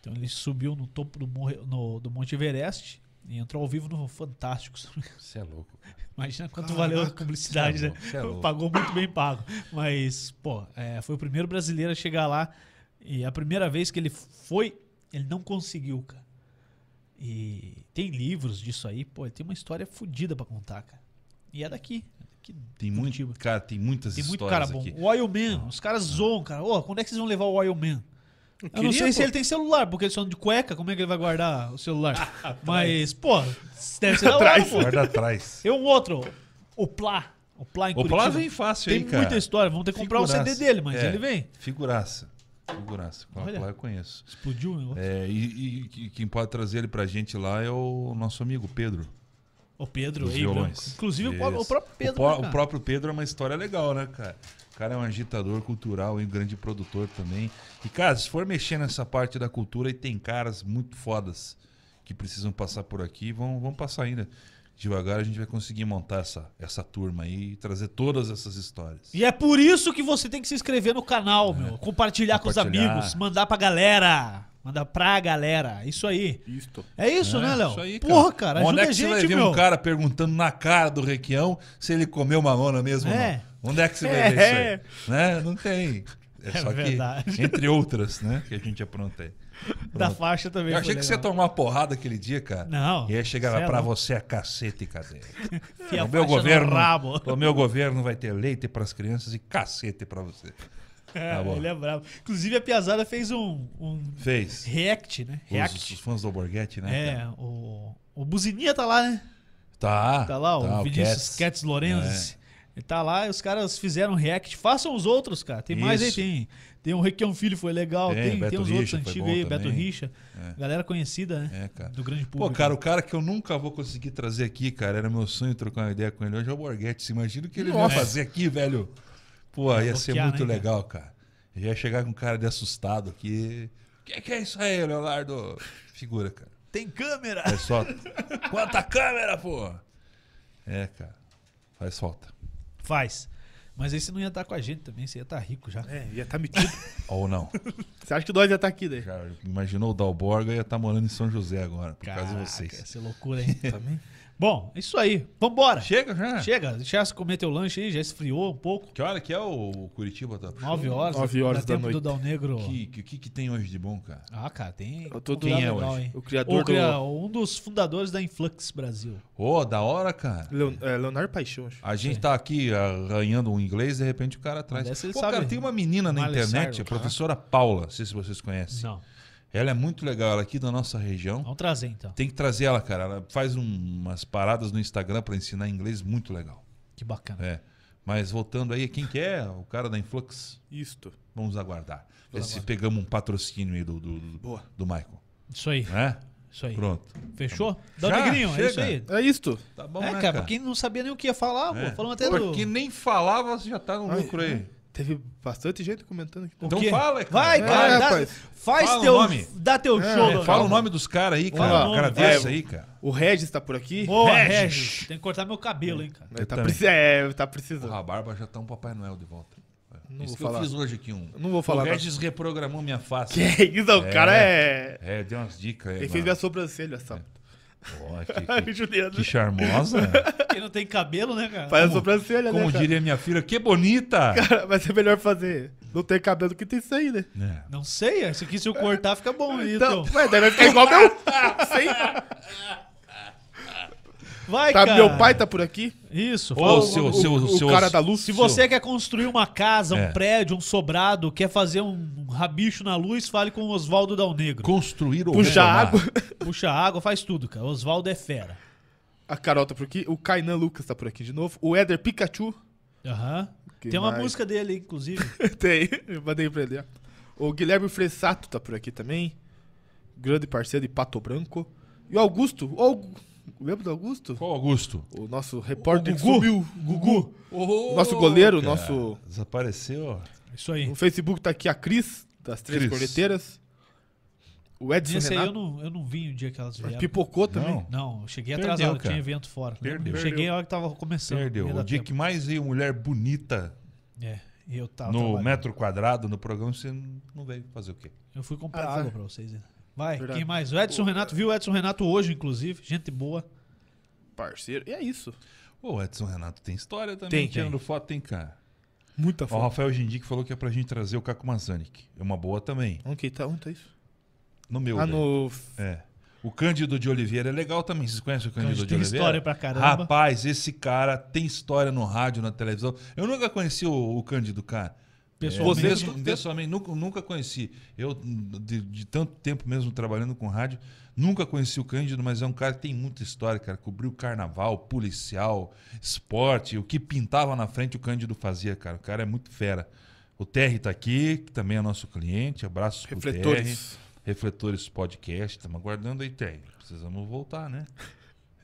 S1: Então ele subiu no topo do, morre- no- do Monte Everest e entrou ao vivo no Fantástico.
S2: Você é louco.
S1: Imagina quanto
S3: Caraca,
S1: valeu a publicidade,
S2: cê é
S1: né?
S2: louco, cê é louco.
S1: Pagou muito bem pago. Mas, pô, é, foi o primeiro brasileiro a chegar lá. E a primeira vez que ele foi, ele não conseguiu, cara. E tem livros disso aí, pô, tem uma história fodida pra contar, cara. E é daqui. é daqui
S2: Tem muito,
S1: Curitiba.
S2: cara, tem muitas
S1: Tem muito
S2: histórias
S1: cara bom.
S2: aqui.
S1: O Oil Man, os caras zoam, cara. Ô, quando é que vocês vão levar o Oil Man? Eu não
S2: Queria,
S1: sei se
S2: pô.
S1: ele tem celular, porque eles são de cueca, como é que ele vai guardar o celular? Mas, pô, deve ser da hora, pô.
S2: Guarda Ah, tá atrás. né?
S1: E um outro, o Plá. O Plá em
S2: O
S1: Curitiba.
S2: Plá vem fácil,
S1: Tem
S2: hein, cara?
S1: muita história, vamos ter que comprar o CD
S2: Figuraça.
S1: dele, mas
S2: É,
S1: ele vem.
S2: Figuraça. Figuraça. Com a
S1: Olha.
S2: Plá eu conheço.
S1: Explodiu o negócio.
S2: É, e, e- e quem pode trazer ele pra gente lá é o nosso amigo Pedro.
S1: O Pedro
S2: Dos
S1: aí,
S2: violões.
S1: branco. Inclusive o,
S2: Isso.
S1: pró- o próprio Pedro.
S2: O, pró-
S1: né, cara?
S2: o próprio Pedro é uma história legal, né, cara? O cara é um agitador cultural e um grande produtor também. E, cara, se for mexer nessa parte da cultura, e tem caras muito fodas que precisam passar por aqui, vão, vão passar ainda. Devagar a gente vai conseguir montar essa, essa turma aí e trazer todas essas histórias.
S1: E é por isso que você tem que se inscrever no canal, meu. Compartilhar, com os
S2: É. Compartilhar.
S1: amigos, mandar pra galera. Mandar pra galera. Isso aí.
S3: Isto.
S1: É isso, né, Léo?
S2: Isso aí,
S1: Porra, cara, ajuda
S2: Onde é que
S1: a
S2: você
S1: gente,
S2: vai ver
S1: meu.
S2: um cara perguntando na cara do Requião se ele comeu mamona mesmo
S1: É.
S2: ou não? Onde é que você vai ver isso aí? Né? Não tem. É, só
S1: verdade.
S2: que, entre outras, né, que a gente apronta aí.
S1: Da faixa também.
S2: Eu
S1: foi
S2: achei que você ia
S1: legal.
S2: tomar uma porrada aquele dia, cara.
S1: Não,
S2: E aí chegava
S1: cê é
S2: pra
S1: louco.
S2: você a cacete e cadeia.
S1: Enfia a
S2: o
S1: faixa
S2: meu
S1: no
S2: governo,
S1: rabo.
S2: o meu governo vai ter leite pras crianças e cacete pra você.
S1: É,
S2: Tá bom.
S1: ele é bravo. Inclusive, a Piazada fez um, um
S2: Fez.
S1: react, né?
S2: Os,
S1: React.
S2: os fãs do Alborguete, né?
S1: É,
S2: cara?
S1: o, o Buzininha tá lá, né?
S2: Tá. É.
S1: Tá lá, o Vinícius
S2: Cats.
S1: Cats Lorenzi. Ele tá lá, e os caras fizeram um react. Façam os outros, cara. Tem mais aí,
S2: Isso.
S1: tem. Tem o Requião Filho, foi legal.
S2: Tem,
S1: Tem, tem,
S2: Beto
S1: os
S2: Richa,
S1: outros
S2: foi
S1: antigos
S2: bom
S1: aí, Beto
S2: também.
S1: Richa. Galera conhecida, né?
S2: É, cara.
S1: Do grande
S2: Pô,
S1: público.
S2: cara, o cara que eu nunca vou conseguir trazer aqui, cara, era meu sonho trocar uma ideia com ele hoje é o Borghetti. Você imagina o que ele vai
S3: Nossa.
S2: fazer aqui, velho? Pô, ia ser
S1: bloquear,
S2: muito
S1: né,
S2: legal, cara. Eu ia chegar com um cara de assustado aqui. O que, que é isso aí, Leonardo? Figura, cara.
S1: Tem câmera!
S2: Faz falta. Quanta câmera, pô! É, cara. Faz falta.
S1: Faz. Mas aí você não ia estar com a gente também, você ia estar rico já.
S3: É, ia tá metido.
S2: Ou não.
S3: Você acha que nós ia tá aqui daí?
S2: Já imaginou o Dalborga ia estar morando em São José agora, por causa de vocês.
S1: Essa é loucura, hein? Também. Bom, isso aí. Vambora.
S2: Chega já?
S1: Chega, deixa eu comer teu lanche aí, já esfriou um pouco.
S2: Que hora que é o Curitiba? Tá?
S1: nove horas.
S3: Nove horas
S1: dá
S3: da
S1: tempo
S3: noite.
S1: do Dal Negro.
S2: Que, que, que que tem hoje de bom, cara?
S1: Ah, cara, tem.
S3: Eu tô
S1: tem
S2: Quem é
S1: legal,
S2: hoje?
S1: hein?
S3: O criador
S1: O cria-
S3: do-
S1: Um dos fundadores da Influx Brasil.
S2: Ô, da hora, cara.
S3: Leon- é, Leonardo Paixão, acho.
S2: A gente tá aqui arranhando um inglês, de repente o cara atrás.
S1: Dessa ele
S2: Pô,
S1: sabe.
S2: cara, tem uma menina na
S1: Miley
S2: internet,
S1: Cyrus,
S2: a professora Paula, não sei se vocês conhecem.
S1: Não.
S2: Ela é muito legal, ela é aqui da nossa região.
S1: Vamos trazer então.
S2: Tem que trazer ela, cara. Ela faz um- umas paradas no Instagram pra ensinar inglês muito legal.
S1: Que bacana.
S2: É. Mas voltando aí, quem que é? O cara da Influx?
S3: Isto.
S2: Vamos aguardar. Ver se pegamos um patrocínio aí do, do, do,
S3: Boa.
S2: do Michael.
S1: Isso aí.
S2: Né?
S1: Isso aí.
S2: Pronto.
S1: Fechou? Dá
S2: Já?
S1: negrinho, é isso
S2: Chega.
S1: aí.
S3: É isto.
S2: Tá bom,
S1: é,
S2: né,
S1: cara, pra quem não sabia nem o que ia falar,
S2: É.
S1: pô. Falamos até do. é?
S2: Porque nem falava, você já tá no
S3: Ai,
S2: lucro aí.
S3: Teve bastante gente comentando aqui.
S1: O
S2: Então
S1: quê?
S2: fala, cara.
S1: Vai,
S2: É,
S1: cara. dá-
S3: rapaz.
S1: faz
S2: Fala o
S1: teu.
S2: nome.
S1: Dá teu show, Leonardo.
S2: Fala o nome dos caras aí,
S1: Fala
S2: cara.
S1: o
S2: Um
S1: nome.
S2: cara desse
S3: É,
S2: aí, cara.
S3: O Regis tá por aqui.
S1: Boa,
S2: Regis.
S1: Regis. Tem que cortar meu cabelo, hein, cara.
S3: Tá,
S2: também.
S3: preci- é, tá precisando.
S2: Porra, a barba já tá um Papai Noel de volta. É.
S3: Não
S2: Isso
S3: vou
S2: que
S3: falar.
S2: eu fiz hoje aqui um.
S3: Não vou falar
S2: O
S3: nada.
S2: Regis reprogramou minha face.
S3: Que isso, o
S2: É.
S3: cara é...
S2: É, deu umas dicas aí.
S3: Ele fez minha
S2: mano.
S3: sobrancelha, sabe?
S2: Ó, que, que-
S3: Juliano.
S2: que charmosa.
S1: Quem não tem cabelo, né, cara?
S3: Faz a sobrancelha, né,
S2: Como
S3: cara?
S2: diria minha filha, que bonita.
S3: Cara, vai ser melhor fazer não ter cabelo do que ter isso aí, né?
S2: É.
S1: Não sei, isso aqui se eu cortar fica bom. E o
S3: Então,
S1: teu?
S3: ué, daí vai ficar igual meu. Sei.
S1: Vai,
S3: Tá,
S1: cara.
S3: meu pai tá por aqui.
S1: Isso.
S2: Ô,
S1: fala-
S2: seu,
S3: o-
S2: seu,
S3: o
S2: seu-
S3: cara da luz.
S1: Se você quer construir uma casa, um
S2: É.
S1: prédio, um sobrado, quer fazer um rabicho na luz, fale com o Oswaldo Dal Negro. é
S2: Construir ou
S3: Puxa
S2: reformar.
S3: água.
S1: Puxa água, faz tudo, cara. Oswaldo é fera.
S3: A Carol tá por aqui. O Kainan Lucas tá por aqui de novo. O Éder Pikachu.
S1: Aham.
S3: Que
S1: Tem uma
S3: mais?
S1: música dele, inclusive.
S3: Tem. Eu mandei pra ele. ó. O Guilherme Fressato tá por aqui também. Grande parceiro de Pato Branco. E o Augusto. O Aug- Lembra do Augusto?
S2: Qual Augusto?
S3: O nosso repórter que
S1: Gugu.
S3: sumiu. Gugu. O nosso goleiro, o nosso...
S2: Desapareceu.
S1: Isso aí.
S3: No Facebook tá aqui a Cris, das Três
S2: Cris.
S3: Corneteiras. O Edson
S1: Esse aí eu
S3: Renato.
S1: não, eu não vim o dia que elas vieram.
S3: Pipocou também.
S2: Não,
S1: Não, eu cheguei
S2: Perdeu,
S1: atrasado,
S2: cara.
S1: tinha evento fora. lembra?
S2: Perdeu.
S1: Eu cheguei a hora que tava começando.
S2: perdeu.
S1: não ia
S2: O
S1: dar
S2: dia
S1: tempo.
S2: que mais veio mulher bonita
S1: É, e eu
S3: Tá,
S1: tava
S2: no
S1: trabalhando.
S2: metro quadrado no programa, você não veio fazer o quê?
S1: Eu fui comprar
S3: Azar.
S1: água pra vocês ainda. Vai,
S3: Verdade.
S1: quem mais? O Edson Renato, viu o Edson Renato hoje, inclusive. Gente boa.
S3: Parceiro. E é isso.
S2: Ô, O Edson Renato tem história também.
S1: Tem,
S2: Tirando foto, tem cara.
S3: Muita
S2: Ó, O
S3: foto.
S2: Rafael Gindic falou que é pra gente trazer o Caco Mazanik. É uma boa também.
S3: Onde que tá? Onde tá isso?
S2: No meu.
S3: ah,
S2: daí.
S3: no...
S2: É. O Cândido de Oliveira é legal também. Vocês conhecem o Cândido
S1: Cândido
S2: de
S1: tem
S2: Oliveira?
S1: história pra caramba.
S2: Rapaz, esse cara tem história no rádio, na televisão. Eu nunca conheci o, o Cândido, cara.
S1: Pessoalmente.
S2: Você
S3: Vocês-
S2: mesmo, pessoalmente, nunca, nunca conheci. Eu, de, de tanto tempo mesmo trabalhando com rádio, nunca conheci o Cândido, mas é um cara que tem muita história, cara. Cobriu carnaval, policial, esporte, o que pintava na frente o Cândido fazia, cara. O cara é muito fera. O Terry tá aqui, que também é nosso cliente. Abraços pro Terry.
S3: Refletores.
S2: Refletores Podcast. Estamos aguardando aí, Terry. Precisamos voltar, né?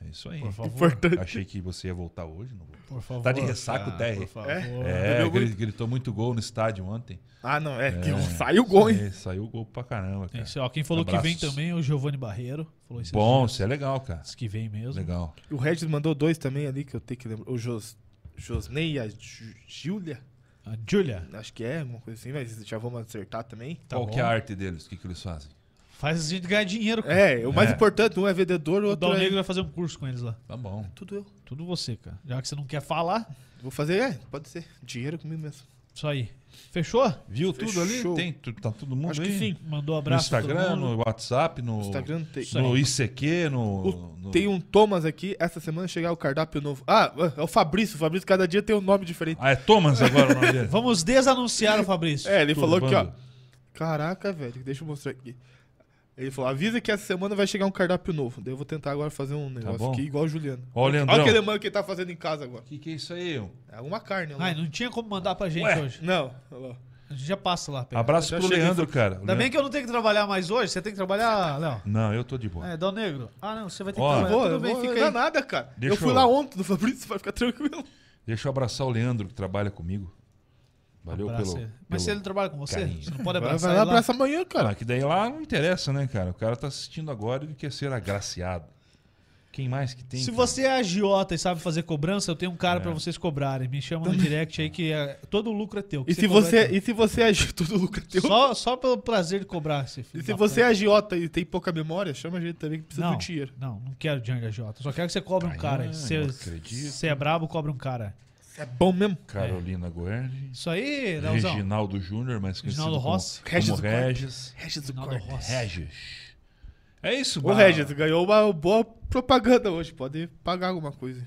S2: É isso aí.
S1: Por favor.
S3: Importante.
S2: Achei que você ia voltar hoje, não voltou.
S1: Por favor. Ah,
S2: Tá de ressaca o Terry.
S1: Por favor.
S2: É,
S3: Bebeu
S2: gri-
S3: muito.
S2: gritou muito gol no estádio ontem.
S3: Ah, não, é. que saiu gol, hein?
S2: É, saiu gol pra caramba, cara.
S1: Esse, ó, quem falou que vem
S2: É. Abraços.
S1: também é o Giovanni Barreiro. Falou esse
S2: Bom, isso é legal, cara.
S1: que vem mesmo.
S2: Legal.
S3: O Regis mandou dois também ali que eu tenho que lembrar. O Jos, Josnei e a Ju- Júlia.
S1: A Julia,
S3: Acho que é, uma coisa assim, mas já vamos acertar também.
S1: Tá
S2: Qual
S1: bom.
S2: que é a arte deles? O que, que eles fazem?
S1: faz a gente ganhar dinheiro. cara.
S3: É, o mais
S2: É.
S3: importante, um é vendedor, o
S1: o
S3: outro
S1: Dal
S3: é...
S1: Negro vai fazer um curso com eles lá.
S2: Tá bom.
S3: Tudo eu.
S1: Tudo você, cara. Já que você não quer falar,
S3: Vou fazer, é, pode ser. Dinheiro comigo mesmo.
S1: isso aí. Fechou?
S2: Viu tudo ali?
S3: Fechou.
S2: Tem, tu- tá todo mundo
S3: Acho
S2: aí?
S3: que sim.
S1: Mandou
S2: No
S1: abraço. pra todo
S2: Instagram,
S1: mundo.
S2: no WhatsApp, no,
S3: Instagram tem.
S2: no ICQ, no, no-
S3: Tem um Thomas aqui, essa semana chegar o cardápio novo. Ah, é o Fabrício. O Fabrício cada dia tem um nome diferente.
S2: Ah, é Thomas agora o nome dele.
S1: Vamos desanunciar o Fabrício.
S3: É, ele
S2: Tudo,
S3: falou aqui, ó.
S2: bando.
S3: Caraca, velho, deixa eu mostrar aqui. Ele falou, avisa que essa semana vai chegar um cardápio novo. Daí eu vou tentar agora fazer um negócio
S2: Tá bom.
S3: aqui igual o Juliano.
S2: Ó, o Leandrão.
S3: Olha aquele mano que ele tá fazendo em casa agora.
S2: O que, que é isso aí? ó?
S3: É alguma carne, lá.
S1: Ai, não tinha como mandar pra gente
S2: Ué.
S1: hoje.
S3: Não, olha lá.
S1: A gente já passa lá, pega.
S2: Abraço
S3: Já
S2: pro
S3: cheguei,
S2: Leandro, cara. O
S1: Ainda bem
S2: Leandro-
S1: que eu não tenho que trabalhar mais hoje. Você tem que trabalhar, Léo?
S2: Não, eu tô de boa.
S1: É, Dal Negro. Ah, não, você vai ter que
S2: Ó.
S1: trabalhar.
S3: Pô,
S1: Tudo
S3: eu
S1: bem,
S3: vou-
S1: fica
S3: não é
S1: aí.
S3: nada, cara.
S2: Deixa
S3: eu fui
S2: eu-
S3: lá ontem do Fabrício, vai ficar tranquilo.
S2: Deixa eu abraçar o Leandro, que trabalha comigo. Valeu
S1: Abraço
S2: pelo.
S3: é.
S1: ele. Mas se
S2: pelo-
S1: ele trabalha com você,
S2: carinho.
S1: você não pode
S3: Vai,
S1: abraçar
S3: vai
S1: ele
S3: lá
S1: lá.
S3: abraça amanhã, cara.
S2: Ah, que daí lá não interessa, né, cara? O cara tá assistindo agora e ele quer ser agraciado. Quem mais que tem?
S1: Se
S2: cara? É.
S1: você é agiota e sabe fazer cobrança, eu tenho um cara pra vocês cobrarem. Me chama no direct aí que é- todo o lucro é teu. que
S3: E se
S1: cobrar
S3: você,
S1: é teu.
S3: e se você é agi- tudo Lucas teu.
S1: Só, só pelo prazer de cobrar, esse filho
S3: E se
S1: da
S3: você é
S1: puta.
S3: agiota e tem pouca memória, chama a gente também que precisa
S1: não,
S3: do dinheiro.
S1: Não, não quero dinheiro de agiota. Só quero que você cobre um
S2: Ai,
S1: cara.
S2: eu
S1: aí. Se
S2: acredito.
S1: você é brabo, cobre um cara.
S3: É bom mesmo.
S2: Carolina
S1: É.
S2: Guerri.
S1: Isso aí, Leozão.
S2: Reginaldo Júnior, mais conhecido
S1: Reginaldo
S2: como,
S1: Rossi.
S2: como
S3: Regis do Corte.
S2: Regis.
S3: Regis do
S1: Final do
S3: Corte.
S1: Rossi.
S2: Regis. É isso,
S3: Ô,
S2: Bala.
S3: Regis, ganhou uma boa propaganda hoje. Pode pagar alguma coisa.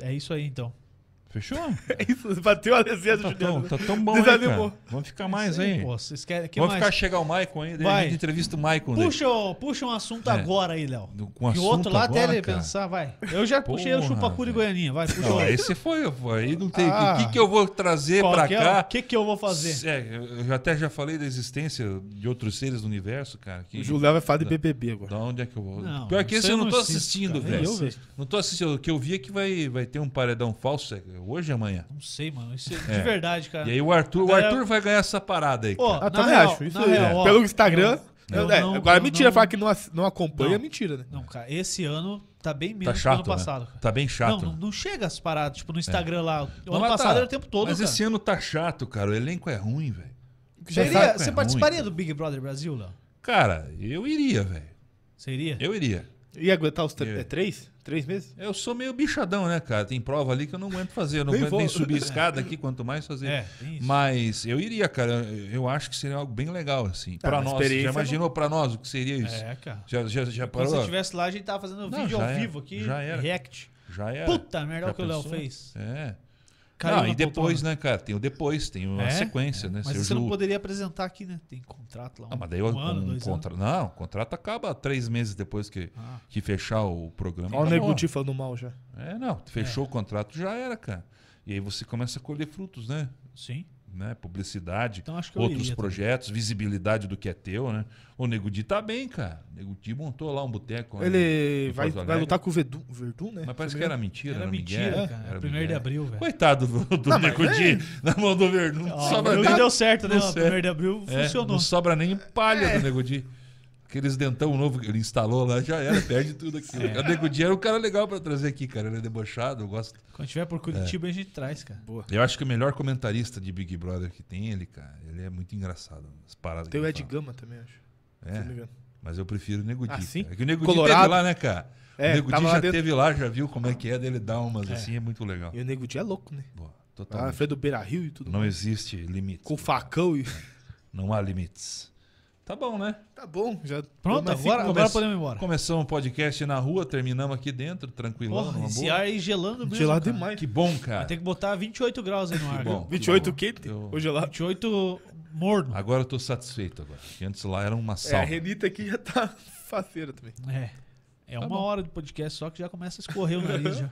S1: É isso aí, então.
S2: Fechou?
S3: É isso, bateu a
S1: É
S3: lesinha do
S2: Tá tão,
S3: Juliano.
S2: tá tão bom,
S3: Desanimou.
S2: Desanimou. Vamos ficar mais
S1: né? Isso
S2: aí.
S1: Pô, vocês querem... que
S2: Vamos
S1: mais?
S2: ficar chegar o Maicon aí, daí a
S1: Vai.
S2: gente entrevista o Maicon. daí.
S1: Puxa, o- puxa um assunto
S2: É.
S1: agora aí, Léo.
S2: Do- com
S1: e
S2: assunto
S1: outro lá até
S2: agora,
S1: ele
S2: cara.
S1: pensar, vai. Eu já puxei o
S2: Porra,
S1: Chupacuri
S2: velho.
S1: Goianinha, vai, puxa
S2: Não,
S1: outro.
S2: esse foi, aí não tem. O
S3: Ah.
S2: que, que eu vou trazer
S1: Qual
S2: pra
S1: que é?
S2: cá?
S1: O que, que eu vou fazer?
S2: É, eu já- até já falei da existência de outros seres do universo, cara. Que...
S3: O Juliano vai falar de BBB agora.
S2: Da onde é que eu vou?
S1: Não,
S2: Pior que
S1: isso eu
S2: esse eu não
S1: não
S2: tô
S1: assisto, cara.
S2: assistindo,
S3: Nem
S2: velho.
S3: eu vejo.
S2: Não tô assistindo. O que eu vi é que vai, vai ter um paredão falso é, hoje e amanhã.
S1: Não sei, mano. Isso é
S2: É.
S1: de verdade, cara.
S2: E aí o Arthur, o
S1: Galera-
S2: Arthur vai ganhar essa parada aí.
S1: Ó,
S2: cara.
S3: Ah,
S1: na
S3: também
S1: real,
S3: acho. Isso
S1: na
S3: aí.
S1: real, ó,
S3: Pelo Instagram.
S1: eu- eu
S3: é,
S1: não-
S3: agora é
S1: eu
S3: mentira
S1: não-
S3: falar que não, ass- não acompanha,
S1: Não.
S3: é mentira, né?
S1: Não, cara, esse ano tá bem menos
S2: tá
S1: que
S2: chato,
S1: ano passado,
S2: né?
S1: cara.
S2: Tá bem chato.
S1: Não,
S2: né?
S1: não chega as paradas, tipo, no Instagram lá. O
S2: Mas
S1: ano
S2: lá
S1: passado
S2: tá.
S1: era o tempo todo,
S2: Mas
S1: cara.
S2: esse ano tá chato, cara. O elenco é ruim, velho.
S1: Você,
S2: já
S1: iria-
S2: sabe que
S1: você
S2: é
S1: participaria
S2: ruim,
S1: do Big Brother Brasil, Léo?
S2: Cara, eu iria, velho.
S1: Você iria?
S2: Eu iria.
S3: Ia aguentar os tre-
S2: Eu-
S3: é, três? Três meses?
S2: Eu sou meio bichadão, né, cara? Tem prova ali que eu não aguento fazer. Eu não
S3: Nem
S2: aguento
S3: vou.
S2: nem subir escada aqui, quanto mais fazer.
S1: É, tem isso.
S2: Mas eu iria, cara. Eu eu acho que seria algo bem legal, assim.
S3: Ah,
S2: Pra
S3: uma
S2: nós.
S3: experiência
S2: Já imaginou pra nós o que seria isso?
S1: É, cara.
S2: Já, já, já
S1: Quando
S2: parou?
S1: você estivesse lá, a gente tava fazendo
S2: Não,
S1: vídeo ao
S2: já era.
S1: vivo aqui,
S2: Já era.
S1: react.
S2: Já era.
S1: Puta merda,
S2: Já
S1: olha o que o Léo
S2: pensou?
S1: fez.
S2: É.
S1: Caiu
S2: Não,
S1: na
S2: e depois,
S1: poltrona.
S2: né, cara? Tem o depois, tem a
S1: É?
S2: sequência, né?
S1: Mas
S2: Seu
S1: você não
S2: Ju-
S1: poderia apresentar aqui, né? Tem contrato lá. Um,
S2: Ah, mas daí
S1: um
S2: eu-
S1: ano,
S2: um
S1: dois
S2: contra... Não, o contrato acaba três meses depois que,
S1: Ah.
S2: que fechar o programa.
S3: Olha o
S2: acabou.
S3: Neguti falando mal já.
S2: É, não. Fechou o contrato, já era, cara. E aí você começa a colher frutos, né?
S1: anos. Sim.
S2: né? Publicidade,
S1: Então, acho que eu
S2: outros
S1: iria
S2: projetos, visibilidade do que é teu, né? O Nego Di tá bem, cara. O Nego Di montou lá um boteco. né?
S3: Ele
S2: Em
S3: vai,
S2: Porto
S3: vai
S2: Alegre.
S3: lutar com o Verdun, Verdun né?
S2: Mas parece
S3: Se
S2: que
S3: não
S2: era
S3: me
S2: mentira,
S1: Era
S2: era
S1: mentira,
S2: Miguel. é?
S1: cara.
S2: Era
S1: Era 1 de
S2: Miguel.
S1: abril, velho.
S2: Coitado do, do
S3: Não, mas é
S2: Nego Di na mão do Verno. Não
S1: Ó,
S2: sobra
S1: abril
S2: nem,
S1: deu certo, né?
S2: não
S1: Ó,
S2: sei.
S1: 1 de abril
S2: É,
S1: funcionou.
S2: não sobra nem palha
S3: É.
S2: do Nego Di. Aqueles dentão novo que ele instalou lá já era, perde tudo aquilo.
S1: É.
S2: O Nego Di era um cara legal pra trazer aqui, cara. Ele é debochado, eu gosto.
S1: Quando tiver por Curitiba, a gente traz, cara.
S2: Eu acho que o melhor comentarista de Big Brother que tem ele, cara. Ele é muito engraçado. As paradas
S3: Tem
S2: que
S3: o
S2: ele
S3: Ed
S2: fala.
S3: Gama também, acho. Se
S2: É.
S3: não me engano.
S2: Mas eu prefiro o Nego Di.
S3: Ah, sim?
S2: cara. É que o Nego Di
S3: Colorado.
S2: teve lá, né, cara?
S3: É,
S2: o Nego Di
S3: tava lá
S2: já
S3: dentro.
S2: teve lá, já viu como é que é dele dar umas assim, é muito legal.
S3: E o Neguti é louco, né?
S2: Boa,
S3: Tá na
S2: totalmente. é
S3: frente do Beira Rio e tudo.
S2: Não existe limites.
S3: Com o facão e.
S2: Não há limites. Tá bom, né?
S3: Tá bom, já.
S1: Pronto, assim,
S3: mas
S1: agora, é
S3: fica-
S1: agora podemos ir embora.
S2: Começamos o podcast na rua, terminamos aqui dentro, tranquilão,
S1: Porra,
S2: numa
S1: esse
S2: boa.
S1: ar aí gelando mesmo.
S3: Gelado
S1: cara.
S3: demais.
S2: Que bom, cara.
S1: Vai ter que botar 28 graus aí no ar.
S2: bom.
S1: Bom.
S3: 28 quente é
S2: Eu-
S3: ou gelado?
S1: 28 morno.
S2: Agora eu tô satisfeito agora. porque Antes lá era uma
S3: É, a
S2: sala.
S3: Renita aqui já tá faceira também.
S1: É. É uma hora de podcast só que já começa a escorrer o nariz já.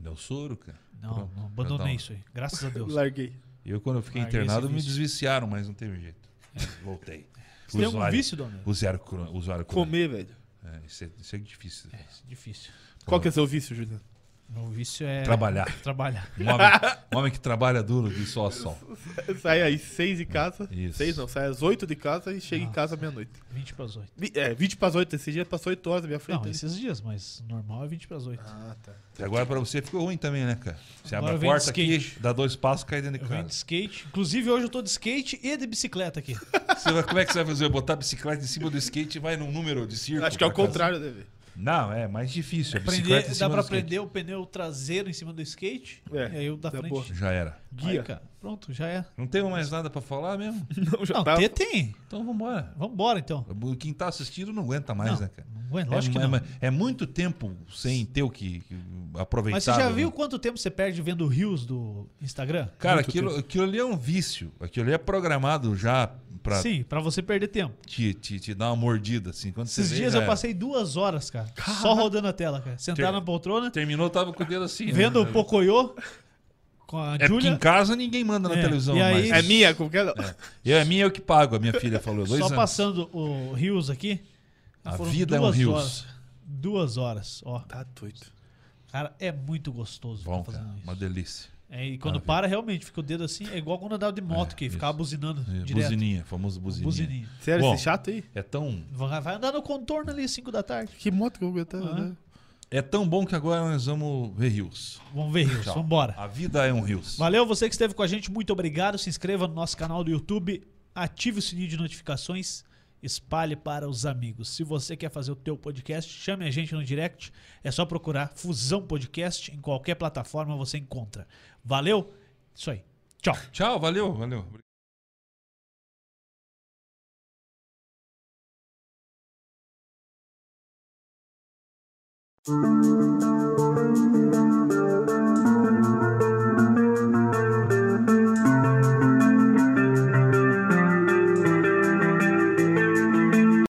S2: Deu soro, cara.
S1: Não, não
S2: Pronto, já dá um-
S1: abandonei isso aí. Graças a Deus.
S3: Larguei.
S2: Eu, quando eu fiquei
S1: Larguei
S2: internado,
S1: esse
S2: me
S1: vício.
S2: desviciaram, mas não teve jeito. Voltei.
S1: Você tem algum vício, Dona?
S2: Usuário crônico. Usuário crônico.
S3: Comer, velho.
S2: É, isso, é, isso é difícil.
S1: Difícil.
S3: Qual que é o seu vício, Juliano?
S1: Meu vício é.
S2: Trabalhar.
S1: Trabalhar.
S2: Um homem, um homem que trabalha duro de sol a sol.
S3: Sai aí seis de casa.
S2: Isso.
S3: Seis não, sai às oito de casa e chega em casa meia-noite.
S1: 20 para as 8.
S3: Vi- É, 20 pras 8, esse dia passou 8 horas na minha frente. né?
S1: Não, esses dias, mas normal é 20 para as 8.
S3: Ah, tá.
S2: E agora pra você ficou ruim também, né, cara? Você abre
S1: Agora
S2: a
S1: vem de
S2: porta aqui,
S1: skate.
S2: dá dois passos, cai dentro
S1: Eu
S2: de
S1: venho de
S2: casa.
S1: skate. Inclusive, hoje eu tô de skate e de bicicleta aqui.
S2: Você vai- como é que você vai fazer? Botar a bicicleta em cima do skate e vai num número de circo?
S3: Acho que é o
S2: pra casa?
S3: contrário, né, velho?
S2: Não, é mais difícil. A
S1: Prender-
S2: bicicleta em
S1: dá
S2: cima
S1: pra
S2: do skate.
S1: prender o pneu traseiro em cima do skate.
S3: É,
S1: e aí o da
S3: dá
S1: frente.
S3: boa.
S2: Já era.
S1: Guia.
S3: Guia.
S1: cara. Pronto, já é.
S2: Não temos mais nada pra falar mesmo?
S3: Não, já
S1: Não,
S3: tá.
S1: T tem.
S2: Então vambora.
S1: Vambora então.
S2: Quem tá assistindo não aguenta mais,
S1: Não,
S2: né, cara?
S1: não aguenta, lógico
S2: é,
S1: que
S2: mu-
S1: não.
S2: é muito tempo sem ter o que, que aproveitar.
S1: Mas você já
S2: né?
S1: viu quanto tempo você perde vendo rios do Instagram?
S2: Cara,
S3: Muito
S2: aquilo, aquilo ali é um vício. Aquilo ali é programado já pra
S1: Sim, pra você perder tempo.
S2: te, te, te dar uma mordida, assim. Quando você
S1: Esses
S2: vê,
S1: dias
S2: já
S1: eu
S2: era.
S1: passei duas horas, cara, só rodando a tela, cara. Sentado
S2: Ter-
S1: na poltrona,
S2: Terminou, tava com o dedo assim. né?
S1: vendo o Pocoyo com a
S2: É porque
S1: Júlia.
S2: em casa ninguém manda na
S1: É,
S2: televisão
S1: e aí-
S2: mais.
S3: É minha, como que é?
S2: E a minha eu que pago, a minha filha falou. Dois
S1: Só
S2: anos.
S1: passando o rios aqui.
S2: A
S1: foram
S2: vida é um
S1: duas
S2: rios.
S1: horas. Duas horas, ó.
S3: Tá doido.
S1: Cara, é muito gostoso
S2: Bom,
S1: ficar
S2: cara,
S1: fazendo isso.
S2: uma delícia.
S1: É, e quando
S2: Maravilha.
S1: para, realmente, fica o dedo assim, é igual quando andava de moto, que
S2: Ah, isso.
S1: ficava buzinando
S2: É,
S1: direto.
S2: Buzininha, famoso buzininha.
S1: Buzininha.
S3: Sério,
S2: Bom.
S3: esse chato aí?
S2: É tão,
S1: Vai vai andar no contorno ali, 5 da tarde.
S3: Que moto que eu aguentava,
S1: Ah.
S3: né?
S2: é tão bom que agora nós vamos ver rios.
S1: Vamos ver rios,
S2: Tchau.
S1: vamos embora.
S2: A vida é um rios.
S1: Valeu você que esteve com a gente, muito obrigado. Se inscreva no nosso canal do YouTube, ative o sininho de notificações, espalhe para os amigos. Se você quer fazer o teu podcast, chame a gente no direct. É só procurar Fusão Podcast em qualquer plataforma você encontra. Valeu. Isso aí. Tchau.
S2: Tchau, valeu, valeu.